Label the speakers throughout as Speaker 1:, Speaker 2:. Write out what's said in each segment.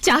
Speaker 1: 家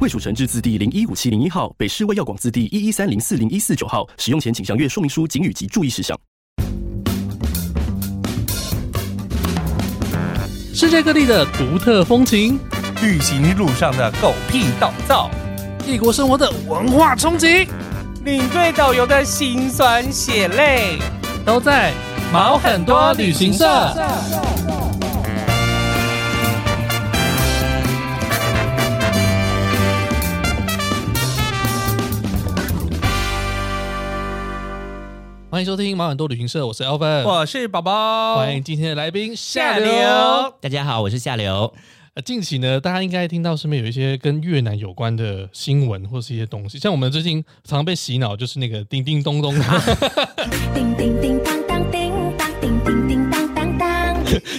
Speaker 2: 卫蜀成字字第零一五七零一号，北市卫药广字第一一三零四零一四九号。使用前请详阅说明书、警语及注意事项。
Speaker 3: 世界各地的独特风情，
Speaker 4: 旅行路上的狗屁倒灶，
Speaker 3: 异国生活的文化冲击，
Speaker 4: 领队导游的辛酸血泪，
Speaker 3: 都在毛很多旅行社。欢迎收听毛很多旅行社，我是 Alvin，
Speaker 4: 我是宝宝，
Speaker 3: 欢迎今天的来宾
Speaker 4: 下
Speaker 3: 夏
Speaker 4: 流。
Speaker 3: 流。
Speaker 5: 大家好，我是下流。
Speaker 3: 呃，近期呢，大家应该听到身边有一些跟越南有关的新闻或是一些东西，像我们最近常被洗脑，就是那个叮叮咚咚，
Speaker 6: 叮叮叮当当叮当叮叮叮当当当。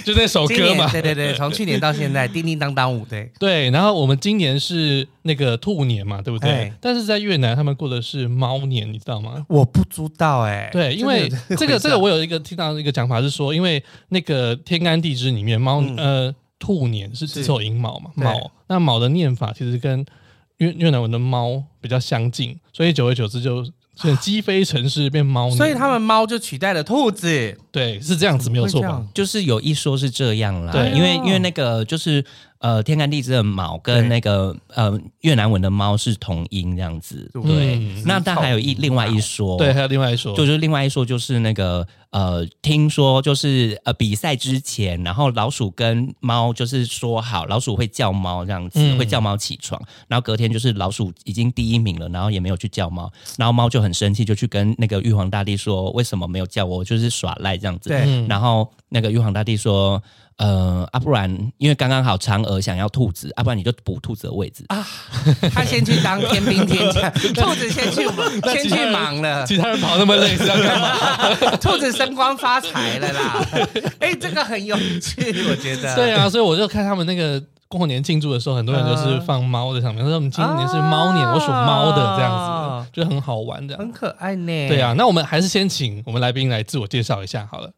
Speaker 3: 就那首
Speaker 4: 今
Speaker 3: 歌
Speaker 4: 年
Speaker 3: 嘛。
Speaker 4: 对对对，从去年到现在，叮叮当当舞对，
Speaker 3: 对，然后我们今年是那个兔年嘛，对不对
Speaker 4: 哎？
Speaker 3: 但是在越南，他们过的是猫年，你知道吗？
Speaker 4: 我不知道哎、
Speaker 3: 对，因为
Speaker 4: 真的
Speaker 3: 这个这个我有一个听到一个讲法是说，因为那个天干地支里面猫、呃兔年是子丑寅卯嘛，
Speaker 4: 对
Speaker 3: 卯那卯的念法其实跟越越南文的猫比较相近，所以久而久之就所以鸡飞城市变猫年，
Speaker 4: 所以他们猫就取代了兔子，
Speaker 3: 对是这样子没有错
Speaker 4: 会这
Speaker 3: 吧
Speaker 4: 样？
Speaker 5: 就是有一说是这样啦，
Speaker 3: 对
Speaker 5: 因为因为那个就是呃天干地支的卯跟那个呃越南文的猫是同音这样子，
Speaker 4: 对
Speaker 5: 对。
Speaker 3: 嗯
Speaker 5: 那但还有一另外一说，
Speaker 3: 对，还有另外一说，
Speaker 5: 就就是另外一说，就是那个呃，听说就是呃，比赛之前，然后老鼠跟猫就是说好，老鼠会叫猫这样子，
Speaker 3: 嗯
Speaker 5: 会叫猫起床，然后隔天就是老鼠已经第一名了，然后也没有去叫猫，然后猫就很生气，就去跟那个玉皇大帝说，为什么没有叫我，就是耍赖这样子。
Speaker 4: 对
Speaker 3: 嗯
Speaker 5: 然后那个玉皇大帝说，呃，啊，不然因为刚刚好嫦娥想要兔子，啊，不然你就补兔子的位置。
Speaker 3: 啊
Speaker 4: 他先去当天兵天将，兔子先去先去忙 了，
Speaker 3: 其他人跑那么累是要干嘛？
Speaker 4: 兔子升官发财了啦！哎、这个很有趣，我觉得。
Speaker 3: 对啊，所以我就看他们那个过年庆祝的时候，很多人就是放猫在上面，他说我们今年是猫年，
Speaker 4: 啊
Speaker 3: 我属猫的这样
Speaker 4: 啊
Speaker 3: 子，就很好玩这
Speaker 4: 很
Speaker 3: 样。
Speaker 4: 可爱呢。
Speaker 3: 对啊，，那我们还是先请我们来宾来自我介绍一下好了。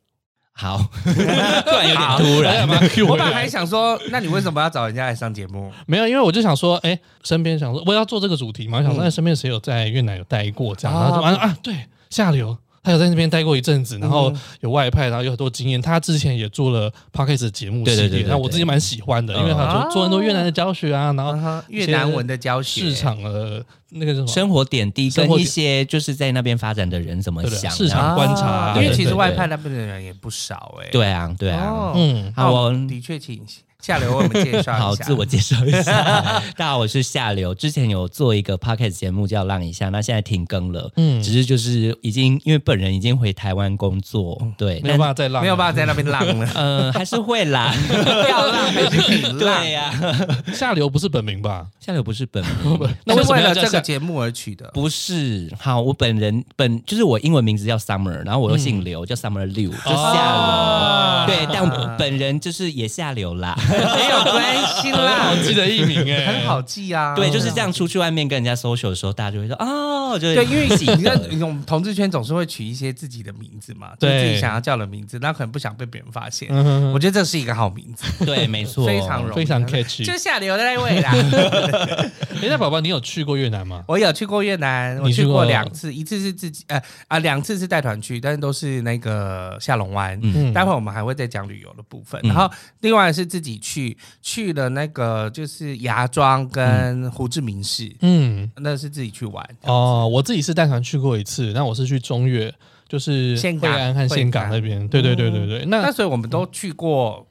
Speaker 5: 好，突然有点突然。
Speaker 3: 嘛 Q
Speaker 4: 我
Speaker 3: 回
Speaker 4: 本来还
Speaker 3: 来？
Speaker 4: 想说，那你为什么要找人家来上节目？
Speaker 3: 没有，因为我就想说，哎，身边想说我要做这个主题嘛，我
Speaker 5: 嗯
Speaker 3: 想说哎身边谁有在越南有待过这样，然后就啊啊，对，下流。他有在那边待过一阵
Speaker 5: 嗯
Speaker 3: 子，然后有外派，然后有很多经验。他之前也做了 podcast 节目系
Speaker 5: 对对对
Speaker 3: 列，
Speaker 5: 对啊
Speaker 3: 那我自己蛮喜欢的，因为他就做很多越南的教学啊，然后
Speaker 4: 啊越南文的教学
Speaker 3: 市场的那个叫什么
Speaker 5: 生活点滴
Speaker 3: 生
Speaker 5: 跟
Speaker 3: 活
Speaker 5: 一
Speaker 3: 点
Speaker 5: 些就是在那边发展的人怎么
Speaker 3: 对不对
Speaker 5: 想
Speaker 3: 市场
Speaker 5: 啊
Speaker 3: 观察啊
Speaker 4: 因为
Speaker 5: 对
Speaker 4: 其实
Speaker 5: 对
Speaker 4: 外
Speaker 5: 对
Speaker 4: 派那边的人也不少哎。
Speaker 5: 对啊，对啊。
Speaker 4: 哦，
Speaker 3: 嗯，
Speaker 4: 那
Speaker 5: 好，
Speaker 4: 我
Speaker 5: 我
Speaker 4: 们的确请下流为我们介绍一下。
Speaker 5: 好自我介绍一下。 大家好，我是下流，之前有做一个 podcast 节目叫《浪一下》，那现在停更了。
Speaker 3: 嗯
Speaker 5: 嗯，只是就是已经因为本人已经回台湾工作，对，
Speaker 3: 哦没有办
Speaker 5: 法，
Speaker 3: 法再浪，
Speaker 4: 没有办法在那边浪了，
Speaker 5: 呃，还是会 啦。
Speaker 4: 要浪还是 挺浪
Speaker 5: 对。呀、
Speaker 3: 法。下流不是本名吧？
Speaker 5: 下流不是本名
Speaker 3: 那为
Speaker 4: 是
Speaker 3: 什么
Speaker 4: 为
Speaker 3: 要
Speaker 4: 了
Speaker 3: 叫
Speaker 4: 这个
Speaker 3: 下？
Speaker 4: 节目而取的，
Speaker 5: 不是，好，我本人本就是我英文名字叫 Summer，然后我又姓刘，叫 Summer 六，就
Speaker 3: 嗯哦
Speaker 5: 下流。对，但我本人就是也下 流啦。
Speaker 4: 没有关系啦
Speaker 3: 我，记得艺名哎，
Speaker 4: 很好。记啊。
Speaker 5: 对，就是这样。出去外面跟人家 social 的时候，大家就会说哦，就是
Speaker 4: 对，因为
Speaker 5: 记
Speaker 4: 你知道，
Speaker 5: 得
Speaker 4: 你们同志圈总是会取一些自己的名字嘛，就是
Speaker 3: 对
Speaker 4: 自己想要叫的名字，那可能不想被别人发现。
Speaker 3: 嗯哼
Speaker 4: 我觉得这是一个好名字，
Speaker 5: 对，没错，
Speaker 4: 非常容易，
Speaker 3: 非常
Speaker 4: 就
Speaker 3: catchy。
Speaker 4: 下流的那位啦。
Speaker 3: 哎，那宝宝，你有去过越南吗？
Speaker 4: 我有去过越南，我
Speaker 3: 你
Speaker 4: 去
Speaker 3: 去过
Speaker 4: 过两次，一次是自己，呃啊，两次是带团去，但是都是那个下龙湾。
Speaker 3: 嗯
Speaker 4: 待会我们还会再讲旅游的部分，
Speaker 5: 嗯
Speaker 4: 然后另外是自己去去了那个就是芽庄跟胡志明市，
Speaker 3: 嗯，
Speaker 4: 那是自己去玩。
Speaker 3: 哦，我自己是带团去过一次，那我是去中越，就是
Speaker 4: 岘
Speaker 3: 惠
Speaker 4: 港
Speaker 3: 安和岘港
Speaker 4: 惠
Speaker 3: 那边。对对对对对，那
Speaker 4: 那所以我们都去过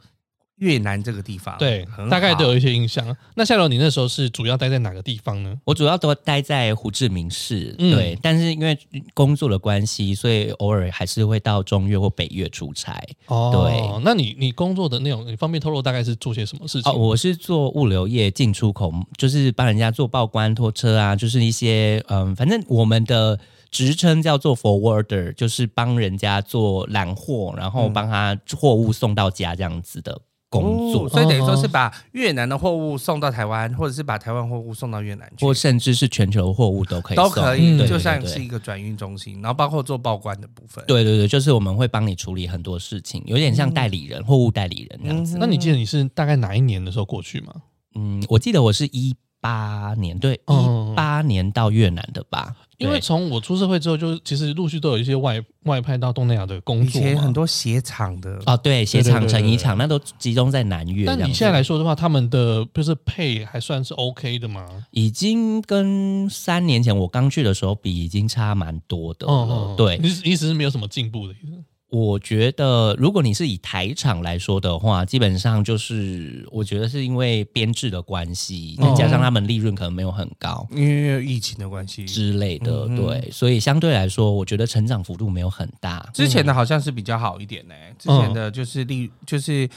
Speaker 4: 越南这个地方，
Speaker 3: 对
Speaker 4: 很好
Speaker 3: 大概都有一些印象。那下流，你那时候是主要待在哪个地方呢？
Speaker 5: 我主要都待在胡志明市，
Speaker 3: 嗯
Speaker 5: 对，但是因为工作的关系，所以偶尔还是会到中越或北越出差。
Speaker 3: 哦，
Speaker 5: 对
Speaker 3: 那你你工作的内容，你方便透露大概是做些什么事情？
Speaker 5: 哦，我是做物流业进出口，就是帮人家做报关、拖车啊，就是一些嗯，反正我们的职称叫做 forwarder，就是帮人家做揽货，然
Speaker 4: 嗯
Speaker 5: 后帮他货物送到家这样子的工作。
Speaker 4: 哦所以等于说
Speaker 3: 嗯
Speaker 4: 是把越南的货物送到台湾，或者是把台湾货物送到越南去
Speaker 5: 或，甚至是全球货物都可以
Speaker 4: 都
Speaker 5: 送，
Speaker 4: 可
Speaker 3: 嗯
Speaker 4: 以，
Speaker 5: 对
Speaker 4: 就
Speaker 5: 对
Speaker 4: 像
Speaker 5: 对
Speaker 4: 是一个转运中心，然后包括做报关的部分。
Speaker 5: 对对对，就是我们会帮你处理很多事情，有点
Speaker 3: 嗯
Speaker 5: 像代理人、货物代理人这样子。
Speaker 3: 那你记得你是大概哪一年的时候过去吗？
Speaker 5: 嗯，我记得我是一八年，对，
Speaker 3: 嗯
Speaker 5: 一八年到越南的吧，
Speaker 3: 因为
Speaker 5: 对
Speaker 3: 从我出社会之后，就是其实陆续都有一些外外派到东南亚的工
Speaker 4: 以
Speaker 3: 作
Speaker 4: 前
Speaker 3: 嘛
Speaker 4: 很多鞋厂的
Speaker 5: 哦，对，鞋
Speaker 3: 对对
Speaker 5: 厂、
Speaker 3: 对
Speaker 5: 成
Speaker 3: 对
Speaker 5: 衣厂那都集中在南越这
Speaker 3: 但
Speaker 5: 样子。
Speaker 3: 你现在来说的话，他们的就是配还算是 OK 的吗？
Speaker 5: 已经跟三年前我刚去的时候比，已经差蛮多的了。嗯对，
Speaker 3: 哦你意思是没有什么进步的意思？
Speaker 5: 我觉得如果你是以台场来说的话，基本上就是我觉得是因为编制的关系，
Speaker 4: 哦
Speaker 5: 再加上他们利润可能没有很高。
Speaker 4: 因为疫情的关系，
Speaker 5: 之类的，
Speaker 4: 嗯
Speaker 5: 对，所以相对来说，我觉得成长幅度没有很大。
Speaker 4: 之前的好像是比较好一点呢、
Speaker 5: 嗯
Speaker 4: 之前的就是利就是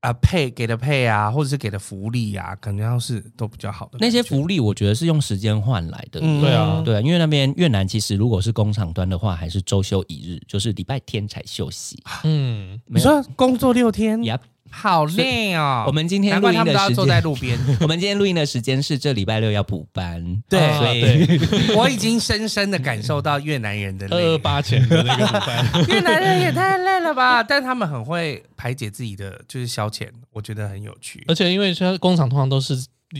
Speaker 4: 啊配给的配啊，或者是给的福利啊，可能要是都比较好的
Speaker 5: 那些
Speaker 4: 感觉
Speaker 5: 福利，我觉得是用时间换来的。
Speaker 4: 嗯
Speaker 3: 对啊
Speaker 5: 对，因为那边越南其实如果是工厂端的话，还是周休一日，就是礼拜天才休息。
Speaker 4: 啊
Speaker 3: 嗯，
Speaker 4: 你说工作六天，
Speaker 5: Yep
Speaker 4: 好累哦。
Speaker 5: 我们今天
Speaker 4: 难
Speaker 5: 录
Speaker 4: 怪
Speaker 5: 音
Speaker 4: 他
Speaker 5: 的
Speaker 4: 们都要
Speaker 5: 时
Speaker 4: 坐在
Speaker 5: 间，
Speaker 4: 路边。
Speaker 5: 我们今天录音的时间是这礼拜六要补班，
Speaker 4: 对
Speaker 5: 所以
Speaker 3: 啊对，
Speaker 4: 我已经深深的感受到越南人的
Speaker 3: 二二
Speaker 4: 累，
Speaker 3: 八前的那个午饭，
Speaker 4: 越南人也太累了吧？但他们很会排解自己的就是消遣，我觉得很有 趣。
Speaker 3: 而且因为现在工厂通常都是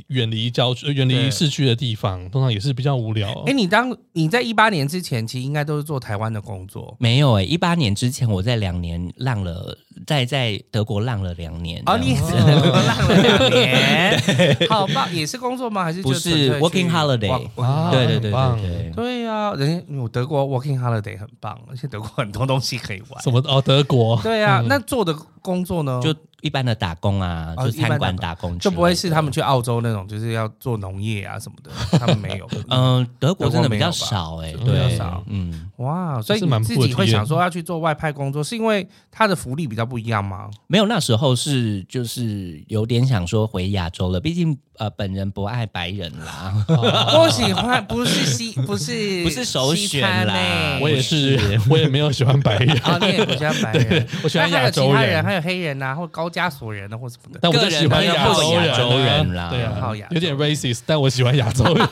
Speaker 3: 远离郊区、呃远离
Speaker 4: 对
Speaker 3: 市区的地方，通常也是比较无聊。
Speaker 4: 哎，你当你在一八年之前，其实应该都是做台湾的工作。
Speaker 5: 没有哎、一八年之前我在两年浪了，在在德国浪了两年
Speaker 4: 哦，你也
Speaker 5: 这样
Speaker 4: 是
Speaker 5: 子
Speaker 4: 浪了两年，好棒！也是工作吗？还是就
Speaker 5: 不是
Speaker 4: 纯粹去
Speaker 5: working holiday
Speaker 4: 哇哇
Speaker 3: 啊
Speaker 5: 对对对
Speaker 3: 很棒
Speaker 5: 对对。
Speaker 4: 对呀、人家有德国 working holiday 很棒，而且德国很多东西可以玩
Speaker 3: 什。么哦，德国
Speaker 4: 对呀、
Speaker 3: 嗯
Speaker 4: 那做的工作呢？
Speaker 5: 就一般的打工啊，
Speaker 4: 哦
Speaker 5: 就餐
Speaker 4: 一般
Speaker 5: 馆
Speaker 4: 打
Speaker 5: 打工之类的，
Speaker 4: 就不会是他们去澳洲那种，就是要做农业啊什么的，他们没有。嗯，
Speaker 5: 嗯，德国真的比较
Speaker 4: 德国没有吧
Speaker 5: 少哎、
Speaker 3: 比
Speaker 5: 对，
Speaker 3: 较
Speaker 4: 少
Speaker 5: 嗯，
Speaker 4: 哇，所以
Speaker 3: 是蛮
Speaker 4: 你
Speaker 3: 不
Speaker 4: 自
Speaker 3: 的
Speaker 4: 己会
Speaker 3: 体验
Speaker 4: 想说要去做外派工作，是因为他的福利比较不一样吗？
Speaker 5: 没有那时候是就是有点想说回亚洲了，毕竟呃本人不爱白人啦，
Speaker 4: 不喜欢，不 是西，不是
Speaker 5: 不是首选啦
Speaker 4: 西餐欸
Speaker 3: 我也是，我也没有喜欢白人，
Speaker 4: 啊，你也不喜欢白人，
Speaker 3: 我喜欢
Speaker 4: 那还
Speaker 3: 亚
Speaker 4: 有
Speaker 3: 洲
Speaker 4: 其他人，
Speaker 3: 人
Speaker 4: 还。有黑人啊，或高加索人啊，或什么的。
Speaker 3: 但我就喜欢
Speaker 5: 个人
Speaker 3: 亚洲
Speaker 5: 还
Speaker 3: 人
Speaker 5: 有
Speaker 3: 啊，
Speaker 5: 亚洲人啦
Speaker 3: 对
Speaker 4: 好亚
Speaker 3: 啊
Speaker 4: 洲，
Speaker 3: 有点 racist，但我喜欢亚洲人。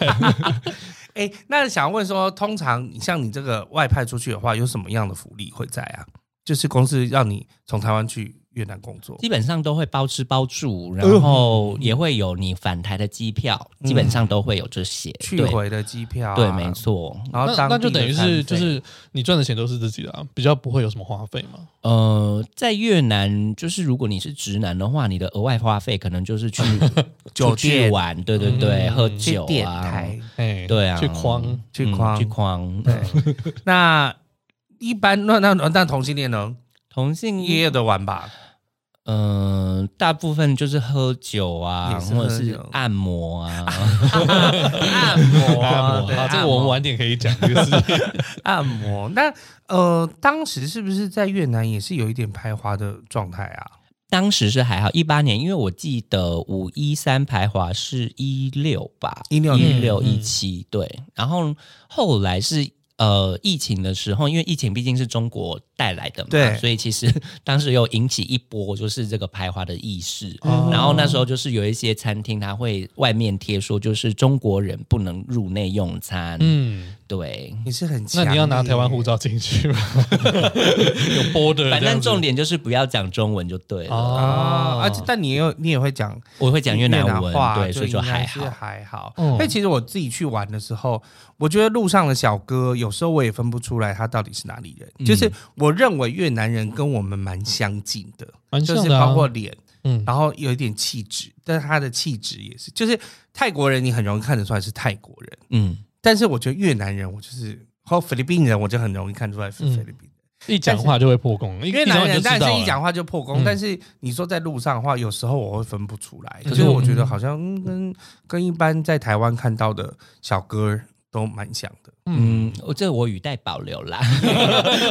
Speaker 4: 哎，那想问说，通常像你这个外派出去的话，有什么样的福利会在啊？就是公司让你从台湾去越南工作，
Speaker 5: 基本上都会包吃包住，然
Speaker 4: 嗯
Speaker 5: 后也会有你返台的机票，基本上都会有这些。
Speaker 4: 去
Speaker 5: 对
Speaker 4: 回的机票啊、
Speaker 5: 对，没错。
Speaker 4: 然后
Speaker 3: 那
Speaker 4: 当
Speaker 3: 那就
Speaker 4: 地的
Speaker 3: 等于
Speaker 4: 餐
Speaker 3: 是
Speaker 4: 费
Speaker 3: 就是你赚的钱都是自己的、啊，比较不会有什么花费嘛。
Speaker 5: 呃，在越南，就是如果你是直男的话，你的额外花费可能就是去
Speaker 4: 酒
Speaker 5: 出去
Speaker 4: 店
Speaker 5: 玩，对对对，
Speaker 3: 嗯
Speaker 5: 喝
Speaker 4: 去
Speaker 5: 酒
Speaker 4: 电
Speaker 5: 啊，
Speaker 4: 台
Speaker 3: 哎，
Speaker 5: 对啊，
Speaker 3: 去框
Speaker 4: 去
Speaker 5: 嗯
Speaker 4: 框
Speaker 5: 去框。
Speaker 4: 对，那一般那那那同性恋呢，
Speaker 5: 同性
Speaker 4: 也有的玩吧？
Speaker 5: 嗯，大部分就是喝酒啊，
Speaker 4: 也是
Speaker 5: 或者
Speaker 4: 喝
Speaker 5: 是
Speaker 4: 酒
Speaker 5: 按摩啊，
Speaker 4: 按 摩，
Speaker 3: 按摩
Speaker 4: 对
Speaker 3: 啊，这个我们晚点可以讲这个事 情。
Speaker 4: 按摩。那呃，当时是不是在越南也是有一点拍花的状态啊？
Speaker 5: 当时是还好，一八年，因为我记得五一三排华是一六吧，
Speaker 4: 16
Speaker 5: 一
Speaker 4: 年
Speaker 5: 六
Speaker 3: 嗯
Speaker 5: 一七对，然后后来是呃疫情的时候，因为疫情毕竟是中国带来的嘛，
Speaker 4: 对
Speaker 5: 所以其实当时又引起一波就是这个排华的意识，
Speaker 3: 哦
Speaker 5: 然后那时候就是有一些餐厅它会外面贴说就是中国人不能入内用餐，
Speaker 3: 嗯，
Speaker 5: 对，
Speaker 4: 你是很
Speaker 3: 那
Speaker 4: 强烈，
Speaker 3: 你要拿台湾护照进去吗？ 有 border，
Speaker 5: 反
Speaker 3: 这样子
Speaker 5: 正重点就是不要讲中文就对了，
Speaker 4: 啊，
Speaker 3: 哦，
Speaker 4: 而且但你也有你也会讲
Speaker 5: 我会讲越南文，
Speaker 4: 话，
Speaker 5: 对，所以就
Speaker 4: 应该
Speaker 5: 还
Speaker 4: 是啊
Speaker 5: 好。
Speaker 4: 还好。哎
Speaker 3: 嗯
Speaker 4: 但其实我自己去玩的时候，我觉得路上的小哥有时候我也分不出来他到底是哪里人，
Speaker 3: 嗯
Speaker 4: 就是我认为越南人跟我们蛮相近的，
Speaker 3: 蛮
Speaker 4: 就
Speaker 3: 像
Speaker 4: 是
Speaker 3: 的啊
Speaker 4: 包括脸，
Speaker 3: 嗯
Speaker 4: 然后有一点气质，但是他的气质也是，就是泰国人你很容易看得出来是泰国人，
Speaker 5: 嗯，
Speaker 4: 但是我觉得越南人我就是和菲律宾人我就很容易看出来是
Speaker 3: 嗯
Speaker 4: 菲律宾人。
Speaker 3: 一讲话就会破功，一
Speaker 4: 越南人，
Speaker 3: 一讲话就
Speaker 4: 但
Speaker 3: 知道
Speaker 4: 是
Speaker 3: 了
Speaker 4: 一讲话就破功。
Speaker 3: 嗯
Speaker 4: 但是你说在路上的话，有时候我会分不出来，
Speaker 3: 可
Speaker 4: 就是是
Speaker 3: 我
Speaker 4: 我觉得好像嗯跟跟一般在台湾看到的小哥都蛮像的。
Speaker 5: 嗯，我这我语带保留啦，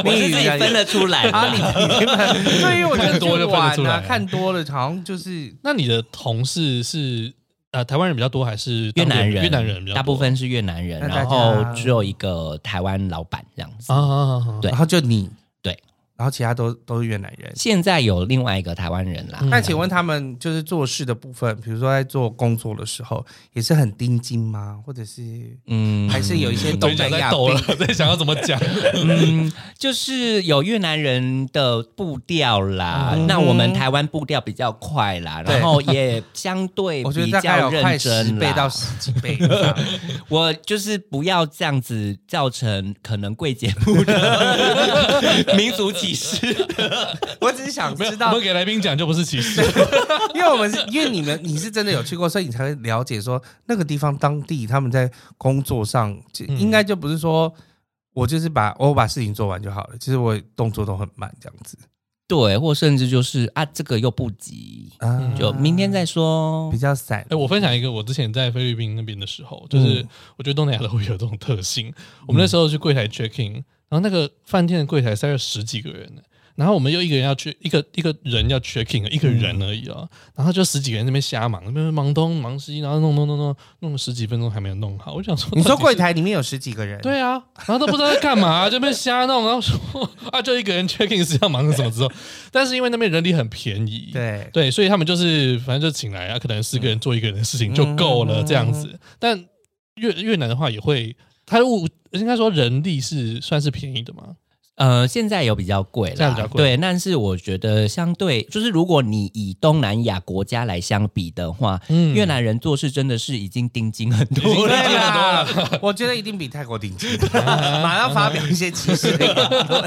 Speaker 5: 我是自己分得出
Speaker 3: 哎
Speaker 5: 来
Speaker 4: 啊，你
Speaker 5: 啦。
Speaker 4: 你们对于我觉得
Speaker 3: 看多就
Speaker 4: 去
Speaker 3: 分得
Speaker 4: 玩
Speaker 3: 出来
Speaker 4: 啊
Speaker 3: 了，
Speaker 4: 看多了好像就是
Speaker 3: 那你的同事是呃台湾人比较多还是
Speaker 5: 越
Speaker 3: 当地
Speaker 5: 南人，
Speaker 3: 越南人比较多
Speaker 5: 大部分是越南人，
Speaker 4: 那大
Speaker 5: 然
Speaker 4: 家
Speaker 5: 后只有一个台湾老板这样子。
Speaker 3: 啊啊啊啊
Speaker 5: 对
Speaker 4: 然后就你
Speaker 5: 对，
Speaker 4: 然后其他都都是越南人。
Speaker 5: 现在有另外一个台湾人
Speaker 3: 嗯
Speaker 5: 啦，
Speaker 4: 那请问他们就是做事的部分，比如说在做工作的时候，也是很盯紧吗？或者是
Speaker 5: 嗯，
Speaker 4: 还是有一些
Speaker 3: 嘴
Speaker 4: 东
Speaker 3: 角
Speaker 4: 南
Speaker 3: 在
Speaker 4: 亚
Speaker 3: 抖了
Speaker 4: 病？，
Speaker 3: 在想要怎么 讲。
Speaker 5: 嗯，就是有越南人的步调啦，
Speaker 3: 嗯
Speaker 5: 那我们台湾步调比较快啦，
Speaker 4: 对
Speaker 5: 然后也相对
Speaker 4: 我觉
Speaker 5: 比
Speaker 4: 得大概
Speaker 5: 较
Speaker 4: 有快
Speaker 5: 认
Speaker 4: 十
Speaker 5: 真
Speaker 4: 倍到
Speaker 5: 啦。
Speaker 4: 十几倍以 上。
Speaker 5: 我就是不要这样子造成可能贵节目 的民族歧视。
Speaker 4: 我只是想
Speaker 3: 没有，
Speaker 4: 知
Speaker 3: 我
Speaker 4: 道
Speaker 3: 们，给来宾讲就不是歧视。
Speaker 4: 因为我们是因为你们你是真的有去过，所以你才会了解说那个地方当地他们在工作上，就
Speaker 3: 嗯
Speaker 4: 应该就不是说我就是把我把事情做完就好了，其实我动作都很慢这样子
Speaker 5: 对，或甚至就是啊，这个又不急，
Speaker 4: 啊，
Speaker 5: 嗯就明天再说
Speaker 4: 比。较散。
Speaker 3: 哎、我分享一个我之前在菲律宾那边的时候，就是
Speaker 4: 嗯
Speaker 3: 我觉得东南亚都会有这种特性。我们那时候去柜台 check in，然后那个饭店的柜台塞了十几个人呢、然后我们又一个人要去一个一个人要 check in，一个人
Speaker 4: 嗯
Speaker 3: 而已啊，然后就十几个人在那边瞎忙，那边忙东忙西，然后弄弄弄弄弄了十几分钟还没有弄好。我想说，
Speaker 4: 你说
Speaker 3: 到底是
Speaker 4: 柜台里面有十几个人，
Speaker 3: 对啊，然后都不知道在干嘛、这边瞎弄，然后说啊，就一个人 check in 是要忙什么之后，但是因为那边人力很便宜，
Speaker 4: 对
Speaker 3: 对，所以他们就是反正就请来啊，可能四
Speaker 4: 嗯
Speaker 3: 个人做一个人的事情就够了这样子。但越越南的话也会，他物应该说人力是算是便宜的嘛，
Speaker 5: 呃，现在有比较贵
Speaker 3: 现在
Speaker 5: 啦，
Speaker 3: 比较贵
Speaker 5: 对，但是我觉得相对就是，如果你以东南亚国家来相比的话，
Speaker 3: 嗯
Speaker 5: 越南人做事真的是已经盯紧很
Speaker 3: 已经
Speaker 5: 多
Speaker 3: 定
Speaker 5: 了。
Speaker 3: 金很多了
Speaker 4: 啦， 我觉得一定比泰国顶级， 马上发表一些歧视的言论。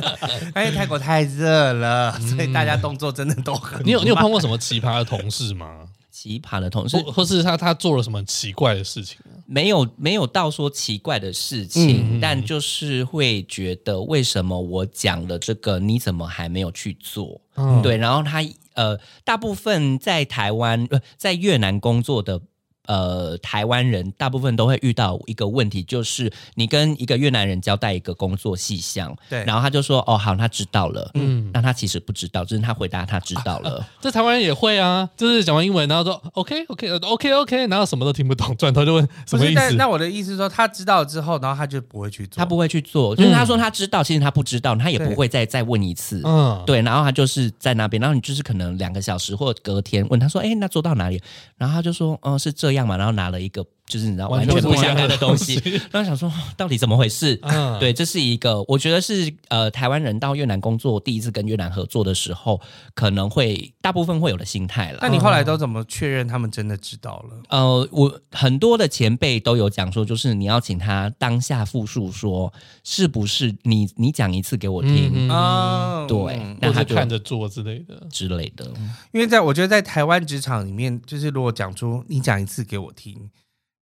Speaker 4: 而且泰国太热了，所以大家动作真的都很慢。
Speaker 3: 嗯你有你有碰过什么奇葩的同事 吗？
Speaker 5: 奇葩的同事
Speaker 3: 或或是他他做了什么奇怪的事情？啊
Speaker 5: 没有没有到说奇怪的事
Speaker 3: 嗯
Speaker 5: 情，但就是会觉得为什么我讲了这个，你怎么还没有去做？
Speaker 3: 嗯，
Speaker 5: 对，然后他呃，大部分在台湾呃，在越南工作的。呃，台湾人大部分都会遇到一个问题，就是你跟一个越南人交代一个工作细项，
Speaker 4: 对
Speaker 5: 然后他就说哦好，他知道了，
Speaker 3: 嗯
Speaker 5: 嗯，那他其实不知道，只是他回答他知道了，
Speaker 3: 在台湾人也会啊，就是讲完英文，然后说 OK OK OK OK，然后什么都听不懂，转头就问什
Speaker 4: 不
Speaker 3: 么
Speaker 4: 是，
Speaker 3: 意
Speaker 4: 但
Speaker 3: 思？
Speaker 4: 那我的意思是说，他知道之后，然后他就不会去做，
Speaker 5: 他不
Speaker 3: 哦
Speaker 5: 会去做，就是他说他知道，其实他不知道，他也不
Speaker 4: 对
Speaker 5: 会再再问一次，
Speaker 3: 嗯，
Speaker 5: 对，然后他就是在那边，然后你就是可能两个小时或隔天问他说，哎，那做到哪里？然后他就说，嗯，是这样嘛，然后拿了一个就是你知道完全不相干的 东西，然后想说哦到底怎么回事？
Speaker 3: 嗯
Speaker 5: 对，这是一个我觉得是呃台湾人到越南工作第一次跟越南合作的时候，可能会大部分会有的心态
Speaker 4: 那
Speaker 5: 啦。
Speaker 4: 你后来都怎么确认他们真的知道了？
Speaker 5: 呃，我很多的前辈都有讲说，就是你要请他当下复述说，是不是你你讲一次给我听、
Speaker 3: 嗯
Speaker 4: 哦，
Speaker 5: 对
Speaker 3: 或
Speaker 5: 那
Speaker 3: 者
Speaker 5: 他就
Speaker 3: 看着做之类的。
Speaker 5: 之类的。
Speaker 4: 因为在我觉得在台湾职场里面，就是如果讲出你讲一次给我听，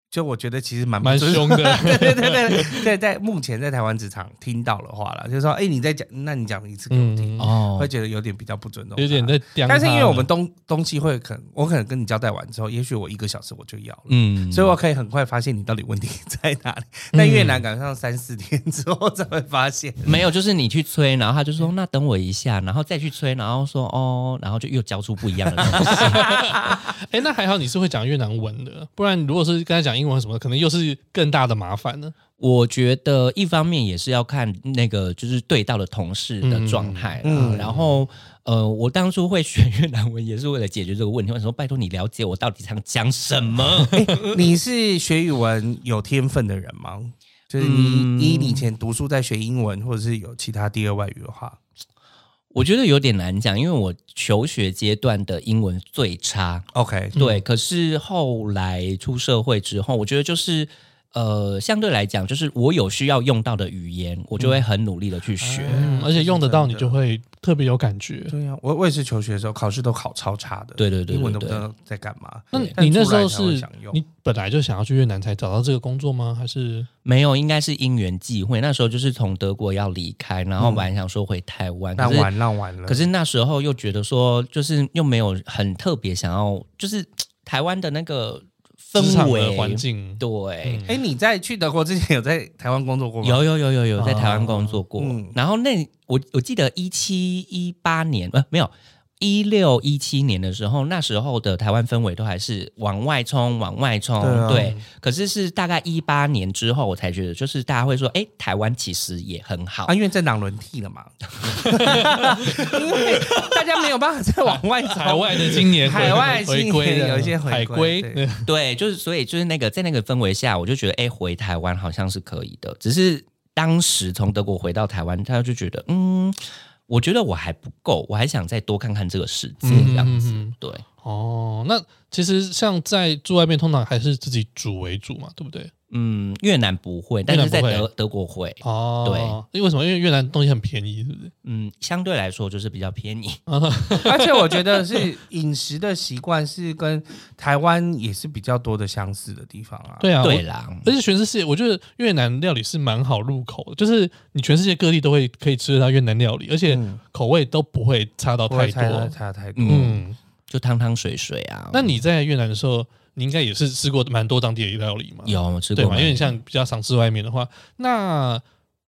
Speaker 4: 就我觉得其实蛮
Speaker 3: 蛮凶的
Speaker 4: 对对对对对，在目前在台湾职场听到的话了，就是说，哎、你在讲，那你讲一次给我听，
Speaker 3: 嗯
Speaker 5: 哦
Speaker 4: 会觉得有点比较不尊重，
Speaker 3: 有点。在刁他了。
Speaker 4: 但是因为我们东东西会可能，我可能跟你交代完之后，也许我一个小时我就要了。
Speaker 5: 嗯
Speaker 4: 所以我可以很快发现你到底问题在哪里。但越南赶上三四天之后才会发现，
Speaker 5: 没有，就是你去催，然后他就说那等我一下，然后再去催，然后说哦，然后就又交出不一样的东西。
Speaker 3: 哎、那还好你是会讲越南文的，不然如果是跟他讲英文什么的，可能又是更大的麻烦呢。
Speaker 5: 我觉得一方面也是要看那个就是对到的同事的状态啦，
Speaker 4: 嗯嗯
Speaker 5: 然后呃，我当初会学越南文也是为了解决这个问题。我想说拜托你了解我到底想讲什么。
Speaker 4: 你是学语文有天分的人吗？就是你，
Speaker 5: 嗯
Speaker 4: 以你以前读书在学英文，或者是有其他第二外语的话，
Speaker 5: 我觉得有点难讲，因为我求学阶段的英文最差，
Speaker 4: OK，
Speaker 5: 对，可是后来出社会之后，我觉得就是。呃，相对来讲，就是我有需要用到的语言，我
Speaker 4: 嗯
Speaker 5: 就会很努力的去学。
Speaker 4: 啊
Speaker 3: 嗯，而且用得到你就会特别有感觉。
Speaker 4: 对呀、啊我我也是求学的时候考试都考超差的，
Speaker 5: 对对对对
Speaker 4: 英文都不知
Speaker 5: 对
Speaker 4: 道在干嘛。
Speaker 3: 那
Speaker 4: 但
Speaker 3: 你那时候
Speaker 4: 出来才会
Speaker 3: 是
Speaker 4: 想用
Speaker 3: 你本来就想要去越南才找到这个工作吗？还是
Speaker 5: 没有，应该是因缘际会。那时候就是从德国要离开，然后本来想说回台湾，可
Speaker 4: 嗯那
Speaker 5: 是
Speaker 4: 完浪完了，
Speaker 5: 可是那时候又觉得说，就是又没有很特别想要，就是嘖台湾的那个
Speaker 3: 职
Speaker 5: 氛
Speaker 3: 场
Speaker 5: 围
Speaker 3: 的环。境？嗯
Speaker 5: 对，
Speaker 4: 哎、你在去德国之前有在台湾工作过吗？啊
Speaker 5: 有有有有有在台湾工作过，
Speaker 4: 嗯
Speaker 5: 然后那我我记得一七一八年呃没有。一六一七年的时候，那时候的台湾氛围都还是往外冲，往外冲，
Speaker 4: 对啊
Speaker 5: 可是是大概一八年之后，我才觉得，就是大家会说，哎、台湾其实也很好。
Speaker 4: 啊，因为政党轮替了嘛，因为大家没有办法再往外走，
Speaker 3: 海外的今年回
Speaker 4: 海外
Speaker 3: 回
Speaker 4: 青
Speaker 3: 归
Speaker 4: 年
Speaker 3: 的
Speaker 4: 有一些
Speaker 3: 海
Speaker 4: 回
Speaker 3: 归，
Speaker 4: 对
Speaker 3: 对
Speaker 5: 对，就是所以就是那个在那个氛围下，我就觉得，哎、回台湾好像是可以的。只是当时从德国回到台湾，他就觉得，嗯，我觉得我还不够，我还想再多看看这个世界
Speaker 3: 嗯
Speaker 5: 这样
Speaker 3: 嗯
Speaker 5: 子。
Speaker 3: 嗯嗯
Speaker 5: 对，
Speaker 3: 哦，那其实像在住外面，通常还是自己煮为主嘛，对不对？
Speaker 5: 嗯，越南不会，
Speaker 3: 越
Speaker 5: 但
Speaker 3: 南
Speaker 5: 是
Speaker 3: 不会
Speaker 5: 在德德国会，
Speaker 3: 哦，对，因为什么？因为越南东西很便宜，是不是？
Speaker 4: 啊
Speaker 5: 嗯，相对来说就是比较便宜。
Speaker 4: 而且我觉得是饮食的习惯是跟台湾也是比较多的相似的地方啊。
Speaker 3: 对啊，
Speaker 5: 对
Speaker 3: 我
Speaker 5: 啦，
Speaker 3: 而且全世界，我觉得越南料理是蛮好入口的，就是你全世界各地都会可以吃得到越南料理，而且
Speaker 4: 嗯
Speaker 3: 口味都不会差到
Speaker 4: 不
Speaker 3: 太
Speaker 4: 会差
Speaker 3: 多。
Speaker 4: 差太多。
Speaker 5: 嗯
Speaker 3: 嗯，
Speaker 5: 就汤汤水水啊。
Speaker 3: 那你在越南的时候，你应该也是吃过蛮多当地的料理嘛？
Speaker 5: 有吃
Speaker 3: 对
Speaker 5: 过
Speaker 3: 嘛？
Speaker 5: 吗？
Speaker 3: 因为你像比较常吃外面的话，那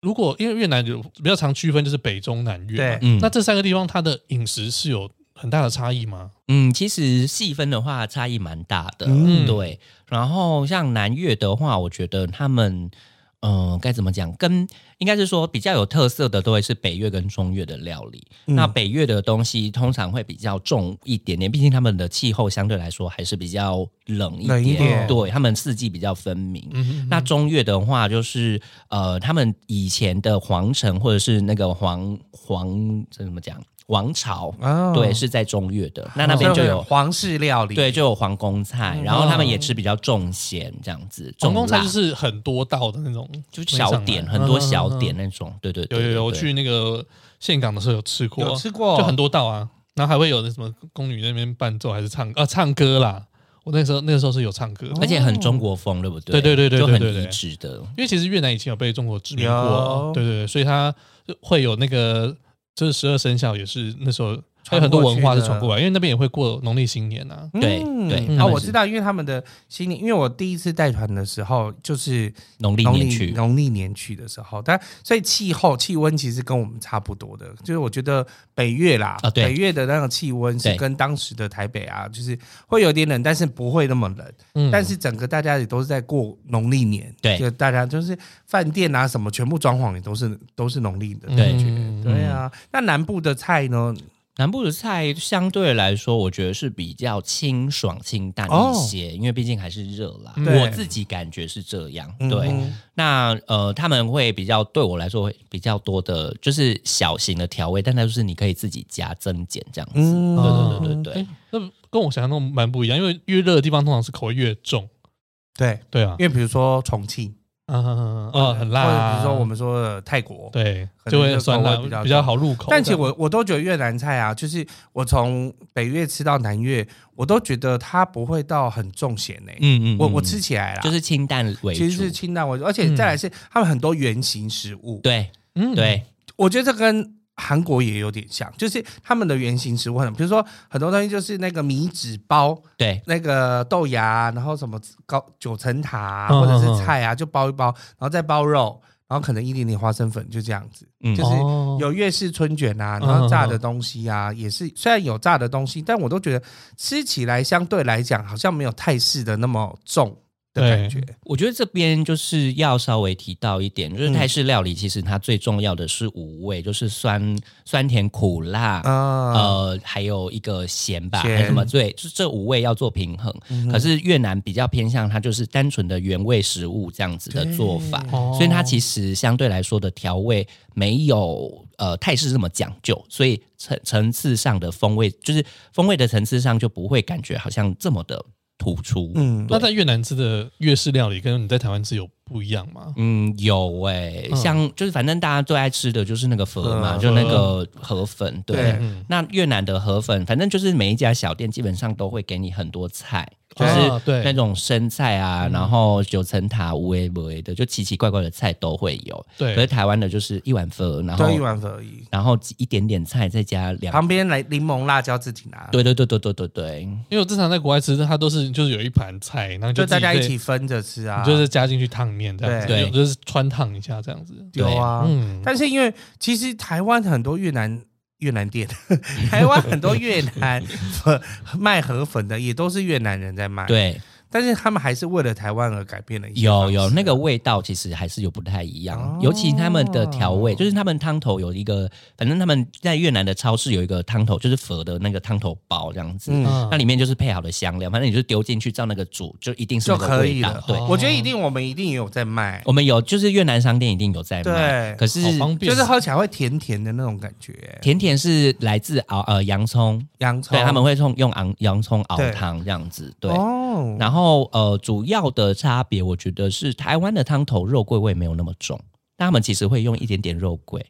Speaker 3: 如果因为越南有比较常区分就是北中南越嘛，
Speaker 4: 对
Speaker 5: 嗯
Speaker 3: 那这三个地方它的饮食是有很大的差异吗？
Speaker 5: 嗯，其实细分的话差异蛮大的，
Speaker 3: 嗯
Speaker 5: 对。然后像南越的话，我觉得他们，嗯、该怎么讲？跟应该是说比较有特色的都会是北越跟中越的料理。
Speaker 3: 嗯
Speaker 5: 那北越的东西通常会比较重一点点，毕竟他们的气候相对来说还是比较冷一点，
Speaker 4: 冷一点
Speaker 5: 对他们四季比较分明。
Speaker 3: 嗯，
Speaker 5: 那中越的话，就是呃，他们以前的皇城或者是那个皇皇这怎么讲王朝，
Speaker 4: 哦
Speaker 5: 对，是在中越的。那那边就有
Speaker 4: 皇室料理，
Speaker 5: 对，就有皇宫菜，然后他们也吃比较重咸这样子，
Speaker 3: 总
Speaker 5: 重
Speaker 3: 共嗯菜
Speaker 5: 辣
Speaker 3: 就是很多道的那种，
Speaker 5: 就是小点，很
Speaker 3: 嗯
Speaker 5: 多小点。那种。对对对，
Speaker 3: 有有有，我
Speaker 5: 对
Speaker 3: 去那个岘港的时候有吃过，
Speaker 4: 有吃过
Speaker 3: 就很多道啊。然后还会有那什么宫女那边伴奏还是唱啊唱歌啦。我那时候那个时候是有唱歌的，
Speaker 4: 哦
Speaker 5: 而且很中国风，对不对？
Speaker 3: 对对对对
Speaker 5: 就
Speaker 3: 对
Speaker 5: 很
Speaker 3: 对对
Speaker 5: 一致的。
Speaker 3: 因为其实越南以前有被中国殖民过
Speaker 4: 有，
Speaker 3: 对对对，所以它会有那个就是十二生肖也是那时候还有很多文化是传过来，因为那边也会过农历新年啊。
Speaker 4: 嗯
Speaker 5: 对对他们
Speaker 4: 啊，
Speaker 5: 是
Speaker 4: 我知道，因为他们的新年，因为我第一次带团的时候就是
Speaker 5: 农历
Speaker 4: 农
Speaker 5: 年
Speaker 4: 历
Speaker 5: 去，
Speaker 4: 农历年去的时候，但所以气候气温其实跟我们差不多的，就是我觉得北越啦，
Speaker 5: 啊对
Speaker 4: 北越的那个气温是
Speaker 5: 对
Speaker 4: 跟当时的台北啊，就是会有点冷，但是不会那么冷，
Speaker 3: 嗯
Speaker 4: 但是整个大家也都是在过农历年，
Speaker 5: 对
Speaker 4: 就大家就是饭店啊什么，全部装潢也都是都是农历的
Speaker 3: 嗯
Speaker 5: 对
Speaker 4: 感觉，对啊。那南部的菜呢？
Speaker 5: 南部的菜相对来说，我觉得是比较清爽清淡一些，
Speaker 3: 哦
Speaker 5: 因为毕竟还是热啦。
Speaker 3: 嗯
Speaker 4: 对
Speaker 5: 我自己感觉是这样。
Speaker 4: 嗯
Speaker 5: 对，那呃，他们会比较对我来说会比较多的，就是小型的调味，但它就是你可以自己加增减这样子。
Speaker 4: 嗯
Speaker 5: 对对对对对
Speaker 3: 诶，那跟我想象中蛮不一样，因为越热的地方通常是口味越重，
Speaker 4: 对，
Speaker 3: 对啊
Speaker 4: 因，为比如说重庆，
Speaker 3: 嗯嗯嗯哦很辣
Speaker 4: 或
Speaker 3: 啊，
Speaker 4: 者比如说我们说的泰国，
Speaker 3: 对
Speaker 4: 可能
Speaker 3: 就会
Speaker 4: 就
Speaker 3: 酸辣
Speaker 4: 口味比较重
Speaker 3: 比较好入口，
Speaker 4: 但其实我我都觉得越南菜啊，就是我从北越吃到南越，我都觉得它不会到很重咸呢、
Speaker 5: 嗯嗯，
Speaker 4: 我
Speaker 5: 嗯
Speaker 4: 我吃起来啦，
Speaker 5: 就是清淡为主，
Speaker 4: 其实是清淡为主，而且再来是他们很多圆形食物，
Speaker 5: 对
Speaker 3: 嗯
Speaker 5: 对，
Speaker 4: 我觉得这跟韩国也有点像，就是他们的圆形食物很，比如说很多东西就是那个米纸包，
Speaker 5: 对
Speaker 4: 那个豆芽，啊然后什么高九层塔啊、
Speaker 3: 嗯
Speaker 4: 或者
Speaker 3: 嗯嗯
Speaker 4: 是菜啊，就包一包，然后再包肉，然后可能一点点花生粉，就这样子。
Speaker 5: 嗯
Speaker 4: 就是
Speaker 3: 哦
Speaker 4: 有粤式春卷啊，
Speaker 3: 嗯
Speaker 4: 然后炸的东西啊，也是虽然有炸的东西，但我都觉得吃起来相对来讲好像没有泰式的那么重的感觉。
Speaker 5: 我觉得这边就是要稍微提到一点，
Speaker 4: 嗯
Speaker 5: 就是泰式料理其实它最重要的是五味，就是酸酸甜苦辣。
Speaker 4: 啊，
Speaker 5: 呃，还有一个咸吧，
Speaker 4: 咸
Speaker 5: 还有什么对，就这五味要做平衡。可是越南比较偏向它就是单纯的原味食物这样子的做法，
Speaker 3: 哦
Speaker 5: 所以它其实相对来说的调味没有呃泰式这么讲究，所以层层次上的风味就是风味的层次上就不会感觉好像这么的突出。
Speaker 4: 嗯，
Speaker 3: 那在越南吃的越式料理跟你在台湾吃有不一样吗？
Speaker 5: 嗯，有诶、
Speaker 3: 嗯
Speaker 5: 像就是反正大家最爱吃的就是那个粉嘛，
Speaker 4: 嗯
Speaker 5: 就那个河粉，对。
Speaker 4: 对
Speaker 3: 嗯
Speaker 5: 那越南的河粉，反正就是每一家小店基本上都会给你很多菜，就
Speaker 4: 哦
Speaker 3: 对
Speaker 5: 是
Speaker 3: 啊对
Speaker 5: 那种生菜啊，
Speaker 4: 嗯
Speaker 5: 然后九层塔、无为无为的，就奇奇怪怪的菜都会有。
Speaker 3: 对
Speaker 5: 可是台湾的就是一碗粉，然后
Speaker 4: 对，一碗粉而已。
Speaker 5: 然后几一点点菜，再加两。
Speaker 4: 旁边来柠檬辣椒自己拿，
Speaker 5: 对对对对对对对，
Speaker 3: 因为我正常在国外吃，它都是就是有一盘菜，然后
Speaker 4: 就
Speaker 3: 自己
Speaker 4: 大家一
Speaker 3: 在
Speaker 4: 起分着吃啊，
Speaker 3: 你就是加进去烫面这样子，
Speaker 5: 对
Speaker 3: 有就是穿烫一下这样子。
Speaker 4: 有啊。
Speaker 3: 嗯，
Speaker 4: 但是因为其实台湾很多越南越南店， 台湾很多越南粉卖河粉的也都是越南人在卖，，
Speaker 5: 对，
Speaker 4: 但是他们还是为了台湾而改变了一些方
Speaker 5: 有
Speaker 4: 式啊
Speaker 5: 有那个味道，其实还是有不太一样，
Speaker 4: 哦
Speaker 5: 尤其他们的调味，就是他们汤头有一个，反正他们在越南的超市有一个汤头，就是佛的那个汤头包这样子，
Speaker 4: 嗯
Speaker 5: 那里面就是配好的香料，反正你就丢进去照那个煮，就一定是
Speaker 4: 就
Speaker 5: 那个
Speaker 4: 可
Speaker 5: 味
Speaker 4: 以
Speaker 5: 道
Speaker 4: 了。。
Speaker 5: 对，
Speaker 4: 我觉得一定我们一定也有在卖，
Speaker 5: 我们有就是越南商店一定有在卖，
Speaker 4: 对哦
Speaker 5: 可是
Speaker 3: 好方便，
Speaker 4: 就是喝起来会甜甜的那种感觉，
Speaker 5: 甜甜是来自熬呃洋葱，
Speaker 4: 洋葱，
Speaker 5: 对，他们会用用洋洋葱熬
Speaker 4: 对
Speaker 5: 汤这样子，对。
Speaker 4: 哦，
Speaker 5: 然后呃，主要的差别我觉得是台湾的汤头肉桂味没有那么重，但他们其实会用一点点肉桂，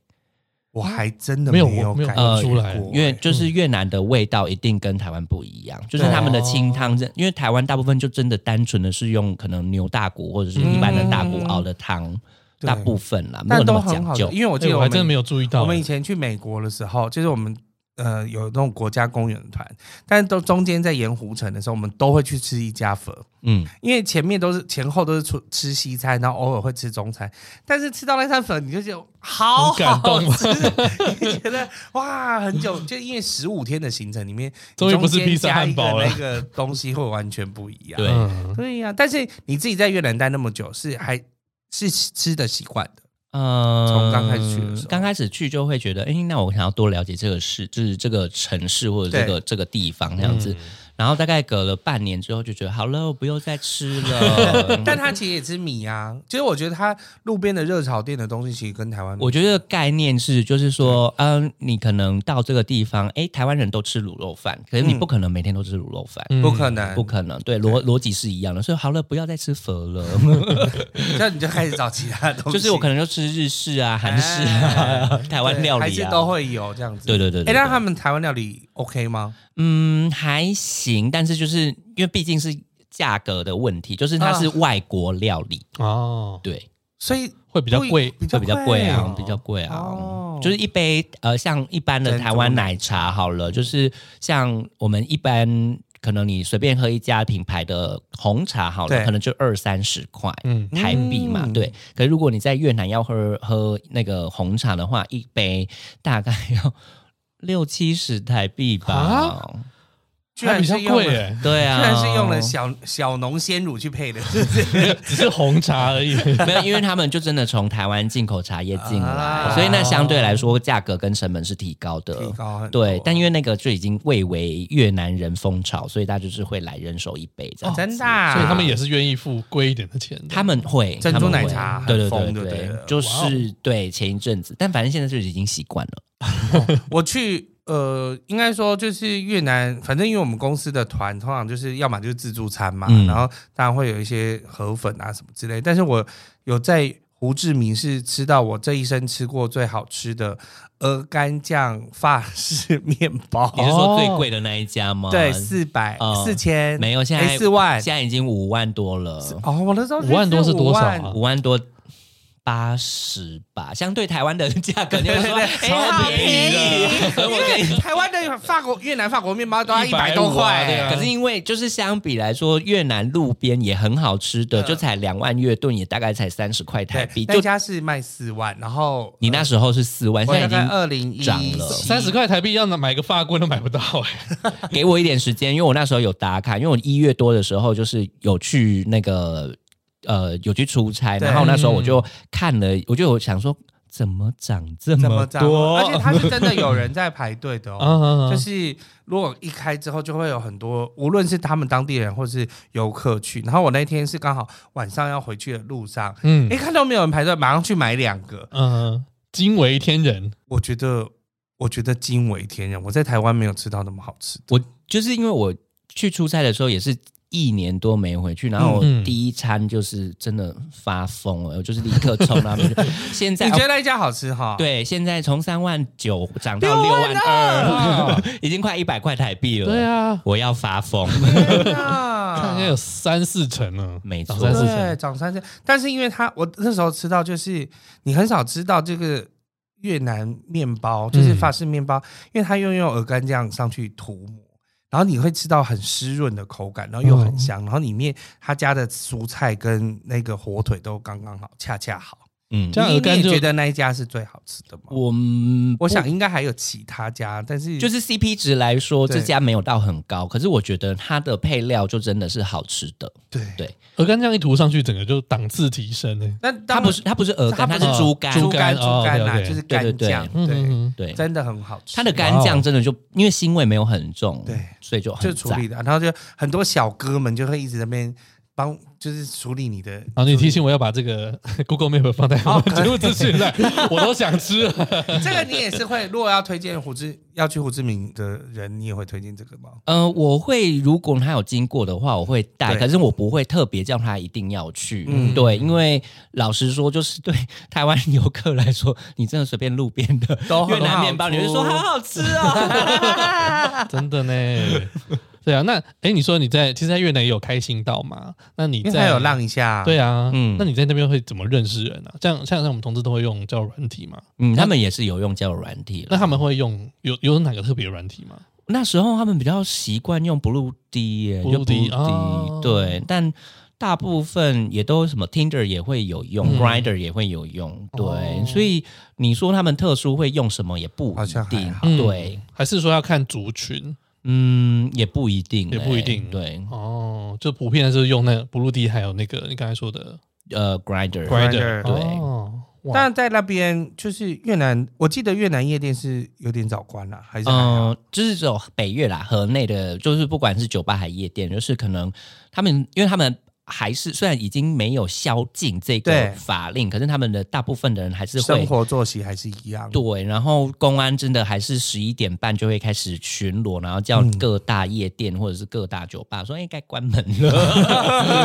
Speaker 4: 我还真的
Speaker 3: 没有
Speaker 4: 有
Speaker 3: 我没有
Speaker 4: 感
Speaker 3: 呃
Speaker 4: 觉
Speaker 3: 出来
Speaker 4: 过
Speaker 5: 因为
Speaker 4: 欸
Speaker 5: 就是越南的味道一定跟台湾不一样，就是他们的清
Speaker 4: 哦
Speaker 5: 汤，因为台湾大部分就真的单纯的是用可能牛大骨或者是一般的大骨熬的汤，
Speaker 4: 嗯对
Speaker 5: 大部分啦，没
Speaker 4: 但
Speaker 5: 有那
Speaker 4: 都
Speaker 5: 么
Speaker 4: 很
Speaker 5: 讲
Speaker 4: 好
Speaker 5: 究
Speaker 4: 的，。因为我记
Speaker 3: 哎
Speaker 4: 得
Speaker 3: 我
Speaker 4: 我
Speaker 3: 还
Speaker 4: 们
Speaker 3: 真的没有注意到，
Speaker 4: 我们以前去美国的时候，就是我们呃有那种国家公园团，但都中间在盐湖城的时候，我们都会去吃一家粉，
Speaker 5: 嗯，
Speaker 4: 因为前面都是前后都是吃吃西餐，然后偶尔会吃中餐，但是吃到那餐粉，你就觉得好
Speaker 3: 很感
Speaker 4: 好
Speaker 3: 动
Speaker 4: 吃，你觉得哇，很久就因为十五天的行程里面，
Speaker 3: 终于不是
Speaker 4: 中间
Speaker 3: 披萨
Speaker 4: 加
Speaker 3: 汉堡了
Speaker 4: 一个那个东西会完全不一样。
Speaker 5: 对
Speaker 3: 嗯
Speaker 4: 对呀、但是你自己在越南待那么久，是还是吃的习惯的，
Speaker 5: 呃，
Speaker 4: 从刚开始去的时候。
Speaker 5: 刚开始去就会觉得，哎、那我想要多了解这个市，就是这个城市或者这个这个地方那样子。然后大概隔了半年之后，就觉得好了，我不用再吃了
Speaker 4: 但他其实也吃米啊。其实我觉得他路边的热炒店的东西，其实跟台湾
Speaker 5: 我觉得概念是，就是说，嗯、你可能到这个地方，哎，台湾人都吃卤肉饭，可是你
Speaker 4: 嗯
Speaker 5: 不可能每天都吃卤肉饭，
Speaker 3: 嗯
Speaker 4: 不可能，
Speaker 5: 不可能，对逻逻辑是一样的。所以好了，不要再吃佛了，
Speaker 4: 那你就开始找其他 东西，哎
Speaker 5: 就是我可能就吃日式啊、韩式啊、 台湾料理、啊，
Speaker 4: 还是都会有这样子。
Speaker 5: 对。对对对
Speaker 4: 哎，
Speaker 5: 对
Speaker 4: 那他们台湾料理 OK 吗？
Speaker 5: 嗯，还行，但是就是因为毕竟是价格的问题，就是它是
Speaker 4: 嗯
Speaker 5: 外国料理，
Speaker 3: 哦，
Speaker 5: 对，
Speaker 4: 所以
Speaker 3: 会比较贵
Speaker 4: 比较
Speaker 5: 会比较贵啊，
Speaker 4: 哦
Speaker 5: 比较贵啊。
Speaker 4: 哦
Speaker 5: 就是一杯呃，像一般的
Speaker 4: 珍珠
Speaker 5: 台湾奶茶好了，就是像我们一般可能你随便喝一家品牌的红茶好了，
Speaker 4: 对
Speaker 5: 可能就二三十块
Speaker 3: 嗯
Speaker 5: 台币嘛，
Speaker 4: 嗯
Speaker 5: 对。可是如果你在越南要喝喝那个红茶的话，一杯大概要六七十台币吧
Speaker 3: 啊。
Speaker 4: 居然
Speaker 3: 比较
Speaker 4: 是用了
Speaker 3: 贵耶，
Speaker 5: 对
Speaker 4: 居
Speaker 5: 啊，
Speaker 4: 然是用了小小浓鲜乳去配 的，是不是？
Speaker 3: 只是红茶 而已。
Speaker 5: 没有，因为他们就真的从台湾进口茶叶进来，
Speaker 4: 啊
Speaker 5: 所以那相对来说价格跟成本是提高的。
Speaker 4: 提高很多
Speaker 5: 对，但因为那个就已经蔚为越南人风潮，所以大家就是会来人手一杯这样子。
Speaker 4: 真的啊，
Speaker 3: 所以他们也是愿意付贵一点的钱的。
Speaker 5: 他们会
Speaker 4: 珍珠
Speaker 5: 他们会
Speaker 4: 奶茶
Speaker 5: 对对
Speaker 4: 很
Speaker 5: 对
Speaker 4: 疯就对哦了
Speaker 5: 就
Speaker 3: 哇
Speaker 5: 是对前一阵子，但反正现在就已经习惯了。
Speaker 4: 我去，呃，应该说就是越南，反正因为我们公司的团通常就是要么就是自助餐嘛，
Speaker 5: 嗯
Speaker 4: 然后当然会有一些河粉啊什么之类。但是我有在胡志明市吃到我这一生吃过最好吃的鹅肝酱法式面包，
Speaker 5: 你是说最贵的那一家吗？
Speaker 4: 哦对，四百
Speaker 5: 哦
Speaker 4: 四千，哎
Speaker 5: 没有现在
Speaker 4: 四万。
Speaker 5: 现在已经五万多了，
Speaker 4: 哦，我那时候去
Speaker 3: 五万多是多少啊
Speaker 4: 5万
Speaker 5: 五万多。八十吧，相对台湾的价格，你们说
Speaker 4: 对对对
Speaker 5: 哎
Speaker 4: 超
Speaker 5: 好便宜的，可是我跟你
Speaker 4: 因为台湾的法国、越南法国面包都要一百
Speaker 3: 150
Speaker 4: 多块、
Speaker 3: 啊对啊
Speaker 5: 可是因为就是相比来说，越南路边也很好吃的，
Speaker 4: 嗯
Speaker 5: 就才两万越盾，也大概才三十块台币。
Speaker 4: 对，
Speaker 5: 就
Speaker 4: 那家是卖四万，然后呃
Speaker 5: 你那时候是四万，
Speaker 4: 我
Speaker 5: 现在
Speaker 4: 大
Speaker 5: 已
Speaker 4: 概
Speaker 5: 经
Speaker 4: 二零一
Speaker 5: 涨了
Speaker 3: 三十块台币要买个发棍都买不到哎、
Speaker 5: 给我一点时间，因为我那时候有打卡，因为我一月多的时候就是有去那个呃有去出差，
Speaker 4: 对嗯
Speaker 5: 然后那时候我就看了，我就有想说怎么涨这
Speaker 4: 怎么
Speaker 5: 么
Speaker 4: 涨？而且
Speaker 5: 多？嗯
Speaker 4: 它是真的有人在排队 的哦。
Speaker 3: 啊
Speaker 4: 就是如果一开之后，就会有很多，无论是他们当地人或是游客去。然后我那天是刚好晚上要回去的路上，
Speaker 3: 嗯
Speaker 4: 一看到没有人排队，马上去买两个。
Speaker 3: 嗯，惊为天人，
Speaker 4: 我觉得，我觉得惊为天人。我在台湾没有吃到那么好吃的。
Speaker 5: 我就是因为我去出差的时候也是。一年多没回去，然后
Speaker 3: 嗯
Speaker 5: 我
Speaker 3: 嗯
Speaker 5: 第一餐就是真的发疯了，我就是立刻冲他们去。 现在
Speaker 4: 你觉得那一家好吃哈？，
Speaker 5: 对，现在从三万九涨到六万二， 已经快一百块台币了。
Speaker 3: 对，啊，
Speaker 5: 我要发疯。
Speaker 4: 天
Speaker 3: 看
Speaker 4: 哪
Speaker 3: 应该有三四成呢，
Speaker 5: 没
Speaker 3: 涨
Speaker 5: 错
Speaker 3: 三四
Speaker 4: 啊对，
Speaker 3: 成，
Speaker 4: 长三千。但是因为他，我那时候吃到就是你很少吃到这个越南面包，
Speaker 3: 嗯
Speaker 4: 就是法式面包，因为它又用鹅肝酱上去涂抹。然后你会吃到很湿润的口感，然后又
Speaker 3: 嗯
Speaker 4: 很香，然后里面它加的蔬菜跟那个火腿都刚刚好，恰恰好。
Speaker 5: 嗯
Speaker 3: 这，样鹅
Speaker 4: 你你
Speaker 3: 肝
Speaker 4: 也
Speaker 3: 就
Speaker 4: 觉得那一家是最好吃的吗？我
Speaker 5: 我们
Speaker 4: 我想应该还有其他家，但是
Speaker 5: 就是 CP 值来说，
Speaker 4: 对
Speaker 5: 这家没有到很高，可是我觉得它的配料就真的是好吃的。
Speaker 4: 对
Speaker 5: 对
Speaker 3: 鹅肝这样一涂上去，整个就档次提升欸呢。
Speaker 4: 那
Speaker 5: 它不是它不是鹅肝，
Speaker 4: 它
Speaker 5: 它
Speaker 4: 不是
Speaker 5: 是猪肝。
Speaker 4: 猪
Speaker 3: 猪肝
Speaker 4: 肝猪
Speaker 3: 哦
Speaker 4: 肝啊，
Speaker 3: 了解
Speaker 4: 就是
Speaker 5: 对对
Speaker 4: 干
Speaker 5: 对
Speaker 4: 酱，
Speaker 3: 嗯嗯
Speaker 4: 对，
Speaker 3: 嗯，
Speaker 5: 对，
Speaker 4: 真的很好吃。
Speaker 5: 它的干酱真的就因为腥味没有很重，
Speaker 4: 对
Speaker 5: 所以就
Speaker 4: 就
Speaker 5: 很
Speaker 4: 处理
Speaker 5: 赞。
Speaker 4: 的，然后就很多小哥们就会一直在那边帮，就是处理你的。
Speaker 5: 啊
Speaker 3: 然后你提醒我要把这个 Google Map 放在我
Speaker 4: 哦
Speaker 3: 们节目资讯栏，我都想吃了。
Speaker 4: 这个你也是会，如果要推荐胡志要去胡志明的人，你也会推荐这个吗？
Speaker 5: 呃，我会如果他有经过的话，我会带，
Speaker 4: 对
Speaker 5: 可是我不会特别叫他一定要去。
Speaker 4: 嗯
Speaker 5: 对，因为老实说，就是对台湾游客来说，你真的随便路边 的
Speaker 4: 都很
Speaker 5: 越南
Speaker 4: 好
Speaker 5: 面包，你就
Speaker 4: 吃
Speaker 5: 说好好吃 哦。
Speaker 3: 真的呢。对啊，那哎，你说你在其实，在越南也有开心到嘛？那你
Speaker 4: 因为它
Speaker 3: 在
Speaker 4: 有浪一下，
Speaker 3: 对啊，
Speaker 5: 嗯
Speaker 3: 那你在那边会怎么认识人啊？像像像我们同志都会用叫软体嘛？
Speaker 5: 嗯，他们也是有用交友软体
Speaker 3: 那
Speaker 5: 了。
Speaker 3: 他们会用有有哪个特别软体吗？
Speaker 5: 那时候他们比较习惯用 Blue D，耶就
Speaker 3: Blue D，
Speaker 5: Blue
Speaker 3: 哦
Speaker 5: D，对，但大部分也都什么 Tinder 也会有用
Speaker 3: 嗯
Speaker 5: ，Grinder 也会有用，
Speaker 3: 哦
Speaker 5: 对，所以你说他们特殊会用什么也不
Speaker 4: 好像还
Speaker 5: 一定
Speaker 4: 好，
Speaker 5: 对
Speaker 3: 嗯，，还是说要看族群
Speaker 5: 嗯，也不一定，
Speaker 3: 也不一定
Speaker 5: 哎对，
Speaker 3: 哦？就普遍的是用那个 Blue D，还有那个你刚才说的
Speaker 5: 呃，Grinder，
Speaker 4: Grindr
Speaker 3: Grinder，
Speaker 5: 对
Speaker 3: 哦哇
Speaker 4: 但在那边就是越南，我记得越南夜店是有点早关了，还是还好
Speaker 5: 嗯，就是这种北越啦，河内的，就是不管是酒吧还夜店，就是可能他们，因为他们还是虽然已经没有宵禁这
Speaker 4: 对
Speaker 5: 个法令，可是他们的大部分的人还是
Speaker 4: 生
Speaker 5: 会。
Speaker 4: 活作息还是一样。
Speaker 5: 对，然后公安真的还是十一点半就会开始巡逻，然后叫
Speaker 4: 嗯
Speaker 5: 各大夜店或者是各大酒吧说：“哎、该关门了。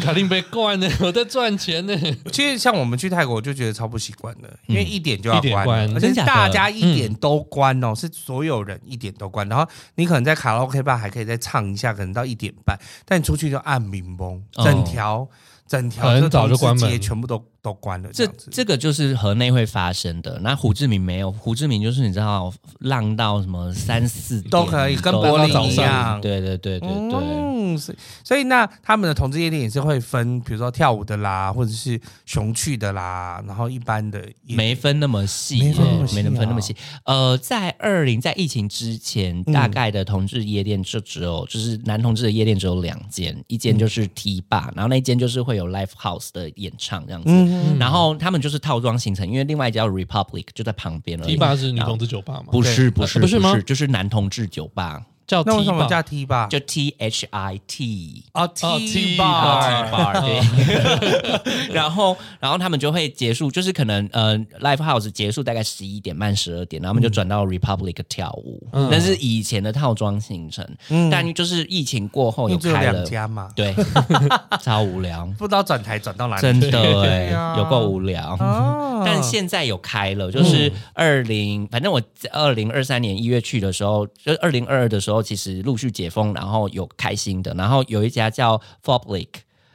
Speaker 3: 卡丁被关呢， 我在赚钱呢。
Speaker 4: 其实像我们去泰国，我就觉得超不习惯的，因为一点就要
Speaker 3: 一点
Speaker 4: 关了，
Speaker 3: 关
Speaker 4: 而且
Speaker 5: 真假的
Speaker 4: 大家一点都关哦，是所有人一点都关。然后你可能在卡拉 OK 吧还可以再唱一下，可能到一点半，但你出去就按民崩，
Speaker 5: 哦
Speaker 4: 整条整条
Speaker 3: 很
Speaker 4: 这
Speaker 3: 早就
Speaker 4: 同志
Speaker 3: 关门
Speaker 4: 街全部都都关了。
Speaker 5: 这
Speaker 4: 样子
Speaker 5: 这个就是河内会发生的。那胡志明没有，胡志明就是你知道浪到什么三四点
Speaker 4: 都可以跟
Speaker 5: 都
Speaker 4: 柏
Speaker 3: 林
Speaker 5: 到早
Speaker 3: 一
Speaker 5: 上
Speaker 4: 样
Speaker 5: 对对对对对。
Speaker 4: 嗯，所以所以那他们的同志夜店也是会分，比如说跳舞的啦，或者是熊去的啦，然后一般的也
Speaker 5: 没分那么细，
Speaker 4: 没分那么细
Speaker 5: 没能分那么
Speaker 4: 啊
Speaker 5: 细。呃，在二零在疫情之前，
Speaker 4: 嗯
Speaker 5: 大概的同志夜店就只有，就是男同志的夜店只有两间，一
Speaker 4: 嗯
Speaker 5: 间就是 T bar，、然后那间就是会有 live house 的演唱这样子。
Speaker 4: 嗯
Speaker 5: 然后他们就是套装行程，因为另外一家叫 Republic 就在旁边了。
Speaker 3: T 吧是女同
Speaker 5: 志，
Speaker 3: 志酒吧嘛？
Speaker 5: 不是不
Speaker 3: 呃
Speaker 5: 是
Speaker 3: 不是吗
Speaker 5: 就是男同志酒吧，
Speaker 3: 叫 T
Speaker 4: 那为什么
Speaker 3: 吧
Speaker 4: 叫 T 吧？
Speaker 5: 就 T H I T。
Speaker 4: 哦
Speaker 3: T
Speaker 5: 啊
Speaker 3: bar 哦
Speaker 5: ，T bar 对， 然后然后他们就会结束，就是可能呃，live house 结束大概十一点半、十二点，然后他们就转到 Republic 跳舞，
Speaker 3: 嗯
Speaker 5: 那是以前的套装行程，但就是疫情过后
Speaker 4: 因
Speaker 5: 又
Speaker 4: 为只有
Speaker 5: 哦开
Speaker 4: 两
Speaker 5: 了，
Speaker 4: 家嘛，
Speaker 5: 对，超无聊，
Speaker 4: 不知道转台转到哪里。
Speaker 5: 真的哎、
Speaker 4: 啊
Speaker 5: 有够无聊。
Speaker 4: 哦
Speaker 5: 但现在有开了，就是
Speaker 4: 嗯
Speaker 5: 二零、反正我二零二三年一月去的时候，就二零二二的时候，其实陆续解封，然后有开新的，然后有一家叫 Foblic，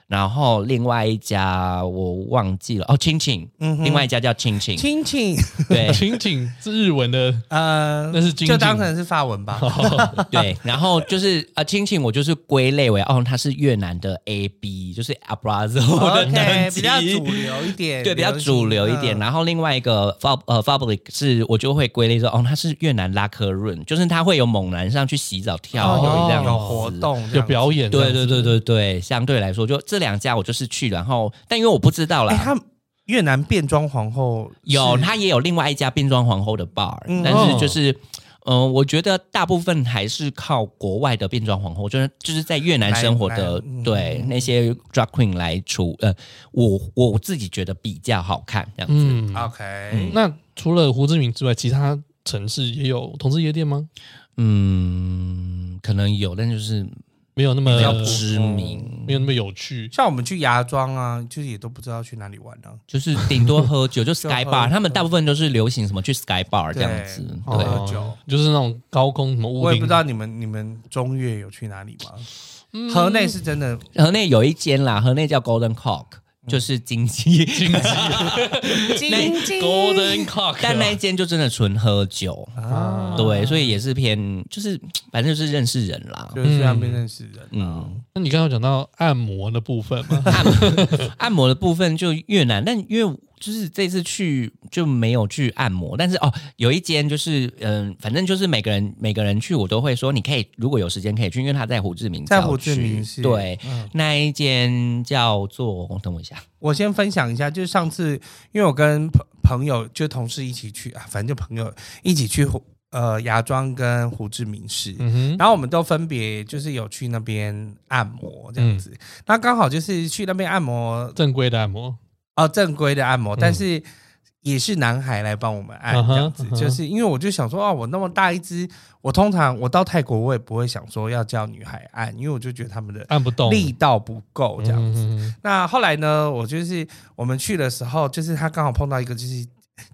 Speaker 5: 然后另外一家我忘记了哦，青青，
Speaker 4: 嗯哼
Speaker 5: 另外一家叫青青，
Speaker 4: 亲亲，
Speaker 5: 对
Speaker 3: 情景是日文的
Speaker 4: 呃，
Speaker 3: 那是金靖
Speaker 4: 就当成是发文吧。
Speaker 5: 哦对，然后就是啊，青青我就是归类为哦，它是越南的 A B，就是 Abrazo 的等
Speaker 4: OK，比
Speaker 5: 级，
Speaker 4: 较主流一点，
Speaker 5: 对，比较主流一点。
Speaker 4: 嗯
Speaker 5: 然后另外一个 Fab 呃 Fabric 是我就会归类说，哦，它是越南拉科润，就是它会有猛男上去洗澡跳
Speaker 4: 哦，
Speaker 5: 舞
Speaker 4: 有
Speaker 5: 这样
Speaker 4: 有
Speaker 5: 子
Speaker 4: 活。动，
Speaker 3: 有表。演这样
Speaker 5: 对
Speaker 3: 子，
Speaker 5: 对对对对，相对来说，就这两家我就是去，然后但因为我不知道啦，
Speaker 4: 哎，他们越南变装皇后
Speaker 5: 有
Speaker 4: 是
Speaker 5: 他也有另外一家变装皇后的 bar，、
Speaker 4: 嗯
Speaker 5: 但是就是。嗯、我觉得大部分还是靠国外的变装皇后，就是就是在越南生活
Speaker 4: 来
Speaker 5: 的
Speaker 4: 来嗯
Speaker 5: 对那些 drag queen 来出，呃，我我自己觉得比较好看这样子。
Speaker 3: 嗯，
Speaker 4: 啊 OK，
Speaker 3: 那除了胡志明之外，其他城市也有同志夜店吗？
Speaker 5: 嗯，可能有，但就是
Speaker 3: 没有那么
Speaker 5: 比较知名，
Speaker 3: 没有那么有趣。
Speaker 4: 像我们去芽庄啊，就是也都不知道去哪里玩了。
Speaker 5: 就是顶多喝酒， 就
Speaker 4: 喝
Speaker 5: Sky Bar，他们大部分都是流行什么去 Sky Bar 这样子，
Speaker 4: 对
Speaker 5: 对。
Speaker 4: 喝酒
Speaker 3: 就是那种高空什么屋顶，
Speaker 4: 哦我也不知道你们你们中越有去哪里吗？河内是真的，
Speaker 5: 河内有一间啦，河内叫 Golden Cock，就是金鸡，嗯 金鸡
Speaker 3: Golden Cock，
Speaker 5: 但那一间就真的纯喝酒，
Speaker 4: 啊
Speaker 5: 对，所以也是偏，就是反正就是认识人啦，
Speaker 4: 就是去那边认识人。啊
Speaker 5: 嗯，
Speaker 3: 那 你刚刚有讲到按摩的部分嘛？
Speaker 5: 按按摩的部分就越南，但因为就是这次去就没有去按摩，但是哦，有一间就是嗯、反正就是每个人每个人去，我都会说你可以如果有时间可以去，因为他在胡志明
Speaker 4: 在
Speaker 5: 郊
Speaker 4: 胡志
Speaker 5: 区
Speaker 4: 明市嗯
Speaker 5: 对、那一间叫做等我一下，
Speaker 4: 我先分享一下，就是上次因为我跟朋朋友就同事一起去啊，反正就朋友一起去胡呃芽庄跟胡志明市，
Speaker 3: 嗯哼，
Speaker 4: 然后我们都分别就是有去那边按摩这样子。
Speaker 3: 嗯
Speaker 4: 那刚好就是去那边按摩
Speaker 3: 正规的按摩，
Speaker 4: 哦，正规的按摩，
Speaker 3: 嗯
Speaker 4: 但是也是男孩来帮我们按
Speaker 3: 嗯哼
Speaker 4: 这样子。
Speaker 3: 嗯哼
Speaker 4: 就是因为我就想说，哦，我那么大一只，我通常我到泰国我也不会想说要叫女孩按，因为我就觉得他们的
Speaker 3: 按不动
Speaker 4: 力道不够这样子。
Speaker 3: 嗯哼
Speaker 4: 那后来呢，我就是我们去的时候，就是他刚好碰到一个就是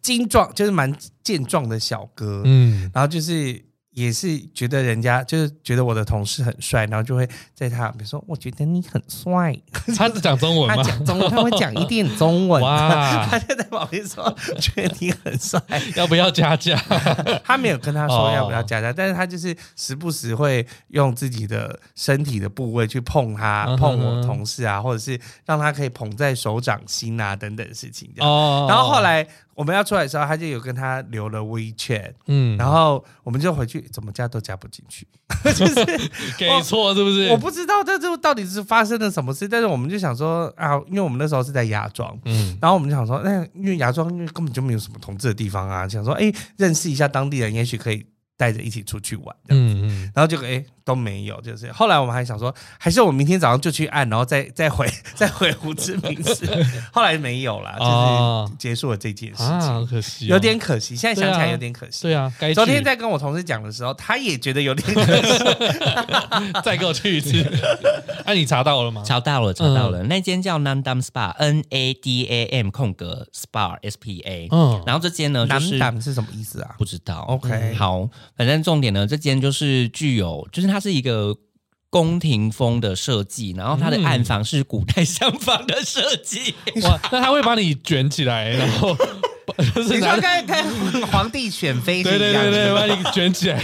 Speaker 4: 精壮，就是蛮健壮的小哥，
Speaker 3: 嗯
Speaker 4: 然后就是也是觉得人家就是觉得我的同事很帅，然后就会在他旁边说：“我觉得你很帅。
Speaker 3: 哼，他是讲中”文
Speaker 4: 嗯他
Speaker 3: 吗？
Speaker 4: 讲中文，他会讲一点中文。
Speaker 3: 哇
Speaker 4: 他就在旁边说：“觉得你很帅。
Speaker 3: 要不要加价？”
Speaker 4: 他没有跟他说
Speaker 3: 哦
Speaker 4: 要不要加加，但是他就是时不时会用自己的身体的部位去碰他、
Speaker 3: 嗯哼
Speaker 4: 碰
Speaker 3: 嗯
Speaker 4: 我
Speaker 3: 哼
Speaker 4: 同事啊，或者是让他可以捧在手掌心啊等等事情这样。
Speaker 3: 哦，
Speaker 4: 然后后，来我们要出来的时候，他就有跟他留了 WeChat，
Speaker 3: 嗯
Speaker 4: 然后我们就回去，怎么加都加不进去，就是
Speaker 3: 给错是不是？
Speaker 4: 我不知道这这到底是发生了什么事，但是我们就想说啊，因为我们那时候是在芽庄，
Speaker 3: 嗯，
Speaker 4: 然后我们就想说，那因为芽庄因为根本就没有什么同志的地方啊，想说哎，认识一下当地人，也许可以带着一起出去玩。
Speaker 3: 嗯嗯
Speaker 4: 然后就哎都没有，就是后来我们还想说，还是我明天早上就去按，然后再 再回再回胡志 明市。后来没有啦，
Speaker 3: 哦
Speaker 4: 就是结束了这件事
Speaker 3: 啊，
Speaker 4: 情，
Speaker 3: 好可惜哦，
Speaker 4: 有点可惜。现在想起
Speaker 3: 对
Speaker 4: 来
Speaker 3: 啊
Speaker 4: 有点可惜。
Speaker 3: 对啊，该去
Speaker 4: 昨天在跟我同事讲的时候，他也觉得有 点可惜。
Speaker 3: 再给我去一 次。哎，你查到了吗？
Speaker 5: 查到了，查到
Speaker 4: 嗯
Speaker 5: 了，那间叫 Namdam Spa，N A D A M 空格 Spa S P A，
Speaker 3: 嗯
Speaker 5: 然后这间呢就
Speaker 4: 男
Speaker 5: 是
Speaker 4: 党是什么意思啊？
Speaker 5: 不知道。嗯
Speaker 4: OK
Speaker 5: 好，反正重点呢，这间就是具有，就是它是一个。宫廷风的设计，然后它
Speaker 4: 嗯
Speaker 5: 的暗房是古代 厢房的设计，
Speaker 3: 哇，那他会把你卷起 来，然后 就是
Speaker 4: 你
Speaker 3: 拿
Speaker 4: 说跟跟皇帝选妃是
Speaker 3: 对对
Speaker 4: 一样
Speaker 3: 对
Speaker 4: 的
Speaker 3: 对，把你卷起 来，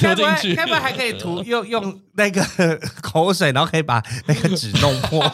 Speaker 3: 然后丢
Speaker 4: 该不
Speaker 3: 进
Speaker 4: 会
Speaker 3: 去
Speaker 4: 该。不会还可以涂用用那个 口水，然后可以把那个纸弄 破，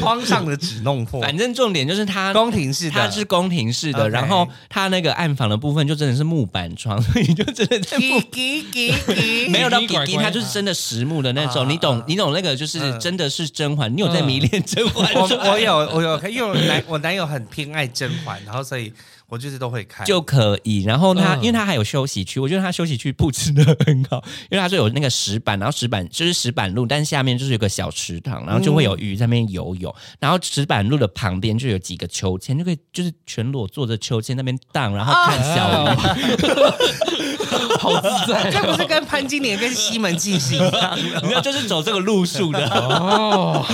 Speaker 4: 窗上的纸弄破。
Speaker 5: 反正重点就是它
Speaker 4: 宫廷式的，
Speaker 5: 它是宫廷式的，
Speaker 4: OK
Speaker 5: 然后它那个暗房的部分就真的是木板窗， 所以就真的 在木
Speaker 4: 叽叽叽叽，
Speaker 5: 没有到
Speaker 3: 滴
Speaker 5: 比
Speaker 3: 滴拐
Speaker 5: 基，
Speaker 3: 拐
Speaker 5: 它就是真的实木的那种，
Speaker 4: 啊
Speaker 5: 你懂
Speaker 4: 啊
Speaker 5: 你懂那个就是
Speaker 4: 嗯
Speaker 5: 真的是甄嬛，你有在迷恋甄嬛
Speaker 4: 我
Speaker 5: 传
Speaker 4: 我有我有，因为我男我男友很偏爱甄嬛，然后所以我就是都会看。
Speaker 5: 就可以。然后它
Speaker 3: 嗯
Speaker 5: 因为它还有休息区，我觉得它休息区布置的很好，因为它是有那个石板，然后石板就是石板路，但下面就是有个小池塘，然后就会有鱼在那边游泳，然后石板路的旁边就有几个秋千，就可以就是全裸坐着秋千那边荡，然后看小
Speaker 3: 啊
Speaker 5: 鱼。
Speaker 3: 好自在
Speaker 4: 这不是跟潘金莲跟西门庆 是一 样
Speaker 5: 你知道，就是走这个路数的。
Speaker 3: 哦，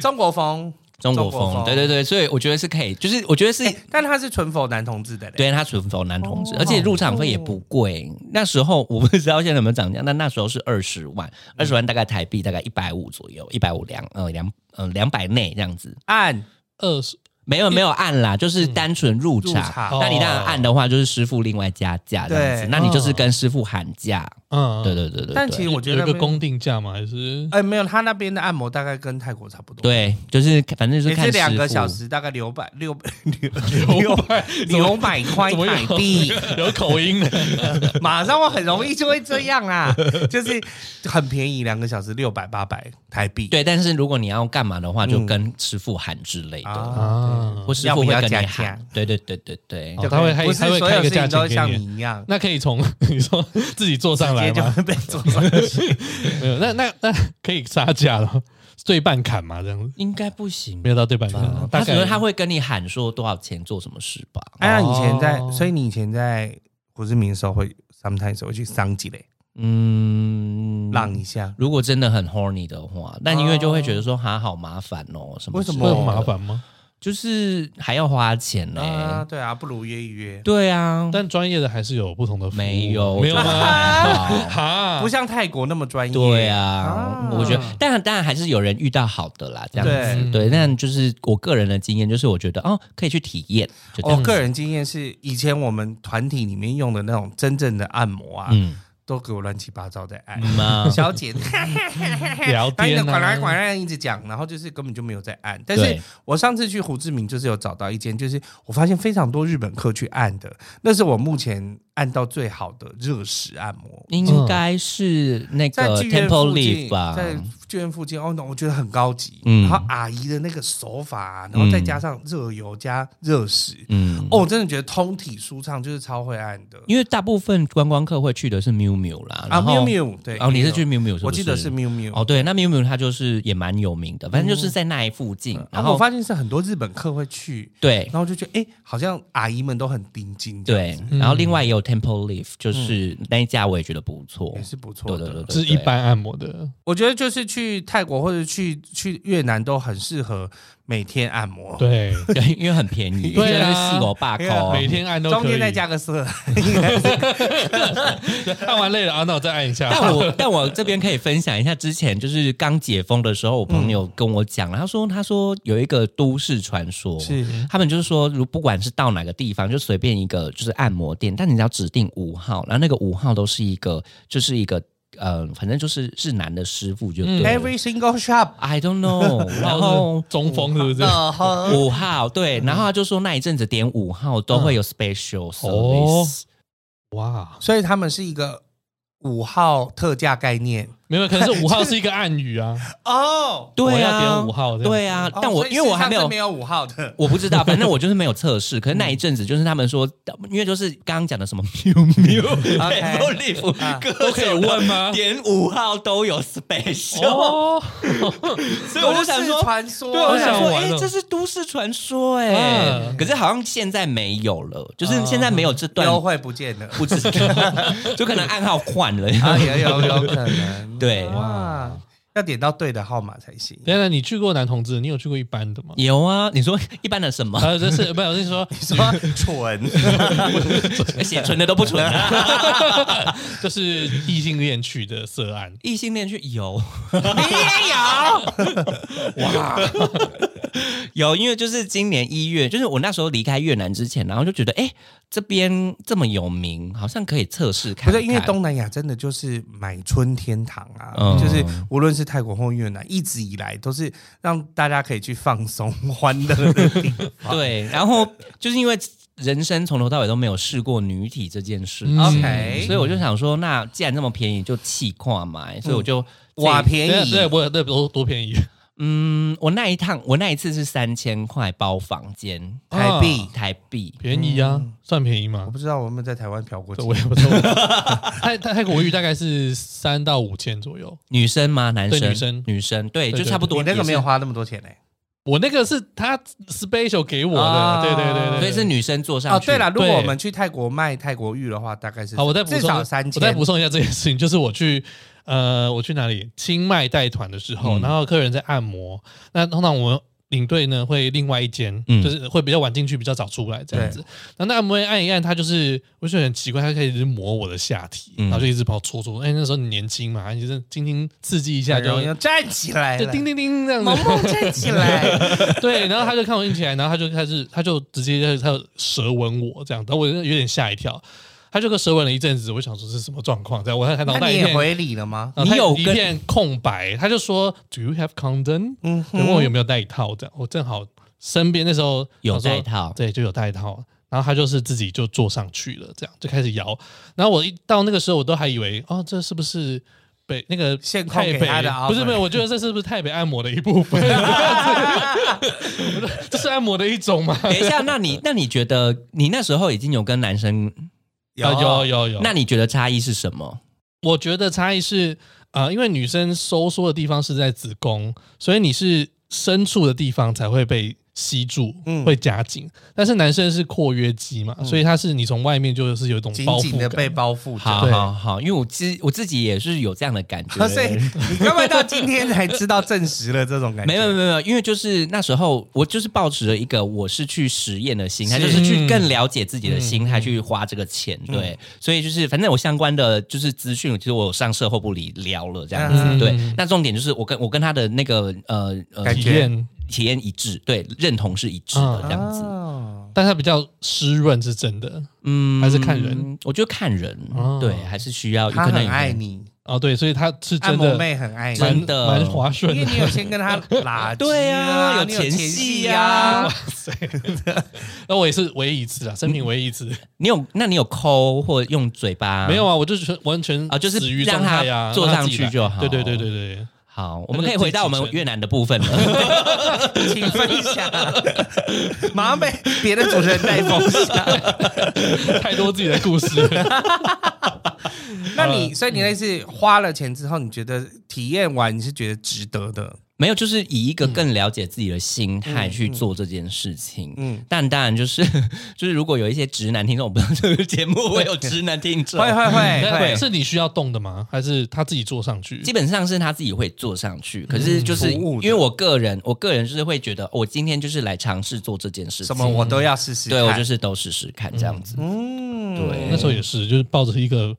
Speaker 4: 中国风？
Speaker 5: 中国
Speaker 4: 中国风
Speaker 5: 风，对对对，所以我觉得是可以，就是我觉得是
Speaker 4: 哎，但他是纯否男同志的嘞？
Speaker 5: 对，他纯走男同
Speaker 4: 哦
Speaker 5: 志，而且入场费也不贵。那时候我不知道现在有没有涨价，但那时候是二十万，
Speaker 4: 嗯
Speaker 5: 二十万大概台币大概一百五左右，一百五两呃两呃两百内这样子。
Speaker 4: 按
Speaker 3: 二十
Speaker 5: 没有没有按啦，就是单纯
Speaker 4: 嗯
Speaker 5: 入
Speaker 4: 入
Speaker 5: 场。
Speaker 4: 场，
Speaker 5: 那你当然按的话，就是师傅另外加价这样子
Speaker 4: 对。哦
Speaker 5: 那你就是跟师傅喊价。
Speaker 3: 嗯，
Speaker 5: 对对对对对。
Speaker 4: 但其实我觉得
Speaker 3: 有
Speaker 4: 那
Speaker 3: 一
Speaker 4: 边
Speaker 3: 个公定价嘛，还是
Speaker 4: 哎没有，他那边的按摩大概跟泰国差不多。。
Speaker 5: 对，就是反正就
Speaker 4: 也
Speaker 5: 是看
Speaker 4: 是
Speaker 5: 师傅。
Speaker 4: 两个小时，大概六百六六六百六百块
Speaker 3: 怎么
Speaker 4: 呃台
Speaker 3: 有
Speaker 4: 币，
Speaker 3: 有口音 的？
Speaker 4: 马上我很容易就会这样啦，就是很便宜，两个小时六百八百台币。
Speaker 5: 对，但是如果你要干嘛的话，就跟师傅喊之类的。
Speaker 3: 啊
Speaker 5: 或师傅
Speaker 4: 嗯要
Speaker 5: 会
Speaker 4: 不要
Speaker 5: 跟你
Speaker 4: 加价
Speaker 5: 喊，对对对对对，
Speaker 3: 哦他会还
Speaker 4: 不是
Speaker 3: 他会
Speaker 4: 所
Speaker 3: 开
Speaker 4: 有
Speaker 3: 一个
Speaker 4: 事情
Speaker 3: 价
Speaker 4: 都
Speaker 3: 钱
Speaker 4: 像
Speaker 3: 给你。
Speaker 4: 你一 样，
Speaker 3: 那可以从你说自己坐上
Speaker 4: 直
Speaker 3: 来
Speaker 4: 接就
Speaker 3: 吗？
Speaker 4: 会被做上
Speaker 5: 哦
Speaker 4: 去。
Speaker 3: 没有，那那那可以杀价了，对半砍嘛，这样子
Speaker 5: 应该不行
Speaker 3: 没有到对半
Speaker 4: 嗯
Speaker 3: 砍，
Speaker 5: 啊他
Speaker 3: 大
Speaker 5: 可能
Speaker 3: 概
Speaker 5: 他会跟你喊说多少钱做什么事吧。
Speaker 4: 哎呀，以前在
Speaker 3: 哦，
Speaker 4: 所以你以前在胡志明的时候会 sometimes 会去桑吉嘞
Speaker 5: 嗯，
Speaker 4: 浪一下，
Speaker 5: 如果真的很 horny 的话，那因为就会觉得说哈好麻烦哦，什么
Speaker 4: 为什么
Speaker 3: 会
Speaker 5: 之
Speaker 3: 很
Speaker 5: 类的
Speaker 3: 麻？烦吗？
Speaker 5: 就是还要花钱呢、
Speaker 4: 啊，对啊，不如约一约。
Speaker 5: 对啊，
Speaker 3: 但专业的还是有不同的服务，
Speaker 5: 没有
Speaker 3: 没有吗？
Speaker 5: 还好
Speaker 3: 哈，
Speaker 4: 不像泰国那么专业，
Speaker 5: 对啊，
Speaker 4: 啊
Speaker 5: 我觉得，当然，当然还是有人遇到好的啦，这样子。
Speaker 3: 对
Speaker 4: 嗯
Speaker 5: 对，但就是我个人的经验，就是我觉得哦，可以去体验。就
Speaker 4: 哦
Speaker 5: 这
Speaker 4: 我
Speaker 5: 样子
Speaker 4: 个人经验是，以前我们团体里面用的那种真正的按摩啊，
Speaker 5: 嗯，
Speaker 4: 都给我乱七八糟的爱。
Speaker 5: 嗯啊
Speaker 4: 小 姐， 哈哈
Speaker 3: 聊
Speaker 4: 把你的
Speaker 3: 天
Speaker 4: 管来管
Speaker 3: 啊，
Speaker 4: 来一直讲，然后就是根本就没有在按。但是
Speaker 5: 对
Speaker 4: 我上次去胡志明，就是有找到一间，就是我发现非常多日本客去按的，那是我目前按到最好的热石按摩，
Speaker 5: 应该是那
Speaker 4: 在
Speaker 5: 个
Speaker 4: 剧院附
Speaker 5: 呃 Temple Leaf
Speaker 4: 近，
Speaker 5: 吧？
Speaker 4: 在剧院附近哦，那我觉得很高级。
Speaker 5: 嗯
Speaker 4: 然后阿姨的那个手法啊，然后再加上热油加热石，
Speaker 5: 嗯，
Speaker 4: 哦，我真的觉得通体舒畅，就是超会按的。
Speaker 5: 因为大部分观光客会去的是 miu miu 啦，
Speaker 4: 啊
Speaker 5: 然后
Speaker 4: ，miu miu，对，
Speaker 5: 哦，你是去
Speaker 4: miu，
Speaker 5: miu miu，
Speaker 4: 我记得是 miu miu。
Speaker 5: 哦，对，那 miu miu 它就是也蛮有名的，反正就是在那一附近，然
Speaker 4: 啊
Speaker 5: 后
Speaker 4: 我发现是很多日本客会去，
Speaker 5: 对
Speaker 4: 然后我就觉得哎、诶好像阿姨们都很盯紧，
Speaker 5: 对，，然后另外也有 Temple Leaf，就是那一家我也觉得不错
Speaker 4: 嗯也，是不错
Speaker 5: 对
Speaker 4: 的。
Speaker 5: 对对对，
Speaker 3: 是一般按摩的，
Speaker 4: 我觉得就是去泰国或者去去越南都很适合每天按摩，，
Speaker 3: 对，
Speaker 5: 对，对因为很 便宜，
Speaker 3: 对啊
Speaker 5: 就是四狗八
Speaker 4: 对啊
Speaker 5: 扣，
Speaker 3: 每天按都
Speaker 4: 中
Speaker 3: 可以
Speaker 4: 间。再加个色，
Speaker 3: 按完累了啊，那我再按一下。
Speaker 5: 但我但我这边可以分享一下，之前就是刚解封的时候，我朋友跟我讲了，他说他说有一个都市传说，
Speaker 4: 是
Speaker 5: 他们就是说，如不管是到哪个地方，就随便一个就是按摩店，但你只要指定五号，然后那个五号都是一个就是一个呃，反正就是是男的师傅就对了。
Speaker 4: every single shop。
Speaker 5: I don't know，然后
Speaker 3: 是中风是不是？
Speaker 4: 嗯
Speaker 5: 五号对，然后他就说那一阵子点五号都会有 special service，、
Speaker 3: 哇，
Speaker 4: 所以他们是一个五号特价概念
Speaker 3: 没有，可能是五号是一个暗语啊。
Speaker 4: 哦。
Speaker 5: 对
Speaker 3: 我要
Speaker 5: 啊，
Speaker 3: 点五号这样子
Speaker 5: 对啊，
Speaker 4: 哦
Speaker 5: 但我
Speaker 4: 所以
Speaker 5: 因为我还
Speaker 4: 世
Speaker 5: 没
Speaker 4: 上
Speaker 5: 有
Speaker 4: 是没有五号的，
Speaker 5: 我不知道，反正我就是没有测试。可是那一阵子，就是他们说，因为就是刚刚讲的什么哎 miu miu、
Speaker 4: OK
Speaker 5: Apple Leaf，
Speaker 4: 啊
Speaker 5: 各
Speaker 3: 都可以问 吗
Speaker 5: 点五号都有 special，
Speaker 3: 哦，
Speaker 5: 所以我就想
Speaker 4: 都市
Speaker 5: 说。
Speaker 4: 传说，
Speaker 5: 对，我想说，
Speaker 3: 完
Speaker 5: 哎
Speaker 3: 了，
Speaker 5: 这是都市传说，哎
Speaker 3: 嗯，
Speaker 5: 可是好像现在没有了，就是现在没有这段
Speaker 4: 优惠不见了
Speaker 5: 不知 道，就可能暗号换了。
Speaker 4: 啊，也有有可能，
Speaker 5: 对
Speaker 3: 哦
Speaker 4: 哇，要点到对的号码才行。
Speaker 3: 等等，你去过男同志，你有去过一般的吗？
Speaker 5: 有啊，你说一般的什么
Speaker 3: 还有就是，不是，我是说，
Speaker 4: 你说 蠢，
Speaker 5: 写纯的都不纯啊，
Speaker 3: 就是异性恋去的色案。
Speaker 5: 异性恋去有。
Speaker 4: 你也 有
Speaker 5: 有，因为就是今年一月，就是我那时候离开越南之前，然后就觉得，哎、这边这么有名，好像可以测试看
Speaker 4: 不
Speaker 5: 看。
Speaker 4: 是因为东南亚真的就是买春天堂啊，
Speaker 5: 嗯
Speaker 4: 就是无论是泰国或越南，一直以来都是让大家可以去放松、欢乐的地 方。
Speaker 5: 对，然后就是因为人生从头到尾都没有试过女体这件事
Speaker 4: 嗯
Speaker 5: 情，
Speaker 4: ，OK，
Speaker 5: 所以我就想说，那既然这么便宜，就气跨买，所以我就、
Speaker 4: 嗯哇便
Speaker 3: 对啊
Speaker 4: 宜，
Speaker 3: 对，我对多多便宜，
Speaker 5: 嗯，我那一趟，我那一次是三千块包房间嗯
Speaker 4: 台币
Speaker 5: 台币，
Speaker 3: 便宜啊，算便宜
Speaker 4: 嗯我
Speaker 3: 吗？
Speaker 4: 不知道我有没有在台湾嫖过
Speaker 3: 对
Speaker 4: 妓，
Speaker 3: 我也不知 道。泰泰泰国浴大概是三到五千左右，
Speaker 5: 女生吗？男
Speaker 3: 对
Speaker 5: 生？
Speaker 3: 女生
Speaker 5: 女生，对，
Speaker 3: 对
Speaker 5: 就
Speaker 3: 对
Speaker 5: 差不多。
Speaker 4: 你那个没有
Speaker 5: 也是，
Speaker 4: 花那么多钱呢。欸
Speaker 3: 我那个是他 special 给我的，
Speaker 4: 啊
Speaker 3: 对对对对，
Speaker 5: 所以是
Speaker 3: 对。
Speaker 5: 女生坐上
Speaker 4: 哦，
Speaker 5: 去。
Speaker 4: 对了，如果
Speaker 3: 对
Speaker 4: 我们去泰国卖泰国玉的话，大概是
Speaker 3: 好，我再补
Speaker 4: 至
Speaker 3: 充，
Speaker 4: 少三
Speaker 3: 我再
Speaker 4: 千
Speaker 3: 补。充一下这件事情，就是我去呃，我去哪里清迈带团的时候，
Speaker 5: 嗯
Speaker 3: 然后客人在按摩，那通常我们领队呢会另外一间，
Speaker 5: 嗯
Speaker 3: 就是会比较晚进去，比较早出来这样子。然后那按摩员按一按，他就是我觉得很奇怪，他可以一直磨我的下体，
Speaker 5: 嗯
Speaker 3: 然后就一直跑搓搓。哎，那时候你年轻嘛，你就是轻轻刺激一下
Speaker 4: 很
Speaker 3: 就
Speaker 4: 容易就站起来
Speaker 3: 就
Speaker 4: 了，
Speaker 3: 叮叮叮这样子。
Speaker 4: 萌萌站起来，
Speaker 3: 对，然后他就看我硬起来，然后他就开始，他就直接就他就舌吻我这样，然后我就有点吓一跳。他就跟舌吻了一阵子，我想说是什么状况？这样，我还脑
Speaker 4: 那
Speaker 3: 袋一
Speaker 4: 你也
Speaker 3: 片，
Speaker 4: 回礼了吗？
Speaker 3: 呃
Speaker 5: 你
Speaker 3: 他
Speaker 5: 有
Speaker 3: 一
Speaker 5: 跟
Speaker 3: 片空白。他就说，Do you have condom？
Speaker 4: 嗯
Speaker 3: 嗯，问我有没有带套这样。我正好身边那时候想
Speaker 5: 有
Speaker 3: 说
Speaker 5: 带套
Speaker 3: 对，就有带套。然后他就是自己就坐上去了，这样就开始摇。然后我一到那个时候，我都还以为哦，这是不是北那个
Speaker 4: 现扣
Speaker 3: 台
Speaker 4: 给
Speaker 3: 北
Speaker 4: 他的 offer
Speaker 3: 不是不是，我觉得这是不是台北按摩的一部分？ 这是按摩的一种吗？
Speaker 5: 等一下，那 你那你觉得你那时候已经有跟男生，
Speaker 3: 啊有有有。
Speaker 5: 那你觉得差异是什么？
Speaker 3: 我觉得差异是，呃，因为女生收缩的地方是在子宫，所以你是深处的地方才会被吸住，
Speaker 4: 嗯
Speaker 3: 会夹紧。但是男生是括约肌嘛，所以他是你从外面就是有一种
Speaker 4: 紧
Speaker 3: 包
Speaker 4: 紧
Speaker 3: 覆
Speaker 4: 的
Speaker 3: 感。
Speaker 4: 被包覆着。
Speaker 5: 好
Speaker 3: 对
Speaker 5: 好好，因为我自我自己也是有这样的 感觉，
Speaker 4: 所以你根本到今天才知道证实了这种感觉。
Speaker 5: 没有没有没有没有，因为就是那时候我就是抱持了一个我是去实验的心态，
Speaker 4: 是
Speaker 5: 就是嗯去更了解自己的心态去花这个钱，对，所以就是反正我相关的就是资讯，其实我有上社后部里聊了这样子，
Speaker 3: 嗯
Speaker 5: 对。那重点就是我跟我跟他的那个呃呃
Speaker 4: 感
Speaker 3: 体验
Speaker 5: 体验一致，对，认同是一致的这样子，
Speaker 4: 哦
Speaker 3: 但它比较湿润是真的
Speaker 5: 嗯
Speaker 3: 还是看人，
Speaker 5: 我觉得看人
Speaker 3: 哦，
Speaker 5: 对，还是需要，
Speaker 4: 啊他
Speaker 5: 可能
Speaker 4: 很
Speaker 5: 有
Speaker 4: 爱，你，啊
Speaker 3: 哦，对，所以它是
Speaker 4: 按
Speaker 3: 真
Speaker 4: 摩
Speaker 3: 的
Speaker 4: 妹很爱
Speaker 5: 真
Speaker 4: 你，
Speaker 3: 蛮
Speaker 5: 的
Speaker 3: 蛮滑顺
Speaker 4: 因为
Speaker 3: 的。
Speaker 4: 你有先跟他拉近
Speaker 5: 对啊
Speaker 4: 啊，
Speaker 5: 有
Speaker 4: 你前
Speaker 5: 前戏
Speaker 4: 戏
Speaker 5: 啊
Speaker 4: 啊
Speaker 3: 哇，塞，那我也是唯一一次啊，生平唯一一次，
Speaker 5: 你有那你有抠或用嘴巴
Speaker 3: 没有？啊，我就是全完全
Speaker 5: 啊就是
Speaker 3: 死于
Speaker 5: 让
Speaker 3: 状
Speaker 5: 它
Speaker 3: 态啊，
Speaker 5: 坐
Speaker 3: 让它
Speaker 5: 上
Speaker 3: 自己
Speaker 5: 去
Speaker 3: 来
Speaker 5: 就好
Speaker 3: 对对对对对，
Speaker 5: 好，我
Speaker 3: 那
Speaker 5: 们
Speaker 3: 就
Speaker 5: 可以回到我
Speaker 3: 自己
Speaker 5: 们
Speaker 3: 成
Speaker 5: 越南的部分了。
Speaker 4: 请分一下，
Speaker 5: 啊
Speaker 4: 马上被别的主持人带风向。
Speaker 3: 太多自己的故事了。
Speaker 4: 那你所以你那次花了钱之后，你觉得体验完你是觉得值得的？
Speaker 5: 没有，就是以一个更了解自己的心态去做这件事情。嗯，
Speaker 4: 嗯
Speaker 5: 但当然就是 就是，如果有一些直男听众，我不知道这个节目会有直男听众，
Speaker 4: 会会会
Speaker 3: 那
Speaker 4: 哎会，
Speaker 3: 是你需要动的吗？还是他自己坐上去？
Speaker 5: 基本上是他自己会坐上去。可是就是
Speaker 4: 嗯服务
Speaker 5: 因
Speaker 4: 的
Speaker 5: 为我个人，我个人就是会觉得，哦我今天就是来尝试做这件事情，
Speaker 4: 什么我都要试试看。
Speaker 5: 对我就是都试试看这样子。
Speaker 4: 嗯，
Speaker 5: 对
Speaker 3: 那时候也是，就是抱着一个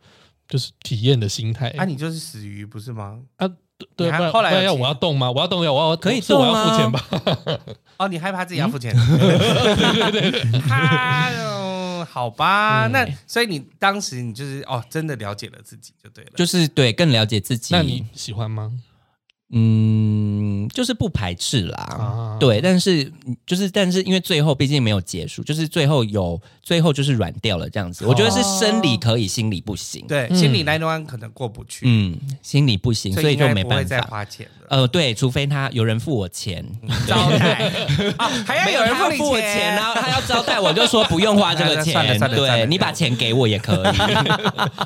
Speaker 3: 就是体验的心态。
Speaker 4: 啊，你就是死鱼不是吗？
Speaker 3: 啊，对，
Speaker 4: 你还
Speaker 3: 不然
Speaker 4: 后来有
Speaker 3: 不然要
Speaker 4: 请
Speaker 3: 我要动吗？我要动要我要
Speaker 5: 可以
Speaker 3: 是我
Speaker 5: 动
Speaker 3: 要
Speaker 5: 啊
Speaker 3: 付钱吧？
Speaker 4: 哦，你害怕自
Speaker 5: 嗯
Speaker 4: 己要 付钱？ 哈哦，好
Speaker 5: 嗯
Speaker 4: 吧，那所以你当时你就是哦，真的了解了自己就对了。
Speaker 5: 就是对，更了解自己。
Speaker 3: 那你喜欢 吗？
Speaker 5: 嗯，就是不排斥啦，
Speaker 3: 啊
Speaker 5: 对，但是就是但是因为最后毕竟没有结束，就是最后有最后就是软掉了这样子，我觉得是生理可以，心理不行，，
Speaker 4: 哦对，心里那一关可能过不去，
Speaker 5: 嗯，心理不行，所以
Speaker 4: 应
Speaker 5: 就
Speaker 4: 该
Speaker 5: 没
Speaker 4: 不会
Speaker 5: 办
Speaker 4: 再
Speaker 5: 法。
Speaker 4: 花钱了。
Speaker 5: 呃，对，除非他有人付我钱，
Speaker 4: 招待啊，还要
Speaker 5: 没有人
Speaker 4: 要
Speaker 5: 付我钱，啊然后他要招待我，就说不用花这个 钱，
Speaker 4: 算了算了算
Speaker 5: 对
Speaker 4: 了
Speaker 5: 你把钱给我也可以。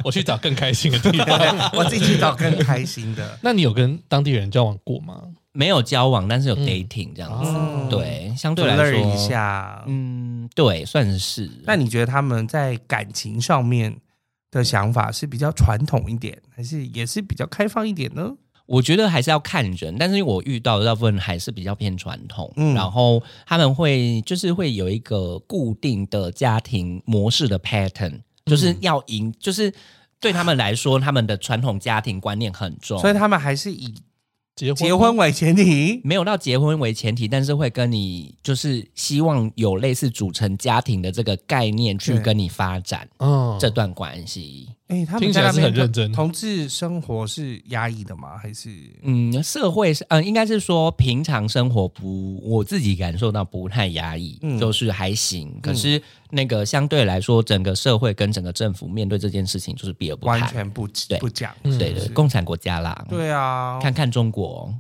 Speaker 3: 我去找更开心的地方。
Speaker 4: 对 我自己去找更开心的。
Speaker 3: 那你有跟当地人交往过吗？
Speaker 5: 没有交往，但是有 dating 这样子，
Speaker 4: 哦
Speaker 5: 对，相对来
Speaker 4: learn
Speaker 5: 说，
Speaker 4: 一下，
Speaker 5: 嗯，对，算是。
Speaker 4: 那你觉得他们在感情上面的想法是比较传统一点，还是也是比较开放一点呢？
Speaker 5: 我觉得还是要看人，但是我遇到的大部分还是比较偏传统，
Speaker 4: 嗯
Speaker 5: 然后他们会就是会有一个固定的家庭模式的 pattern，就是
Speaker 4: 嗯
Speaker 5: 要赢，就是对他们来说，他们的传统家庭观念很重，
Speaker 4: 所以他们还是以
Speaker 3: 结婚
Speaker 4: 结婚
Speaker 3: 吗
Speaker 4: 为前提。
Speaker 5: 没有到结婚为前提，但是会跟你就是希望有类似组成家庭的这个概念去
Speaker 4: 对
Speaker 5: 跟你发展
Speaker 3: 嗯，
Speaker 5: 这段关系。
Speaker 4: 哎，他们
Speaker 3: 听起
Speaker 4: 在
Speaker 3: 来
Speaker 4: 那
Speaker 3: 是很
Speaker 4: 边
Speaker 3: 认真
Speaker 4: 同志生活是压抑的吗？还是
Speaker 5: 嗯，社会是嗯、应该是说平常生活不，我自己感受到不太压抑，
Speaker 4: 嗯
Speaker 5: 就是还行。可是那个相对来说，整个社会跟整个政府面对这件事情就是避而不谈，
Speaker 4: 完全不
Speaker 5: 对
Speaker 4: 不讲？
Speaker 3: 嗯
Speaker 5: 对
Speaker 4: 是
Speaker 5: 的，共产国家啦。
Speaker 4: 对啊，嗯
Speaker 5: 看看中国，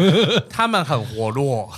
Speaker 4: 他们很活络，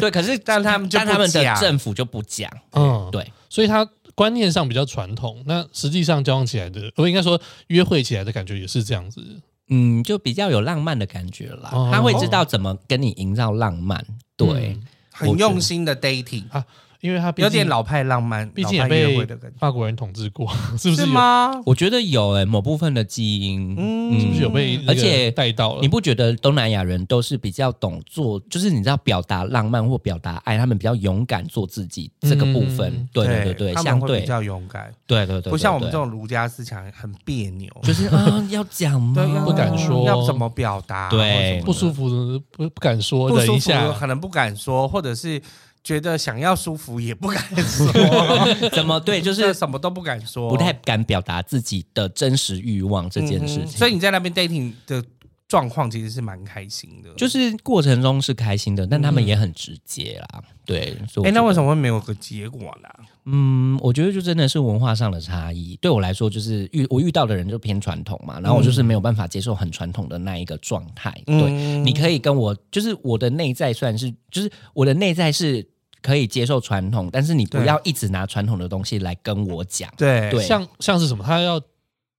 Speaker 5: 对，可是
Speaker 4: 但他们就
Speaker 5: 但他们
Speaker 4: 不
Speaker 5: 的
Speaker 4: 讲
Speaker 5: 政府就不讲，
Speaker 3: 嗯，
Speaker 5: 对，
Speaker 3: 所以他观念上比较传统，那实际上交往起来的，我应该说约会起来的感觉也是这样子。
Speaker 5: 嗯，就比较有浪漫的感觉啦。
Speaker 3: 哦
Speaker 5: 他会知道怎么跟你营造浪漫，对，
Speaker 4: 嗯很用心的 dating，
Speaker 3: 嗯因为他毕竟
Speaker 4: 有点，老派浪漫，
Speaker 3: 毕竟也
Speaker 4: 老派约会
Speaker 3: 被
Speaker 4: 的感觉。
Speaker 3: 法国人统治 过，是不
Speaker 4: 是
Speaker 3: 有？
Speaker 4: 吗？
Speaker 5: 我觉得有诶、某部分的基因，
Speaker 4: 嗯
Speaker 3: 是不是有被那个
Speaker 5: 而且
Speaker 3: 带到了？
Speaker 5: 你不觉得东南亚人都是比较懂做，就是你知道表达浪漫或表达爱，他们比较勇敢做自己这个部分？
Speaker 3: 嗯
Speaker 5: 对对对对，
Speaker 4: 他
Speaker 5: 相
Speaker 4: 们会
Speaker 5: 对
Speaker 4: 比较勇敢，
Speaker 5: 对对对对，
Speaker 4: 不像我们
Speaker 5: 对
Speaker 4: 这种儒家思想很别扭，
Speaker 5: 就是啊要讲
Speaker 4: 对
Speaker 5: 吗？
Speaker 4: 啊
Speaker 3: 不敢说
Speaker 4: 要怎么表达，
Speaker 5: 对
Speaker 3: 哎不舒服，不不敢说，
Speaker 4: 不
Speaker 3: 忍
Speaker 4: 舒
Speaker 3: 一
Speaker 4: 服
Speaker 3: 下，
Speaker 4: 可能不敢说，或者是觉得想要舒服也不敢 说，
Speaker 5: 怎么 对，就
Speaker 4: 就是
Speaker 5: 是
Speaker 4: 什么都不敢说，
Speaker 5: 不太敢表达自己的真实欲望这件事
Speaker 4: 嗯哼
Speaker 5: 情。
Speaker 4: 所以你在那边 dating 的状况其实是蛮开心的，嗯
Speaker 5: 就是过程中是开心的，但他们也很直接啦。对，所以
Speaker 4: 哎，那为
Speaker 5: 么？
Speaker 4: 什么会没有个结果呢？
Speaker 5: 嗯，我觉得就真的是文化上的差异。对我来说，就是遇我遇到的人就偏传统嘛，然后我就是没有办法接受很传统的那一个状态。对，
Speaker 4: 嗯
Speaker 5: 你可以跟我，就是我的内在算是，就是我的内在是可以接受传统，但是你不
Speaker 4: 对
Speaker 5: 要一直拿传统的东西来跟我讲。
Speaker 4: 对
Speaker 5: 对
Speaker 3: 像像是什么？他要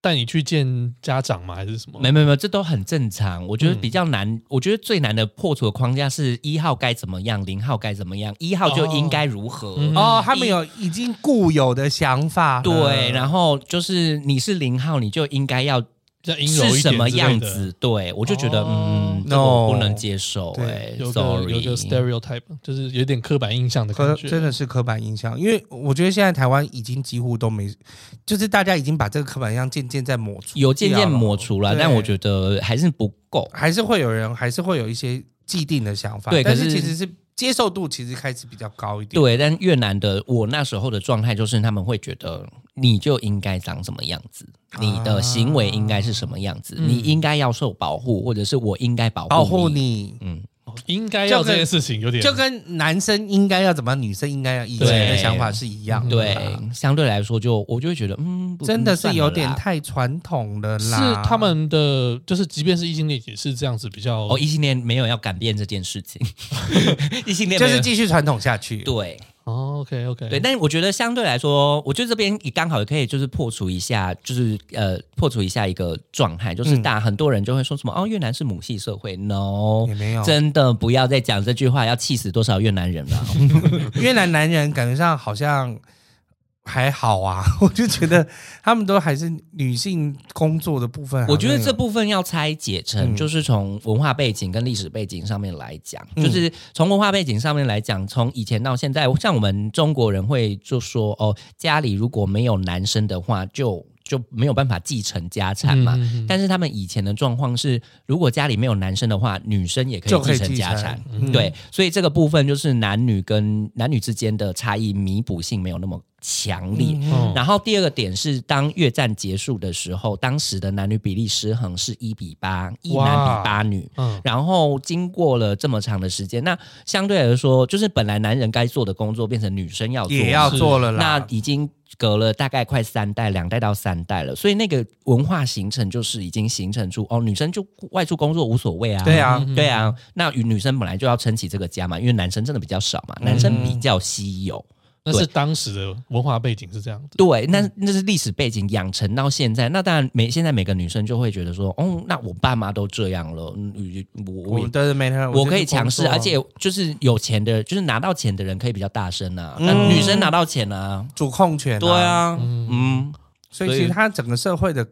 Speaker 3: 带你去见家长吗？还是什么？
Speaker 5: 没没没，这都很正常。我觉得
Speaker 3: 嗯
Speaker 5: 比较难，我觉得最难的破除的框架是一号该怎么样，零号该怎么样，一号就应该如何。
Speaker 3: 嗯
Speaker 4: 哦，他们有已经固有的想法
Speaker 3: 嗯
Speaker 4: 了，
Speaker 5: 对，然后就是你是零号，你就应该要
Speaker 3: 比较阴柔一
Speaker 5: 是
Speaker 3: 点
Speaker 5: 什么
Speaker 3: 之类
Speaker 5: 样
Speaker 3: 的？
Speaker 5: 子？对我就觉得，
Speaker 3: 哦
Speaker 5: 嗯，这个我
Speaker 4: No
Speaker 5: 不能接受、哎
Speaker 3: 有个有个
Speaker 5: ，sorry，
Speaker 3: stereotype，就是有点刻板印象的
Speaker 4: 刻
Speaker 3: 感觉。
Speaker 4: 真的是刻板印象，因为我觉得现在台湾已经几乎都没，就是大家已经把这个刻板印象渐渐在抹除，
Speaker 5: 有渐渐抹除了，
Speaker 4: 对
Speaker 5: 但我觉得还是不够。
Speaker 4: 还是会有人，还是会有一些既定的想法，
Speaker 5: 对
Speaker 4: 但
Speaker 5: 可是
Speaker 4: 其实是接受度其实开始比较高一点。，
Speaker 5: 对，但越南的我那时候的状态就是，他们会觉得你就应该长什么样子，你
Speaker 4: 啊
Speaker 5: 的行为应该是什么样子，你应该要受保护，或者是我应该保护
Speaker 4: 嗯保护哦你，
Speaker 3: 应该要这件事情有点
Speaker 4: 就跟男生应该要怎么样，女生应该要以前的
Speaker 5: 对
Speaker 4: 想法是一样的。
Speaker 5: 对，相对来说就我就会觉得，嗯，不
Speaker 4: 啊真的
Speaker 5: 算
Speaker 4: 是
Speaker 5: 了
Speaker 4: 有点
Speaker 5: 啦
Speaker 4: 太传统了
Speaker 3: 是
Speaker 4: 啦。
Speaker 3: 他们的，就是即便是异性恋也是这样子比较
Speaker 5: 哦，异性恋没有要改变这件 事情，异性恋
Speaker 4: 就
Speaker 5: 没
Speaker 4: 是
Speaker 5: 有
Speaker 4: 继续传统下去。
Speaker 5: 对。
Speaker 3: 哦，OK OK，
Speaker 5: 对，但是我觉得相对来说，我觉得这边也刚好也可以就是破除一下，就是呃破除一下一个状态，
Speaker 4: 嗯
Speaker 5: 就是大、很多人就会说什么哦，越南是母系社会，no，
Speaker 4: 也没有
Speaker 5: 真的不要再讲这句话，要气死多少越南人 啊了。
Speaker 4: 嗯越南男人感觉上好像还好啊， 我就觉得他们都还是女性工作的部分。
Speaker 5: 我觉得这
Speaker 4: 不
Speaker 5: 部分要拆解成，
Speaker 4: 嗯
Speaker 5: 就是从文化背景跟历史背景上面来讲，
Speaker 4: 嗯
Speaker 5: 就是从文化背景上面来讲，从以前到现在，像我们中国人会就说哦，家里如果没有男生的话，就就没有办法继承家产嘛。
Speaker 3: 嗯嗯嗯
Speaker 5: 但是他们以前的状况是，如果家里没有男生的话，女生也可
Speaker 4: 就
Speaker 5: 以
Speaker 4: 可以
Speaker 5: 继承
Speaker 4: 继
Speaker 5: 家
Speaker 4: 承
Speaker 5: 产。
Speaker 4: 嗯
Speaker 5: 对，所以这个部分就是男女跟男女之间的差异弥补性没有那么强烈。
Speaker 4: 嗯
Speaker 3: 哦
Speaker 5: 然后第二个点是，当越战结束的时候，当时的男女比例失衡是一比八，一男比八女。
Speaker 3: 嗯
Speaker 5: 然后经过了这么长的时间，那相对来说，就是本来男人该做的工作变成女生要做，
Speaker 4: 也要做了
Speaker 5: 嗯那
Speaker 4: 啦。
Speaker 5: 已经隔了大概快三代，两代到三代了，所以那个文化形成就是已经形成出哦，女生就外出工作无所谓啊，
Speaker 4: 对啊，
Speaker 5: 对啊，那女生本来就要撑起这个家嘛，因为男生真的比较少
Speaker 4: 嗯
Speaker 5: 嘛，男生比较稀有。
Speaker 3: 那是当时的文化背景是这样子，
Speaker 5: 对，那
Speaker 4: 嗯
Speaker 5: 那是历史背景养成到现在。那当然每现在每个女生就会觉得说，哦，那我爸妈都这样了，嗯我我
Speaker 4: 我
Speaker 5: 也
Speaker 4: 都是没他，
Speaker 5: 我
Speaker 4: 就
Speaker 5: 可以
Speaker 4: 是工
Speaker 5: 强势，
Speaker 4: 作啊
Speaker 5: 而且就是有钱的，就是拿到钱的人可以比较大声啊。
Speaker 4: 嗯
Speaker 5: 那女生拿到钱啊，
Speaker 4: 主控权、
Speaker 5: 对，啊，嗯，
Speaker 4: 所以其实他整个社会的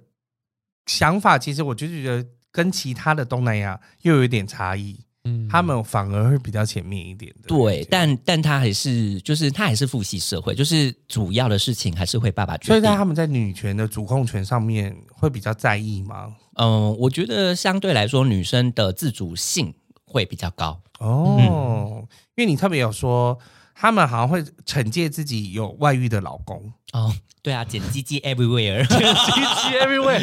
Speaker 4: 想法，其实我就觉得跟其他的东南亚又有一点差异，
Speaker 3: 嗯，
Speaker 4: 他们反而会比较前面一点的。
Speaker 5: 对，但但他还是就是他还是父系社会，就是主要的事情还是会爸爸决定。
Speaker 4: 所以在他们在女权的主控权上面会比较在意吗？
Speaker 5: 嗯，我觉得相对来说，女生的自主性会比较高。嗯
Speaker 4: 哦，因为你特别有说，他们好像会惩戒自己有外遇的老 公，
Speaker 5: 哦， 对啊，剪鸡鸡 everywhere，剪 鸡鸡 everywhere，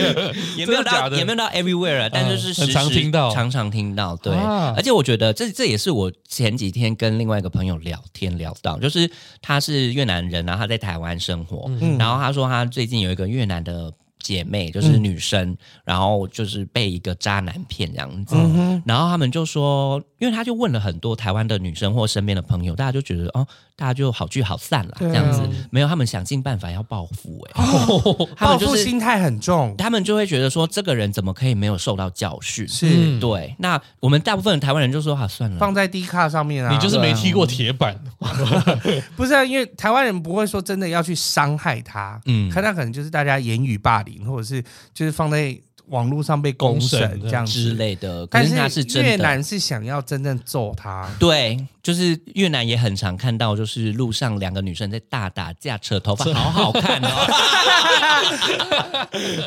Speaker 5: 也没有
Speaker 3: 真的假
Speaker 5: 到
Speaker 3: 的嗯
Speaker 5: 也没有到 everywhere，啊但就是时时
Speaker 3: 很常听到
Speaker 5: 常常听到，对。
Speaker 3: 啊
Speaker 5: 而且我觉得这这也是我前几天跟另外一个朋友聊天聊到，就是他是越南人，然后他在台湾生活，
Speaker 4: 嗯
Speaker 5: 然后他说他最近有一个越南的。姐妹就是女生，
Speaker 3: 嗯
Speaker 5: 然后就是被一个渣男骗这样子，然后他们就说，因为他就问了很多台湾的女生或身边的朋友，大家就觉得哦，大家就好聚好散啦，
Speaker 4: 对啊
Speaker 5: 这样子，没有他们想尽办法要报复哎、 他
Speaker 3: 哦
Speaker 4: 报
Speaker 5: 们就
Speaker 4: 复
Speaker 5: 是嗯
Speaker 4: 心态很重，
Speaker 5: 他们就会觉得说，这个人怎么可以没有受到教训？
Speaker 4: 是、
Speaker 3: 嗯
Speaker 5: 对，那我们大部分的台湾人就说啊，算了，
Speaker 4: 放在低卡上面啊。
Speaker 3: 你就是没踢过铁板，
Speaker 4: 不是啊？因为台湾人不会说真的要去伤害他，
Speaker 5: 嗯
Speaker 4: 可他可能就是大家言语霸凌，或者是就是放在网络上被公
Speaker 3: 公审
Speaker 4: 审
Speaker 3: 的
Speaker 4: 这样
Speaker 5: 之
Speaker 4: 子。
Speaker 5: 类的，可
Speaker 4: 但
Speaker 5: 是他是真
Speaker 4: 越
Speaker 5: 的。
Speaker 4: 南是想要真正揍 他，
Speaker 5: 对，就是越南也很常看到，就是路上两个女生在大打架，扯头发，好好看哦。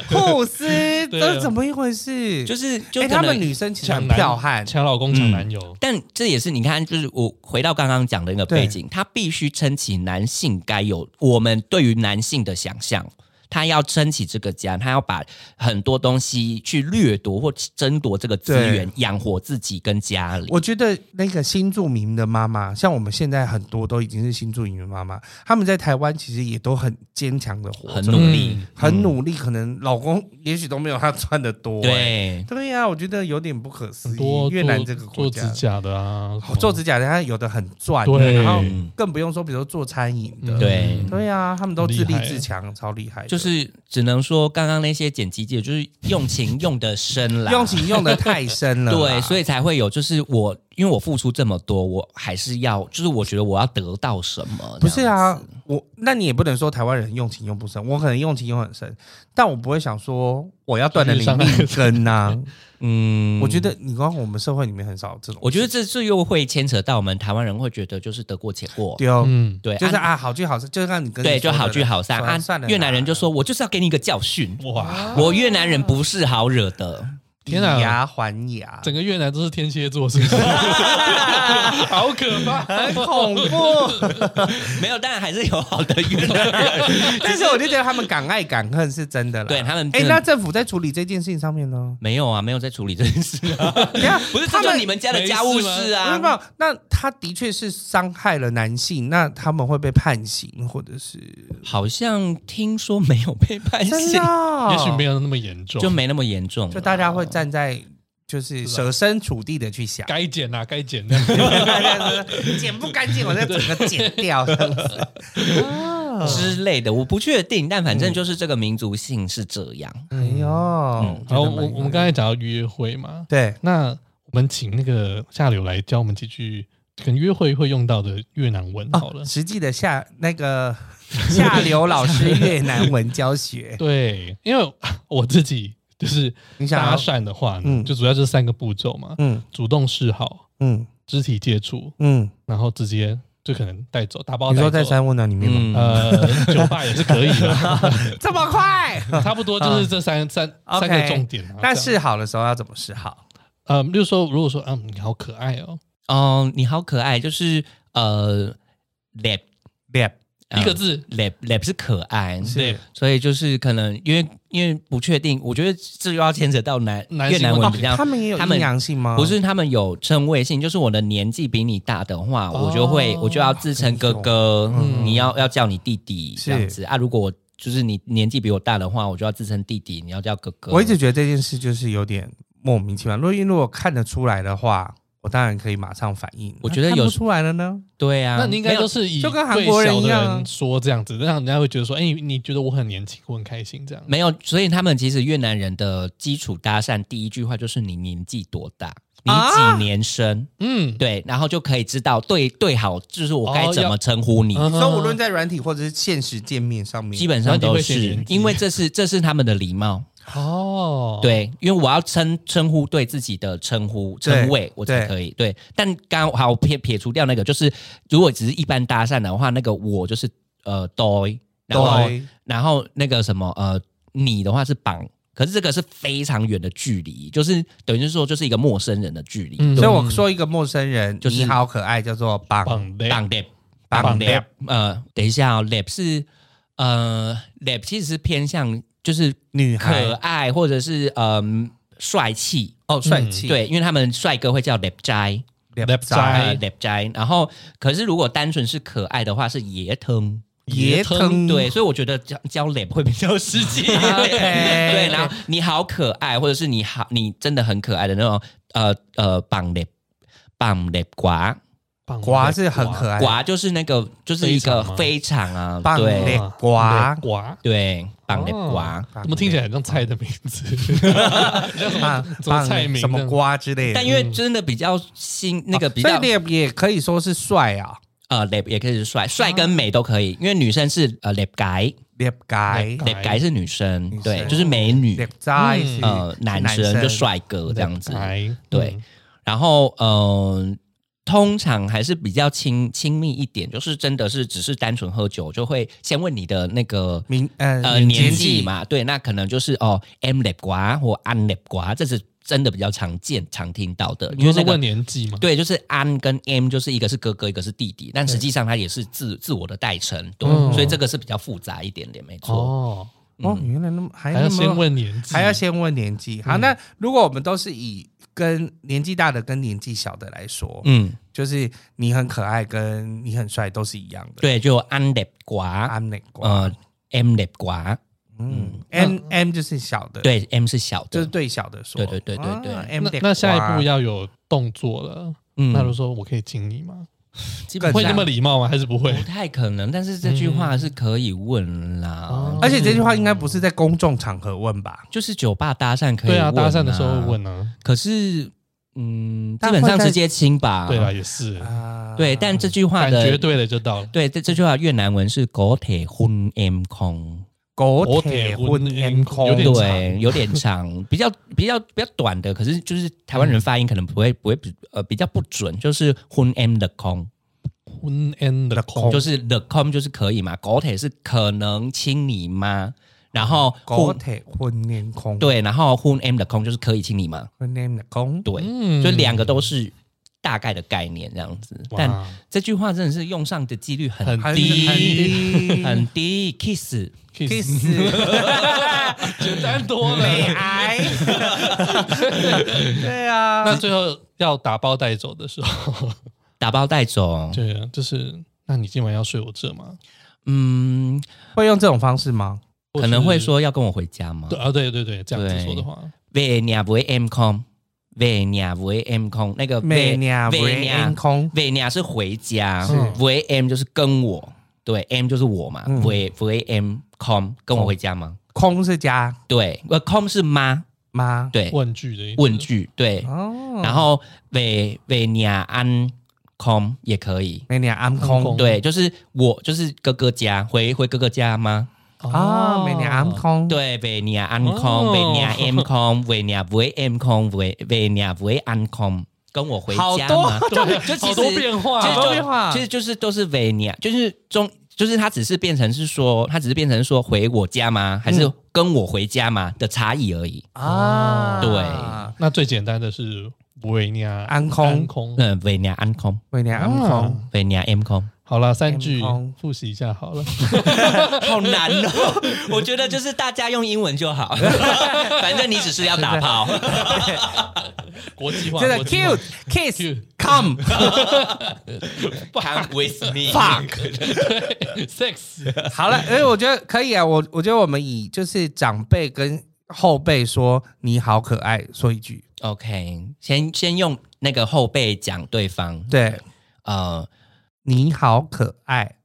Speaker 4: 护 斯
Speaker 3: 对
Speaker 4: 这怎么一回事？
Speaker 5: 啊就是就
Speaker 4: 哎
Speaker 5: 可
Speaker 4: 他
Speaker 5: 能
Speaker 4: 们女生其实
Speaker 3: 抢
Speaker 4: 很
Speaker 3: 男
Speaker 4: 彪悍，
Speaker 3: 抢老公抢
Speaker 5: 嗯
Speaker 3: 男友，
Speaker 5: 但这也是你看，就是我回到刚刚讲的那个背景，他必须撑起男性该有我们对于男性的想象，他要撑起这个家，他要把很多东西去掠夺或争夺这个资源，养活自己跟家里。
Speaker 4: 我觉得那个新住民的妈妈，像我们现在很多都已经是新住民的妈妈，他们在台湾其实也都很坚强的活
Speaker 5: 很
Speaker 4: 着，
Speaker 5: 努力，
Speaker 3: 嗯
Speaker 4: 很努力，可能老公也许都没有她赚的多、欸。
Speaker 5: 对，
Speaker 4: 对呀、我觉得有点不可思
Speaker 3: 很
Speaker 4: 议。
Speaker 3: 多
Speaker 4: 越南这个
Speaker 3: 做
Speaker 4: 国
Speaker 3: 做
Speaker 4: 家
Speaker 3: 指，甲的啊，
Speaker 4: 哦做指甲的他有的很赚啊，
Speaker 3: 对
Speaker 4: 然后
Speaker 5: 嗯
Speaker 4: 更不用说，比如说做餐饮
Speaker 3: 嗯
Speaker 4: 的，
Speaker 5: 对
Speaker 4: 对呀、他们都
Speaker 3: 很厉
Speaker 4: 自立
Speaker 3: 害
Speaker 4: 自强，超厉害的。
Speaker 5: 就是只能说刚刚那些剪辑界就是用情用的深啦，
Speaker 4: 用情用的太深了啦，
Speaker 5: 对，所
Speaker 4: 以
Speaker 5: 以才会有，就是我因为我付出这么多，我还是要，就是我觉得我要得到什么？
Speaker 4: 不是
Speaker 5: 这样
Speaker 4: 啊
Speaker 5: 子，，
Speaker 4: 我那你也不能说台湾人用情用不深，我可能用情用很深，但我不会想说我要断了你命根呐、
Speaker 5: 嗯
Speaker 4: 我觉得你光我们社会里面很少这种事，
Speaker 5: 我觉得这这又会牵扯到我们台湾人会觉得就是得过且过，
Speaker 4: 对哦，
Speaker 3: 嗯，
Speaker 5: 对，
Speaker 4: 就是
Speaker 5: 啊
Speaker 4: 啊，好聚好散，就让你跟
Speaker 5: 对，
Speaker 4: 你说
Speaker 5: 就
Speaker 4: 的
Speaker 5: 好聚好散
Speaker 4: 算
Speaker 5: 啊
Speaker 4: 算了啦。
Speaker 5: 越南人就说我就是要给你一个教训，
Speaker 3: 哇，
Speaker 5: 我越南人不是好惹的，
Speaker 4: 以
Speaker 3: 天啊
Speaker 4: 牙还牙，
Speaker 3: 整个越南都是天蝎座，是不是？好可怕！
Speaker 4: 很恐怖。
Speaker 5: 没有，但还是有好的越南 人。
Speaker 4: 但是我就觉得他们敢爱敢恨是真的了。
Speaker 5: 对他们
Speaker 4: 哎
Speaker 5: 真，的
Speaker 4: 那政府在处理这件事情上面呢？
Speaker 5: 没有啊，没有在处理这件事啊，
Speaker 4: 等一下
Speaker 5: 不是
Speaker 4: 他
Speaker 5: 这就是
Speaker 4: 们
Speaker 5: 你们家的家务事
Speaker 4: 没有
Speaker 5: 啊
Speaker 4: 没。有，那他的确是伤害了男性，那他们会被判刑，或者是
Speaker 5: 好像听说没有被判
Speaker 4: 真
Speaker 5: 刑
Speaker 4: 的，哦、
Speaker 3: 也许没有那么严重，
Speaker 5: 就没那么严重了。
Speaker 4: 就大家会站在就是设身处地的去想，
Speaker 3: 该剪啊，该 剪的。
Speaker 4: 大家 就是剪不干净，我再整个剪掉这样子。 啊
Speaker 5: 嗯之类的，我不确定，但反正就是这个民族性是这样。
Speaker 4: 哎呦，
Speaker 3: 然后嗯我
Speaker 4: 真的蛮
Speaker 3: 我们刚才讲到约会嘛，
Speaker 4: 对
Speaker 3: 那我们请那个下流来教我们几句跟约会会用到的越南
Speaker 4: 哦
Speaker 3: 文好了。
Speaker 4: 实际的下那个下流老师越南文教学，
Speaker 3: 对，因为我自己就是
Speaker 4: 你想
Speaker 3: 搭
Speaker 4: 要
Speaker 3: 讪的话呢，
Speaker 4: 嗯
Speaker 3: 就主要这三个步骤嘛，
Speaker 4: 嗯
Speaker 3: 主动示好、
Speaker 4: 嗯
Speaker 3: 肢体接触，
Speaker 4: 嗯，
Speaker 3: 然后直接就可能带走，打包
Speaker 4: 你
Speaker 3: 带
Speaker 4: 说
Speaker 3: 走。
Speaker 4: 在三温暖里面吗？
Speaker 5: 哦嗯，
Speaker 3: 呃，酒吧也是可以的，
Speaker 4: 这么 快？
Speaker 3: 差不多就是这三三三个
Speaker 4: OK，
Speaker 3: 重点啊。
Speaker 4: 那
Speaker 3: 这样
Speaker 4: 示好的时候要怎么示好？
Speaker 3: 呃，例如说，如果说嗯，你好可爱哦，
Speaker 5: 哦，你好可爱，就是呃，lab
Speaker 4: 脸
Speaker 3: 一个字
Speaker 5: lab lab 是可爱，
Speaker 3: 对，
Speaker 5: 所以就是可能因为因为不确定，我觉得这又要牵扯到南
Speaker 3: 男
Speaker 5: 越
Speaker 3: 性
Speaker 5: 南
Speaker 3: 文
Speaker 5: 文
Speaker 3: 化
Speaker 5: 比较
Speaker 4: 他们也有
Speaker 5: 他们
Speaker 4: 阴阳性吗？
Speaker 5: 不是他们有称谓性，就是我的年纪比你大的话，
Speaker 3: 哦
Speaker 5: 我就会我就要自称哥哥，
Speaker 4: 嗯
Speaker 5: 你要要叫你弟弟
Speaker 4: 是
Speaker 5: 这样子啊。如果我就是你年纪比我大的话，我就要自称弟弟，你要叫哥哥。
Speaker 4: 我一直觉得这件事就是有点莫名其妙。如果因为我看得出来的话，我当然可以马上反应。
Speaker 5: 我觉得
Speaker 4: 那看
Speaker 5: 有
Speaker 4: 不出来了呢，
Speaker 5: 对啊，
Speaker 3: 那你应该
Speaker 5: 没有
Speaker 3: 都是以
Speaker 4: 嗯就跟韩
Speaker 3: 对
Speaker 4: 国人
Speaker 3: 小的
Speaker 4: 一样啊
Speaker 3: 人说这样子，让人家会觉得说，哎，你觉得我很年轻，我很开心这样。
Speaker 5: 没有，所以他们其实越南人的基础搭讪第一句话就是你年纪多大，你
Speaker 4: 啊
Speaker 5: 几年生，
Speaker 3: 嗯，
Speaker 5: 对，然后就可以知道对对好，就是我该
Speaker 3: 哦
Speaker 5: 怎
Speaker 3: 要
Speaker 5: 么称呼你。
Speaker 3: 嗯哼
Speaker 4: 所以无论在软体或者是现实见面上面，
Speaker 5: 基本上
Speaker 3: 那
Speaker 5: 都
Speaker 3: 你会写
Speaker 5: 是
Speaker 3: 年，纪
Speaker 5: 因为这是这是他们的礼貌，
Speaker 3: 哦，，
Speaker 5: 对，因为我要称称呼对自己的称呼
Speaker 4: 对
Speaker 5: 称谓，我才可以对。但刚好撇撇除掉那个，就是如果只是一般搭讪的话，那个我就是呃 doy，然后
Speaker 4: 对
Speaker 5: 然后那个什么呃你的话是绑，可是这个是非常远的距离，就是等于是说就是一个陌生人的距离。
Speaker 3: 嗯
Speaker 4: 所以我说一个陌生人，
Speaker 5: 就是
Speaker 4: 你好可爱，叫做棒
Speaker 3: 棒的，
Speaker 5: 绑 lab，
Speaker 4: 棒的，
Speaker 5: 呃，等一下哦，lab 是呃 lab 其实是偏向就是
Speaker 4: 女
Speaker 5: 可
Speaker 4: 孩，
Speaker 5: 爱或者是嗯、帅气哦，
Speaker 4: 帅气
Speaker 5: 对，因为他们帅哥会叫 lab 斋，
Speaker 4: 脸
Speaker 3: 哎
Speaker 5: 呃 lab 斋，然后可是如果单纯是可爱的话是爷疼。
Speaker 4: 爷疼
Speaker 5: 对，所以我觉得教教 lab 会比较实际一 点。
Speaker 4: OK
Speaker 5: 对，然后你好可爱，或者是你好，你真的很可爱的那种，呃呃，绑 lab 绑 lab 瓜
Speaker 3: 棒
Speaker 4: 瓜是很可爱的，
Speaker 5: 瓜，就是那个就是一个非
Speaker 3: 非
Speaker 5: 常啊，
Speaker 4: 棒哦
Speaker 5: 对
Speaker 4: lab 瓜
Speaker 3: 瓜，
Speaker 5: 对，绑 lab 瓜。
Speaker 4: 棒
Speaker 3: 怎么听起来很像菜的名字？像什么
Speaker 4: 棒
Speaker 3: 什么
Speaker 4: 棒
Speaker 3: 菜名？
Speaker 4: 什么？瓜之类的。
Speaker 5: 但因为真的比较新，那个比
Speaker 4: 哦所以
Speaker 5: 较
Speaker 4: 脸也可以说是帅啊，
Speaker 5: 呃 lab 也可以是帅，帅跟美都可
Speaker 4: 哦
Speaker 5: 以，因为女生是呃 lab guy。
Speaker 4: 脸改
Speaker 3: lab
Speaker 5: lab guy 是女生
Speaker 4: 哦女生，
Speaker 5: 对，就是美女
Speaker 4: 脸，在
Speaker 3: 嗯
Speaker 4: 是
Speaker 5: 呃，男生就帅哥这样 子。
Speaker 3: 哎，
Speaker 5: 对
Speaker 3: 嗯，
Speaker 5: 然后嗯，通常还是比较亲亲密一点，就是真的是只是单纯喝酒，就会先问你的那个
Speaker 4: 名呃
Speaker 5: 呃年纪，嘛，对，那可能就是哦 M lab 瓜或 An lab 瓜，这是真的比较常见、常听到的，
Speaker 3: 你
Speaker 5: 因为
Speaker 3: 就是
Speaker 5: 这个
Speaker 3: 问年纪嘛？
Speaker 5: 对，就是安跟 M，就是一个是哥哥，一个是弟弟，但实际上他也是自自我的代称，对，
Speaker 3: 嗯
Speaker 5: 所以这个是比较复杂一点点，没错。
Speaker 3: 哦，
Speaker 4: 哦，
Speaker 5: 嗯
Speaker 4: 原来那么还
Speaker 3: 还要
Speaker 4: 那么
Speaker 3: 先问年纪，
Speaker 4: 还要先问年纪。好，那如果我们都是以跟年纪大的跟年纪小的来说，
Speaker 5: 嗯，
Speaker 4: 就是你很可爱跟你很帅都是一样的。
Speaker 5: 对，就安 lab 瓜，
Speaker 4: ，I'm 那个，
Speaker 5: 呃，M lab 瓜，
Speaker 4: 嗯，M M 就是小的，，
Speaker 5: 对，M 是小
Speaker 4: 就是
Speaker 5: 的，
Speaker 4: 对小的说，
Speaker 5: 对对对对对
Speaker 4: 啊，M
Speaker 3: 那
Speaker 4: 那
Speaker 3: 那下一步要有动作了。
Speaker 5: 嗯
Speaker 3: 那如果说我可以亲你吗？
Speaker 5: 基
Speaker 4: 本
Speaker 3: 会
Speaker 4: 上
Speaker 3: 那么礼貌吗？还是不会
Speaker 5: 不？太可能，但是这句话是可以问啦
Speaker 3: 哦，
Speaker 4: 而且这句
Speaker 5: 嗯
Speaker 4: 话应该不是在公众场合问吧？
Speaker 5: 就是酒吧搭讪可以
Speaker 3: 对啊，搭讪的
Speaker 5: 啊
Speaker 3: 时候会，问啊。
Speaker 5: 可是嗯，基
Speaker 4: 但
Speaker 5: 本
Speaker 4: 会
Speaker 5: 上
Speaker 4: 在
Speaker 5: 直接亲吧，
Speaker 3: 对啦，也是，
Speaker 4: 啊，
Speaker 5: 对，但这句话
Speaker 3: 感
Speaker 5: 的
Speaker 3: 觉对了就到了。
Speaker 5: 对，这这句话越南文是狗铁婚 M 空，
Speaker 4: 狗铁混 M
Speaker 3: 有
Speaker 4: 空，
Speaker 3: 点长
Speaker 5: 对，有 点长，比较比较比较短的，可是就是台湾人发音可能不会不会比呃比较不准，就是婚 M 的空，
Speaker 3: 婚 and
Speaker 4: 的
Speaker 3: 的
Speaker 4: 空
Speaker 3: 空
Speaker 5: 就是 the com 就是可以嘛，狗铁是可能亲你吗？然
Speaker 3: 嗯
Speaker 5: 后
Speaker 4: 高
Speaker 5: hun
Speaker 4: 铁混念空，
Speaker 5: 对，然后 hun m 的空就是可以请你们，
Speaker 4: 混念的空，
Speaker 5: 对，
Speaker 3: 嗯
Speaker 5: 就两个都是大概的概念这样子。
Speaker 3: 哇
Speaker 5: 但这句话真的是用上的几率很
Speaker 3: 很
Speaker 4: 很
Speaker 3: 低
Speaker 4: 很低，
Speaker 5: 很低，kiss。
Speaker 4: kiss
Speaker 3: 简单多
Speaker 4: 美
Speaker 3: 了。
Speaker 4: 癌，对啊，
Speaker 3: 那最后要打包带走的时候，
Speaker 5: 打包带走，
Speaker 3: 对啊，就是那你今晚要睡我这吗？
Speaker 5: 嗯，
Speaker 4: 会用这种方式吗？
Speaker 3: 或
Speaker 5: 可能
Speaker 3: 是
Speaker 5: 会说要跟我回家吗
Speaker 3: 对啊，对对对，这样子
Speaker 5: 对
Speaker 3: 说的话，
Speaker 5: ？Ve nia v m 空，Ve nia v m 空，那个
Speaker 4: 美
Speaker 5: ve
Speaker 4: 鸟
Speaker 5: ve
Speaker 4: 为
Speaker 5: nia
Speaker 4: 天空，
Speaker 5: v nia 是回家
Speaker 3: 是
Speaker 5: ，v m 就是跟我，对，m 就是我嘛
Speaker 4: 嗯
Speaker 5: ，v v m 空，跟我回家吗？
Speaker 4: 空是家
Speaker 5: 对，呃，空是妈，
Speaker 4: 吗？
Speaker 5: 对，
Speaker 3: 问句的意思
Speaker 5: 问，句，对，
Speaker 4: 哦，
Speaker 5: 然后 ve ve nia an 空也可以。
Speaker 4: 美鸟安
Speaker 3: 安
Speaker 4: 空
Speaker 3: 空
Speaker 5: 对，就是我，就是哥哥家，回回哥哥家吗？
Speaker 4: À, 啊，美鸟安
Speaker 3: Ờ.
Speaker 4: 空，，
Speaker 5: 对，维尼亚安
Speaker 3: 哦
Speaker 5: 康，维尼亚 M 康，维尼亚 V M 康，维维尼亚 V 安康，跟我回家吗？
Speaker 3: 对，
Speaker 5: 就其
Speaker 3: 好
Speaker 5: 实
Speaker 3: 多变化
Speaker 5: 其
Speaker 4: 好
Speaker 5: 实
Speaker 4: 多
Speaker 5: 就
Speaker 4: 变化
Speaker 5: 其实就是都是维尼亚，就是中，就是他只是变成是说，他只是变成说回我家吗？还是跟我回家吗的差异而已？
Speaker 4: 啊，
Speaker 5: 对，
Speaker 3: 那最简单的是维尼亚
Speaker 4: 安空
Speaker 3: 安空。
Speaker 5: 嗯，维尼亚安康，
Speaker 4: 美鸟安空，
Speaker 5: 维尼亚 M 康，
Speaker 3: 好了，三句
Speaker 4: 安空
Speaker 3: 复习一下好了。
Speaker 5: 好难哦！ 我觉得就是大家用英文就 好，反正你只是要打炮。
Speaker 3: 国际化，
Speaker 4: 真的
Speaker 3: 国际化
Speaker 4: cute kiss come
Speaker 5: Come with me，
Speaker 4: fuck。
Speaker 3: 对 sex
Speaker 4: 好了，哎，我觉得可以啊，我我觉得我们以就是长辈跟后辈说你好可爱说一句，
Speaker 5: OK，先先用那个后背讲对方，
Speaker 4: 对，
Speaker 5: 呃，
Speaker 4: 你好可爱，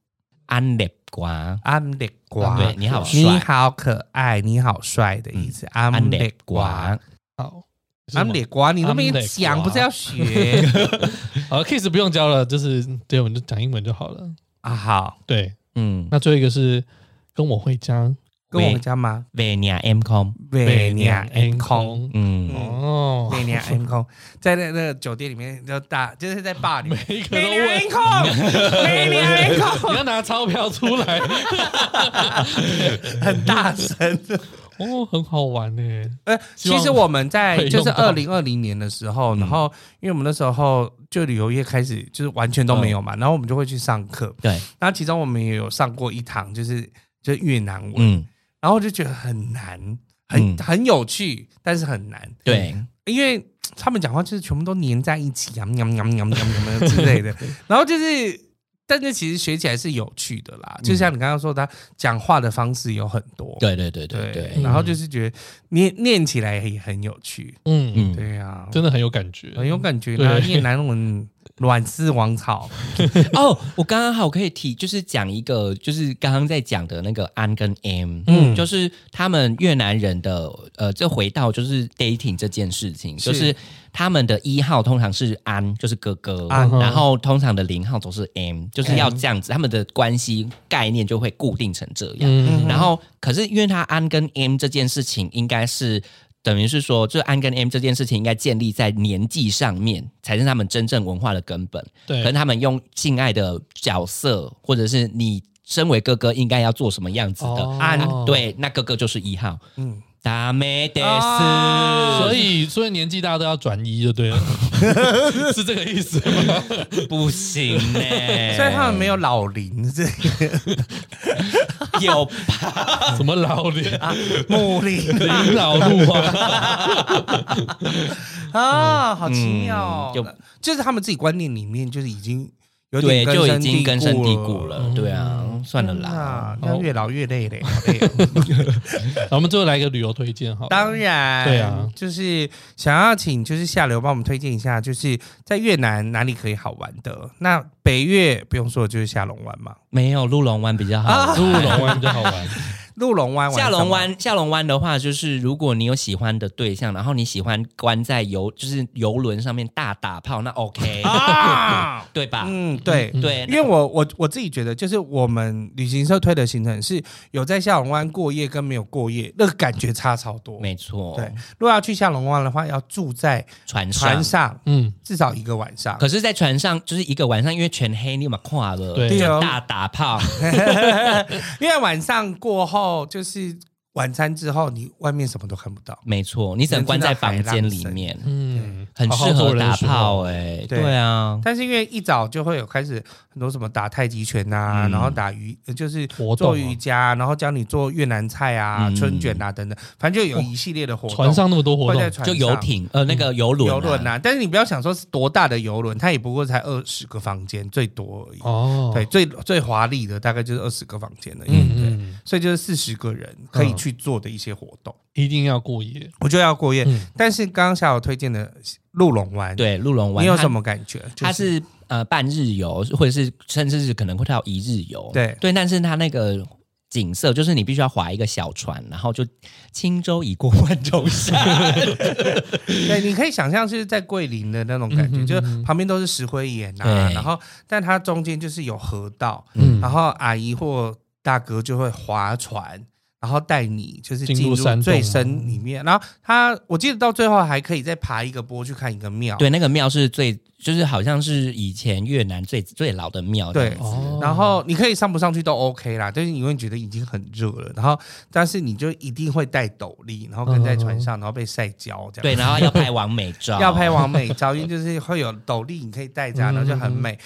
Speaker 5: 安列瓜，
Speaker 4: 安列瓜，
Speaker 5: 对，你好
Speaker 4: 你
Speaker 5: 帅，
Speaker 4: 好可爱，你好帅的意思，安
Speaker 5: 安
Speaker 4: 列
Speaker 5: 列
Speaker 4: 瓜。
Speaker 5: 瓜，
Speaker 3: 好。是
Speaker 4: 安
Speaker 3: 吗
Speaker 4: 列瓜，你都没
Speaker 3: 安列
Speaker 4: 讲，
Speaker 3: 瓜
Speaker 4: 不是要学
Speaker 3: 好，kiss 不用教了，就是对，我们就讲英文就好了。
Speaker 4: 啊？好，
Speaker 3: 对，
Speaker 5: 嗯，
Speaker 3: 那最后一个是跟我回家，
Speaker 4: 跟
Speaker 5: 喂
Speaker 4: 我们家吗？
Speaker 5: 维尼亚 M 空，
Speaker 4: 北娘
Speaker 3: 哎
Speaker 4: N 空，
Speaker 3: 空。
Speaker 5: 嗯，
Speaker 3: 哦，
Speaker 4: 北娘 N 空，在那那个酒店里面就大，就是在 bar 里面，
Speaker 3: 每一个
Speaker 4: 北
Speaker 3: 都
Speaker 4: 娘 N
Speaker 3: 问，
Speaker 4: 空，北娘 N 空，
Speaker 3: 你要拿钞票出 来，
Speaker 4: 很大声。
Speaker 3: 哦，很好玩欸呢。
Speaker 5: 哎
Speaker 4: 呃，
Speaker 3: 希
Speaker 4: 其
Speaker 3: 望
Speaker 4: 实我们在
Speaker 3: 会
Speaker 4: 就
Speaker 3: 用
Speaker 4: 是
Speaker 3: 到
Speaker 4: 二零二零年的时候，
Speaker 5: 嗯
Speaker 4: 然后因为我们那时候就旅游业开始就是完全都没有嘛，然后我们就会去上课，
Speaker 5: 嗯对，
Speaker 4: 那其中我们也有上过一堂，就是就是越南文，
Speaker 5: 嗯，
Speaker 4: 然后我就觉得很难，很、
Speaker 5: 嗯
Speaker 4: 很有趣，但是很难。
Speaker 5: 对，
Speaker 4: 因为他们讲话就是全部都粘在一起，呀呀呀呀呀呀之类 的，然后就是。但是其实学起来是有趣的啦，就像你刚刚说的，他讲话的方式有很多，
Speaker 5: 对对对
Speaker 4: 对
Speaker 5: 对对，
Speaker 4: 然后就是觉得念念起来也很有趣，
Speaker 3: 嗯，
Speaker 5: 嗯，
Speaker 4: 对呀、
Speaker 3: 真的很有感觉，
Speaker 4: 很有感觉。然后
Speaker 3: 对
Speaker 4: 越南文卵丝王 草，
Speaker 5: 哦，我刚刚好可以提，就是讲一个，就是刚刚在讲的那个安跟 M，
Speaker 4: 嗯
Speaker 5: 嗯，就是他们越南人的呃，这回到就是 dating 这件事情，
Speaker 4: 是
Speaker 5: 就是他们的一号通常是安，就是哥哥，
Speaker 4: 安
Speaker 5: 然后通常的零号都是 M，就是要这样子，他们的关系概念就会固定成这样。
Speaker 3: 嗯，
Speaker 5: 然后，可是因为他安跟 M 这件事情，应该是等于是说，就是安跟 M 这件事情应该建立在年纪上面，才是他们真正文化的根本。
Speaker 3: 对
Speaker 5: 可能他们用性爱的角色，或者是你身为哥哥应该要做什么样子的，啊
Speaker 3: 哦
Speaker 4: 安
Speaker 5: 对，那哥哥就是一号。
Speaker 4: 嗯，
Speaker 5: 达美得
Speaker 4: 啊
Speaker 5: 斯，
Speaker 3: 哦所以所以年纪大家都要转移就对 了，是这个意思吗？
Speaker 5: 不行呢、
Speaker 4: 虽然他们没有老龄，这
Speaker 5: 有
Speaker 3: 什么老年
Speaker 4: 啊木林
Speaker 3: 领导路啊？
Speaker 4: 啊，好奇妙、哦
Speaker 5: 嗯就
Speaker 4: 就是他们自己观念里面，就是已经有
Speaker 5: 对，
Speaker 4: 点
Speaker 5: 就已经根深蒂固
Speaker 4: 了。
Speaker 5: 了。对啊，算了啦。
Speaker 3: 哦
Speaker 4: 啊，那越老越累嘞，好累哦
Speaker 3: 好我们最后来一个旅游推荐好了，
Speaker 4: 当然，
Speaker 3: 对啊
Speaker 4: 就是想要请就是下流帮我们推荐一下，就是在越南哪里可以好玩的？那北越不用说，就是下龙湾嘛，
Speaker 5: 没有鹿龙湾比较好。
Speaker 3: 啊鹿龙湾比较好 玩，
Speaker 4: 鹿龙湾玩
Speaker 5: 下
Speaker 4: 什么
Speaker 5: 龙，湾，下龙湾的话，就是如果你有喜欢的对象，然后你喜欢关在游，就是游轮上面大打炮，那 OK，、
Speaker 4: 啊
Speaker 5: 对吧？
Speaker 4: 嗯，对。
Speaker 5: 对，
Speaker 4: 因为我我我自己觉得，就是我们旅行社推的行程是有在下龙湾过夜跟没有过夜，那个感觉差超多。
Speaker 5: 没错，
Speaker 4: 对，如果要去下龙湾的话，要住在
Speaker 5: 船上。
Speaker 4: 船上
Speaker 3: 嗯，
Speaker 4: 至少一个晚上。
Speaker 5: 可是，在船上就是一个晚上，因为全黑，你嘛跨了，
Speaker 4: 哦
Speaker 3: 对
Speaker 5: 就大打炮，
Speaker 4: 因为晚上过后，就是晚餐之后，你外面什么都看不到。
Speaker 5: 没错，你只能关在房间里 面，
Speaker 3: 嗯，
Speaker 5: 很
Speaker 3: 好好
Speaker 5: 适
Speaker 3: 做
Speaker 5: 合
Speaker 3: 人
Speaker 5: 打
Speaker 3: 的时候
Speaker 5: 炮。哎、
Speaker 4: 对
Speaker 5: 对啊，
Speaker 4: 但是因为一早就会有开始很多什么打太极拳啊，
Speaker 5: 嗯
Speaker 4: 然后打瑜呃就是
Speaker 3: 活动啊
Speaker 4: 做瑜伽，然后教你做越南菜啊、
Speaker 5: 嗯
Speaker 4: 春卷啊等等，反正就有一系列的活动。
Speaker 3: 船上那么多活
Speaker 4: 会在
Speaker 3: 动，
Speaker 4: 船
Speaker 5: 就
Speaker 4: 上
Speaker 5: 游艇呃那个游轮、
Speaker 4: 游轮，啊，但是你不要想说是多大的游轮，它也不过才二十个房间最多而已。
Speaker 3: 哦，
Speaker 4: 对，，最最华丽的大概就是二十个房间而已。
Speaker 3: 嗯
Speaker 4: 对，
Speaker 3: 嗯，
Speaker 4: 所以就是四十个人可以去做的一些活动，
Speaker 3: 一定要过夜。
Speaker 4: 我就要过夜。
Speaker 3: 嗯
Speaker 4: 但是刚刚小友推荐的鹿龙湾，，
Speaker 5: 对鹿龙湾，
Speaker 4: 你有
Speaker 5: 它
Speaker 4: 什么感觉？就
Speaker 5: 它是呃半日游，或者是甚至是可能会到一日游。
Speaker 4: 对
Speaker 5: 对，但是它那个景色就是你必须要划一个小船，然后就轻舟已过万 重山。
Speaker 4: 对，你可以想象是在桂林的那种感觉，
Speaker 3: 嗯哼
Speaker 4: 就
Speaker 3: 嗯哼
Speaker 4: 旁边都是石灰岩啊，
Speaker 5: 对
Speaker 4: 然后但它中间就是有河道，
Speaker 3: 嗯
Speaker 4: 然后阿姨或大哥就会划船，然后带你就是
Speaker 3: 进
Speaker 4: 进
Speaker 3: 入山
Speaker 4: 入
Speaker 3: 洞啊
Speaker 4: 最
Speaker 3: 吗
Speaker 4: 深里面，然后他我记得到最后还可以再爬一个坡去看一个庙，
Speaker 5: 对，那个庙是最，就是好像是以前越南最最老的庙。
Speaker 4: 对
Speaker 5: 这样子
Speaker 3: 哦，
Speaker 4: 然后你可以上不上去都 OK 啦，但是你会觉得已经很热了，然后但是你就一定会戴斗笠，然
Speaker 3: 嗯
Speaker 4: 后跟在船上，然后被晒焦这样。
Speaker 5: 对，然后要拍完美 照，
Speaker 4: 要拍 完美照，因为就是会有斗笠，你可以戴着啊，
Speaker 3: 嗯
Speaker 4: 然后就很美。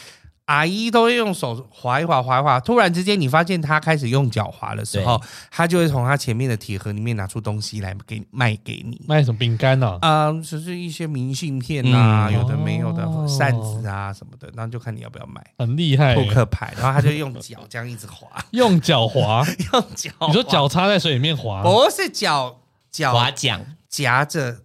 Speaker 4: 阿姨都会用手划一划，划一划。突然之间，你发现她开始用脚划的时候，她就会从她前面的铁盒里面拿出东西来给卖给你。
Speaker 3: 卖什么饼干啊呢？
Speaker 4: 嗯，就是一些明信片啊，
Speaker 5: 嗯
Speaker 4: 有的没有的
Speaker 3: 哦
Speaker 4: 扇子啊什么的，然后就看你要不要买
Speaker 3: 很厉害
Speaker 4: 扑
Speaker 3: 欸，
Speaker 4: 克牌。然后她就用脚这样一直划，
Speaker 3: 用脚滑。
Speaker 4: 用脚划。
Speaker 3: 你说脚插在水里面滑，
Speaker 4: 不是脚
Speaker 5: 划
Speaker 4: 脚
Speaker 5: 桨，
Speaker 4: 夹着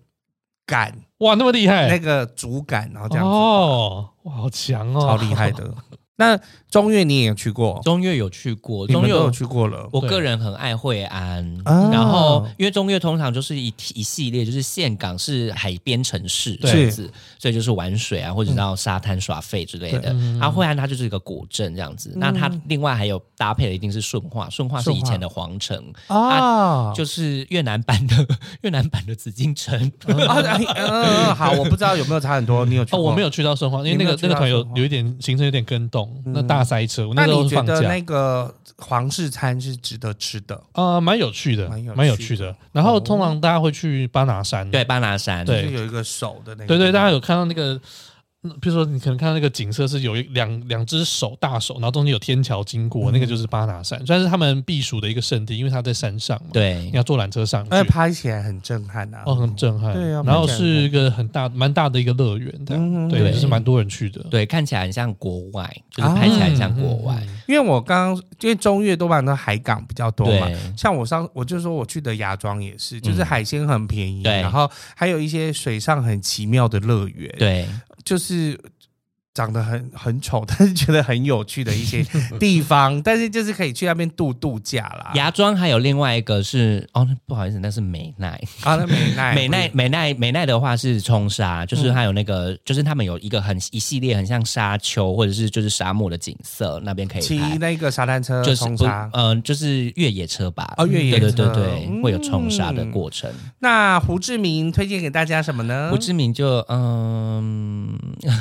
Speaker 4: 杆
Speaker 3: 哇，那么厉
Speaker 4: 那
Speaker 3: 害
Speaker 4: 个竹杆，然后这样子划
Speaker 3: 哎哦，哇，好强哦，
Speaker 4: 超厉害的。那中越你也有去过，
Speaker 5: 中越有去过，
Speaker 4: 你
Speaker 5: 中
Speaker 4: 们
Speaker 5: 越
Speaker 4: 都有
Speaker 5: 有
Speaker 4: 去过了。
Speaker 5: 我个人很爱惠安，
Speaker 4: 啊
Speaker 5: 然后因为中越通常就是一一系列，就是岘港是海边城市
Speaker 3: 对
Speaker 5: 这样子，所以就是玩水啊，或者到沙滩耍废之类的。然后惠安它就是一个古镇这样子，那它另外还有搭配的一定是顺化，顺化是以前的皇城，
Speaker 4: 啊，就
Speaker 5: 就是越南版的 越南版的紫禁城。
Speaker 4: 啊，嗯嗯， 嗯好，我不知道有没有差很多，你有 去
Speaker 3: 哦，
Speaker 4: 过？
Speaker 3: 我没有。去到顺化，因为那
Speaker 4: 你没有
Speaker 3: 个
Speaker 4: 去
Speaker 3: 那个
Speaker 4: 到
Speaker 3: 团有
Speaker 4: 顺化
Speaker 3: 有一点行程有点跟动，那
Speaker 4: 嗯
Speaker 3: 大塞车，我
Speaker 4: 那
Speaker 3: 时候是
Speaker 4: 你觉
Speaker 3: 放
Speaker 4: 得
Speaker 3: 假
Speaker 4: 那个皇室餐是值得吃的？
Speaker 3: 啊，蛮有趣的
Speaker 4: 蛮有，
Speaker 3: 蛮有
Speaker 4: 趣
Speaker 3: 趣
Speaker 4: 的哦
Speaker 3: 的。然后通常大家会去巴拿山，
Speaker 5: 对，巴拿山，
Speaker 3: 对
Speaker 4: 就有一个手的那个。
Speaker 3: 对对，大家有看到那个。嗯比如说，你可能看到那个景色是有一两两只手大手，然后中间有天桥经过，那个就是巴拿山，算是他们避暑的一个圣地，因为它在山上嘛。，
Speaker 5: 对
Speaker 3: 你，要坐缆车上去。
Speaker 4: 而且拍起来很震撼啊！
Speaker 3: 哦，很震撼。
Speaker 4: 哎对啊
Speaker 3: 然后
Speaker 4: 蛮
Speaker 3: 是一个很大、蛮大的一个乐园的，
Speaker 4: 嗯
Speaker 3: 对，
Speaker 5: 对
Speaker 3: 就是蛮多人去的。
Speaker 5: 对，看起来很像国外，就是拍起来很像
Speaker 4: 啊
Speaker 5: 国外。
Speaker 3: 嗯，
Speaker 4: 因为我刚因为中越多半都海港比较多嘛
Speaker 5: 对，
Speaker 4: 像我上我就说我去的芽庄也是，就是
Speaker 5: 嗯
Speaker 4: 海鲜很便宜，
Speaker 5: 对
Speaker 4: 然后还有一些水上很奇妙的乐园，
Speaker 5: 对，
Speaker 4: 就是长得很很丑，但是觉得很有趣的一 些地方，但是就是可以去那边度度假啦。
Speaker 5: 芽庄还有另外一个是哦，那不好意思，那是美奈。
Speaker 4: 啊，那美奈
Speaker 5: 美奈美奈美奈的话是冲沙，
Speaker 4: 嗯
Speaker 5: 就是它有那个，就是他们有一个很一系列很像沙丘或者是就是沙漠的景色，那边可以
Speaker 4: 骑
Speaker 5: 拍，
Speaker 4: 那个沙滩车
Speaker 5: 就是
Speaker 4: 冲
Speaker 5: 不
Speaker 4: 沙
Speaker 5: 嗯、。就是越野车吧，
Speaker 4: 哦越野
Speaker 5: 对对
Speaker 4: 车
Speaker 5: 对对，
Speaker 4: 嗯
Speaker 5: 会有冲沙的过程。
Speaker 4: 那胡志明推荐给大家什么呢？
Speaker 5: 胡志明就嗯，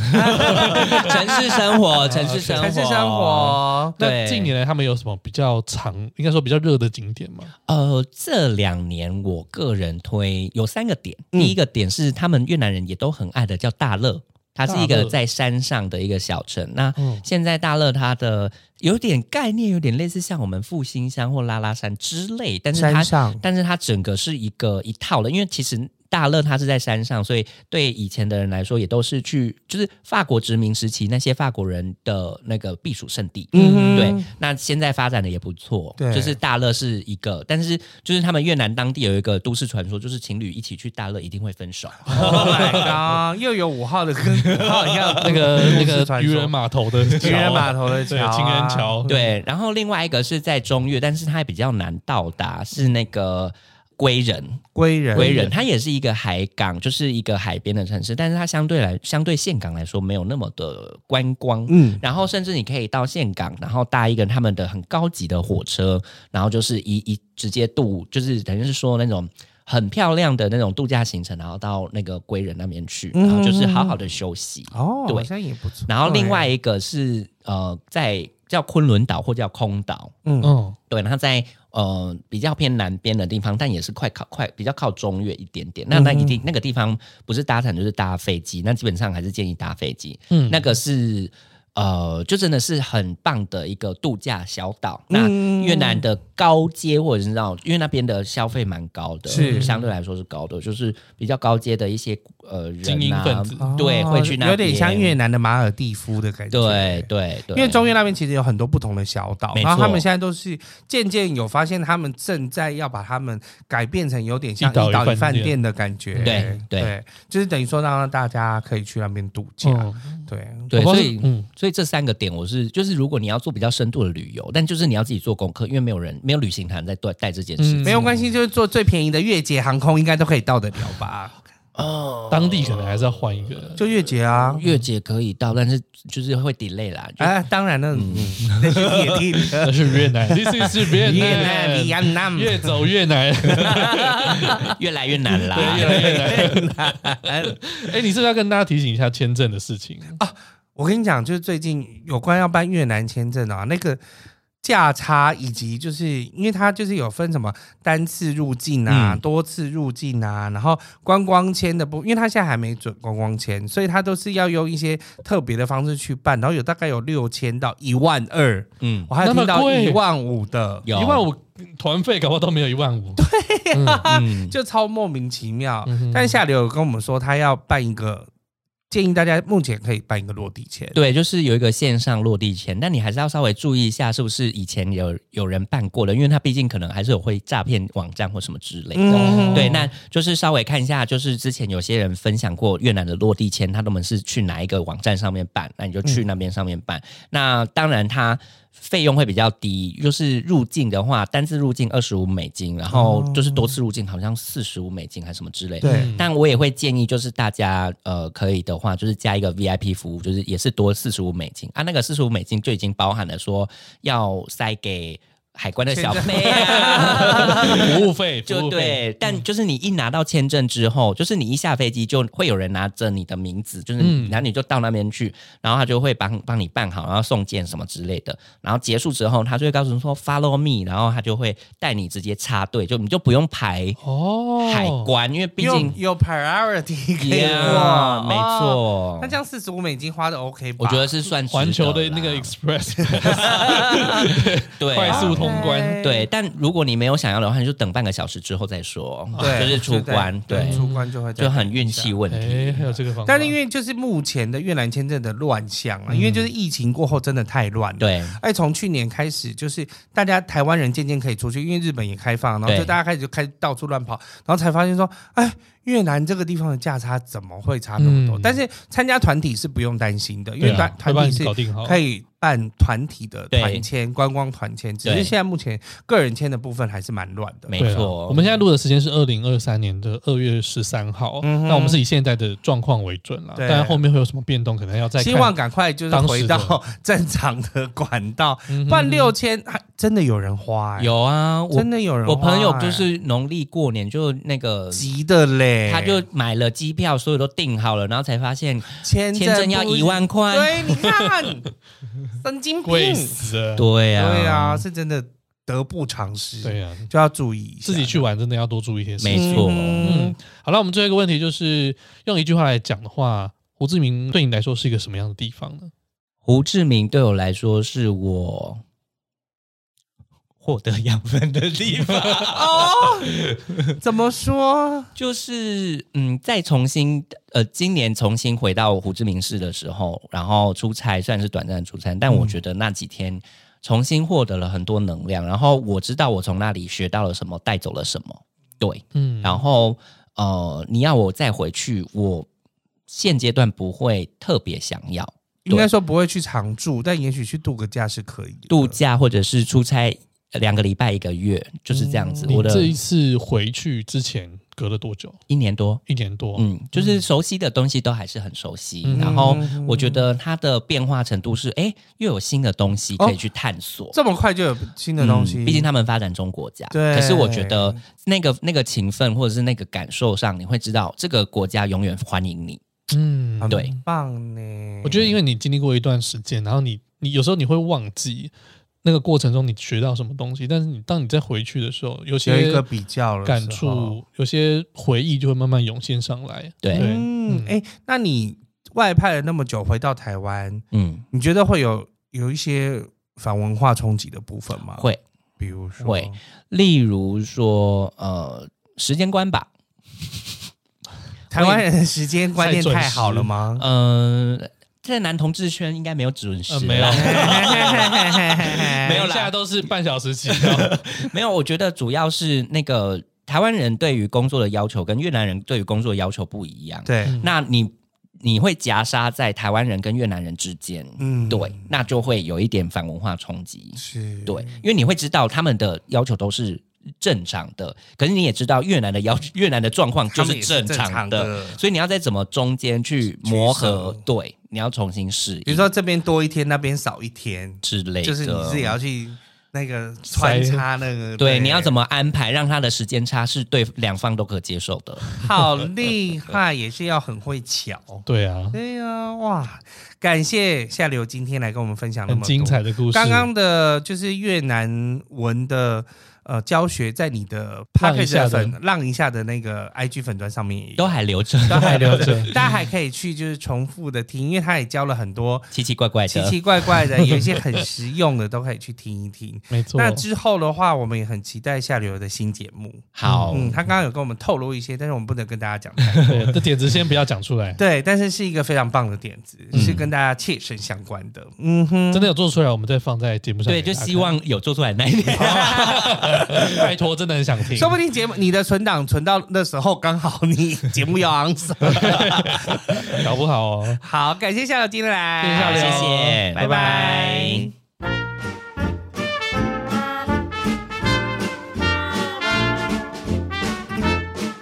Speaker 5: 城市生活，城市生活，
Speaker 4: 城市生。活，
Speaker 3: 那
Speaker 5: 对
Speaker 3: 近年来他们有什么比较长，应该说比较热的景点吗？
Speaker 5: 呃，这两年我个人推有三个点，
Speaker 3: 嗯
Speaker 5: 第一个点是他们越南人也都很爱的叫大乐。它是一
Speaker 3: 大
Speaker 5: 个
Speaker 3: 乐
Speaker 5: 在山上的一个小城。那
Speaker 3: 嗯
Speaker 5: 现在大乐它的有点概念，有点类似像我们复兴乡或拉拉山之类，但是它
Speaker 4: 山上
Speaker 5: 但是它整个是一个一套的，因为其实大乐它是在山上，所以对以前的人来说，也都是去就是法国殖民时期那些法国人的那个避暑胜地。
Speaker 4: 嗯哼
Speaker 5: 对。那现在发展的也不错，
Speaker 4: 对
Speaker 5: 就是大乐是一个，但是就是他们越南当地有一个都市传说，就是情侣一起去大乐一定会 分手。
Speaker 4: Oh my god！又有五号的跟五号一样，
Speaker 3: 那个
Speaker 4: 都
Speaker 3: 那
Speaker 4: 市
Speaker 3: 个
Speaker 4: 呃传
Speaker 3: 呃渔
Speaker 4: 说
Speaker 3: 人码头的桥
Speaker 4: 渔人码头的桥
Speaker 3: 对
Speaker 4: 啊，
Speaker 3: 情人桥，
Speaker 5: 对，然后另外一个是在中越，但是它比较难到达，是那个归仁。
Speaker 4: 归人
Speaker 5: 归仁，它也是一个海港，就是一个海边的城市，但是它相对来相对岘港来说没有那么的观光。
Speaker 4: 嗯，
Speaker 5: 然后甚至你可以到岘港，然后搭一个他们的很高级的火车，然后就是一一直接渡，就是等于是说那种很漂亮的那种度假行程，然后到那个归仁那边去，然后就是好好的休息。
Speaker 4: 哦，
Speaker 5: 对
Speaker 4: 好像也不错。
Speaker 5: 然后另外一个是呃，在叫昆仑岛或叫空岛。
Speaker 4: 嗯
Speaker 3: 嗯
Speaker 5: 对，然后在呃比较偏南边的地方，但也是快靠快比较靠中越一点点。那那一地、那个地方不是搭船就是搭飞机，那基本上还是建议搭飞机。
Speaker 3: 嗯
Speaker 5: 那个是呃，就真的是很棒的一个度假小岛。那
Speaker 4: 嗯
Speaker 5: 越南的高阶或者是那种，因为那边的消费蛮高的，
Speaker 4: 是
Speaker 5: 相对来说是高的，就是比较高阶的一些呃人、啊、
Speaker 3: 精英分子
Speaker 5: 对，
Speaker 4: 哦
Speaker 5: 会去那边
Speaker 4: 有点像越南的马尔蒂夫的感觉。
Speaker 5: 对对对，
Speaker 4: 因为中越那边其实有很多不同的小岛，
Speaker 5: 没错
Speaker 4: 然后他们现在都是渐渐有发现，他们正在要把他们改变成有点像
Speaker 3: 一岛
Speaker 4: 一
Speaker 3: 一
Speaker 4: 岛一
Speaker 3: 饭
Speaker 4: 饭
Speaker 3: 店
Speaker 4: 店的感觉。
Speaker 5: 对对
Speaker 4: 对，就是等于说让大家可以去那边度假。
Speaker 3: 嗯，
Speaker 4: 对，
Speaker 5: 哦对，
Speaker 3: 我不知
Speaker 5: 所
Speaker 3: 道
Speaker 5: 以
Speaker 3: 是嗯
Speaker 5: 所以这三个点，我是就是，如果你要做比较深度的旅游，但就是你要自己做功课，因为没有人没有旅行团在带带这件事
Speaker 3: 嗯
Speaker 5: 情。
Speaker 4: 没有关系，就是坐最便宜的越捷航空应该都可以到得了吧？
Speaker 5: 嗯
Speaker 3: 当地可能还是要换一个。
Speaker 4: 就越捷啊。
Speaker 5: 月姐可以到，但是就是会 delay 啦。就
Speaker 3: 哎
Speaker 4: 啊，当然了，嗯那是铁定
Speaker 3: 那
Speaker 4: 的。
Speaker 3: 是越 南，This is 越
Speaker 4: 越南、
Speaker 3: 南，
Speaker 4: 越南、
Speaker 3: 越走越南。
Speaker 5: 越来越难 啦。
Speaker 3: 对，越来越难。哎，你是不是要跟大家提醒一下签证的事情？
Speaker 4: 我跟你讲，就是最近有关要办越南签证啊，那个价差以及就是因为它就是有分什么单次入境啊、
Speaker 5: 嗯
Speaker 4: 多次入境啊，然后观光签的不，因为它现在还没准观光签，所以它都是要用一些特别的方式去办，然后有大概有六千到一万二，
Speaker 5: 嗯，
Speaker 4: 我还有
Speaker 3: 那么
Speaker 4: 听到
Speaker 3: 贵
Speaker 4: 一万五的，
Speaker 5: 有
Speaker 3: 啊一万五团费，搞不好都没有一万五。啊
Speaker 5: 嗯
Speaker 4: 就超莫名其妙。
Speaker 3: 嗯哼
Speaker 4: 但下流有跟我们说，他要办一个，建议大家目前可以办一个落地签。
Speaker 5: 对，就是有一个线上落地签，但你还是要稍微注意一下，是不是以前有有人办过的，因为它毕竟可能还是有会诈骗网站或什么之类的。
Speaker 4: 嗯
Speaker 5: 对，那就是稍微看一下，就是之前有些人分享过越南的落地签，他们是去哪一个网站上面办，那你就去那边上面办。那当然它费用会比较低，就是入境的话，单次入境二十五美金，然后就是多次入境好像四十五美金还是什么之类的。
Speaker 4: 对
Speaker 3: 嗯
Speaker 5: 但我也会建议，就是大家呃可以的话，就是加一个 VIP 服务，就是也是多四十五美金啊。那个四十五美金就已经包含了说要塞给海关的小妹啊。
Speaker 3: 服务费，服
Speaker 5: 就
Speaker 3: 务费，嗯
Speaker 5: 对，但就是你一拿到签证之后，就是你一下飞机就会有人拿着你的名字，就是
Speaker 3: 嗯
Speaker 5: 然后你就到那边去，然后他就会帮帮你办好，然后送件什么之类的，然后结束之后，他就会告诉你说 follow me，然后他就会带你直接插队，就你就不用排
Speaker 3: 哦，
Speaker 5: 海关，因为毕
Speaker 4: 有
Speaker 5: 竟
Speaker 4: 有 priority 可以
Speaker 5: Yeah，
Speaker 4: 过，
Speaker 5: 没
Speaker 4: 哦。
Speaker 5: 错。
Speaker 4: 那这样四十五美金花的 OK 吧？
Speaker 5: 我觉得是算值得啦
Speaker 3: 环球的那个 Express
Speaker 5: 对啊
Speaker 3: 快速通关，
Speaker 5: 对，但如果你没有想要的话，你就等半个小时之后再说，
Speaker 4: 对，
Speaker 5: 就是出关，
Speaker 4: 对
Speaker 5: 对，
Speaker 4: 出关就会再
Speaker 5: 就很运气。问题。
Speaker 3: 哎，还有这个方法，
Speaker 4: 但是因为就是目前的越南签证的乱象啊，因为就是疫情过后真的太乱了。
Speaker 5: 嗯对，
Speaker 4: 哎，从去年开始，就是大家台湾人渐渐可以出去，因为日本也开放，然后
Speaker 5: 对
Speaker 4: 就大家开始就开始到处乱跑，然后才发现说，哎，越南这个地方的价差怎么会差那么多？
Speaker 3: 嗯
Speaker 4: 但是参加团体是不用担心的，因为
Speaker 3: 对啊会
Speaker 4: 团、团
Speaker 3: 帮
Speaker 4: 体
Speaker 3: 你
Speaker 4: 是
Speaker 3: 搞定好，
Speaker 4: 可以办团体的
Speaker 5: 对
Speaker 4: 团签、观光团签，只是
Speaker 5: 对
Speaker 4: 现在目前个人签的部分还是蛮乱的。
Speaker 5: 没
Speaker 3: 对啊
Speaker 5: 错。
Speaker 3: 我们现在录的时间是二零二三年的二月十三号，
Speaker 4: 嗯哼
Speaker 3: 那我们是以现在的状况为准了，
Speaker 4: 对
Speaker 3: 当然后面会有什么变动，可能要再看
Speaker 4: 希望赶快就是
Speaker 3: 当时
Speaker 4: 回
Speaker 3: 的
Speaker 4: 到 正常的管道，
Speaker 3: 嗯哼
Speaker 4: 不然六千还真的有人花、欸，
Speaker 5: 有啊，我
Speaker 4: 真的有人花、
Speaker 5: 我朋友
Speaker 4: 欸
Speaker 5: 就是农历过年就那个。
Speaker 4: 急的嘞，
Speaker 5: 他就买了机票，所有都订好了，然后才发现
Speaker 4: 签
Speaker 5: 签证要
Speaker 4: 不
Speaker 5: 一万块。
Speaker 4: 对，你 看，神经
Speaker 3: 贵
Speaker 4: 病，
Speaker 3: 死了，
Speaker 5: 对啊，
Speaker 4: 对啊，，是真的得不偿失，
Speaker 3: 对啊，
Speaker 4: 就要注意一下
Speaker 3: 自己去玩真的要多注意一些事情。
Speaker 5: 没错
Speaker 4: 嗯
Speaker 3: 嗯，好了，我们最后一个问题就是用一句话来讲的话，胡志明对你来说是一个什么样的地方呢？
Speaker 5: 胡志明对我来说是我获得养分的地方。嗯
Speaker 4: 怎么说？
Speaker 5: 就是嗯，再重新呃，今年重新回到胡志明市的时候，然后出差虽然是短暂的出差，
Speaker 3: 嗯
Speaker 5: 但我觉得那几天重新获得了很多能量，然后我知道我从那里学到了什么，带走了什么。对，
Speaker 3: 嗯，
Speaker 5: 然后呃，你要我再回去，我现阶段不会特别想要
Speaker 3: 嗯
Speaker 4: 应该说不会去常住，但也许去度个假是可以的。
Speaker 5: 度假或者是出差两个礼拜一个月，就是这样子。
Speaker 3: 嗯你
Speaker 5: 我的
Speaker 3: 这一次回去之前隔了多久？
Speaker 5: 一年多，
Speaker 3: 一年多，
Speaker 5: 嗯，就是熟悉的东西都还是很熟悉，
Speaker 3: 嗯
Speaker 5: 然后我觉得它的变化程度是，哎、又有新的东西可以去探索。
Speaker 4: 这么快就有新的东西，
Speaker 5: 嗯毕竟他们发展中国家。
Speaker 4: 对
Speaker 5: 可是我觉得那个那个勤奋或者是那个感受上，你会知道这个国家永远欢迎你。
Speaker 3: 嗯
Speaker 4: 很
Speaker 5: 对
Speaker 4: 棒呢。
Speaker 3: 我觉得，因为你经历过一段时间，然后你你有时候你会忘记那个过程中你学到什么东西，但是你当你再回去的时候，有
Speaker 4: 有
Speaker 3: 些
Speaker 4: 一个比较了
Speaker 3: 感
Speaker 4: 时候。
Speaker 3: 触，有些回忆就会慢慢涌现上来。
Speaker 5: 对
Speaker 3: 对，
Speaker 4: 嗯，哎、那你外派了那么久，回到台湾，
Speaker 5: 嗯，
Speaker 4: 你觉得会有有一些反文化冲击的部分吗？，
Speaker 5: 会。
Speaker 4: 比如说
Speaker 5: 会例如说，呃，时间观吧，
Speaker 4: 台湾人的时间观念太好了吗？
Speaker 5: 嗯、呃，在男同志圈应该没有准时啦、
Speaker 3: 呃没 有
Speaker 5: 没有
Speaker 3: 现
Speaker 5: 啦
Speaker 3: 在，都是半小时起跳。
Speaker 5: 没有，我觉得主要是那个台湾人对于工作的要求跟越南人对于工作的要求不一样。，
Speaker 4: 对，
Speaker 5: 那你你会夹杀在台湾人跟越南人之间，
Speaker 4: 嗯
Speaker 5: 对，那就会有一点反文化冲击。
Speaker 4: 是，
Speaker 5: 对，因为你会知道他们的要求都是正常的，可是你也知道越南的要越南的状况就
Speaker 4: 他们也是
Speaker 5: 正
Speaker 4: 正常
Speaker 5: 常
Speaker 4: 的
Speaker 5: 所以你要在怎么中间去磨合
Speaker 4: 取舍，
Speaker 5: 对，你要重新适应，
Speaker 4: 比如说这边多一天，那边少一天，
Speaker 5: 之类的，
Speaker 4: 就是你自己要去那个穿插那个，
Speaker 5: 对，你要怎
Speaker 4: 么？
Speaker 5: 么安排，让他的时间差是对两方都可接受的。
Speaker 4: 好厉害，也是要很会巧。
Speaker 3: 对啊，
Speaker 4: 对呀、哇！感谢夏流今天来跟我们分享那
Speaker 3: 很
Speaker 4: 么
Speaker 3: 精
Speaker 4: 多。
Speaker 3: 彩的故事。
Speaker 4: 刚刚的就是越南文的呃教学，在你的 p a
Speaker 3: 浪一
Speaker 4: c k a g e
Speaker 3: 下的
Speaker 4: 粉浪一下的那个 IG 粉砖上面也有
Speaker 5: 都还留着，
Speaker 4: 都还留
Speaker 3: 着
Speaker 4: 大家还可以去就是重复的听，因为他也教了很多
Speaker 5: 奇奇怪怪
Speaker 4: 奇
Speaker 5: 的。
Speaker 4: 奇怪怪的，有一些很实用的都可以去听一听。
Speaker 3: 没错，
Speaker 4: 那之后的话，我们也很期待下流的新节目。
Speaker 5: 好，
Speaker 4: 嗯，他刚刚有跟我们透露一些，但是我们不能跟大家讲 太多。
Speaker 3: 对这点子先不要讲出 来，
Speaker 4: 对，但是是一个非常棒的点子，是跟大家切身相关的。嗯哼，
Speaker 3: 真的有做出来，我们再放在节目上给
Speaker 5: 对，
Speaker 3: 大
Speaker 5: 就
Speaker 3: 家看。
Speaker 5: 希望有做出来那一天。
Speaker 3: 拜托，真的很想听。
Speaker 4: 说不定节目你的存档存到那时候，刚好 你节目要昂首。
Speaker 3: 搞不好哦。
Speaker 4: 好，感谢夏流今天来，
Speaker 3: 谢谢夏
Speaker 5: 好，
Speaker 3: 流
Speaker 5: 谢谢，
Speaker 4: 拜拜。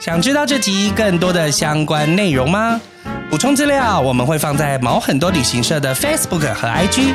Speaker 4: 想知道这集更多的相关内容吗？补充资料我们会放在毛很多旅行社的 Facebook 和 IG，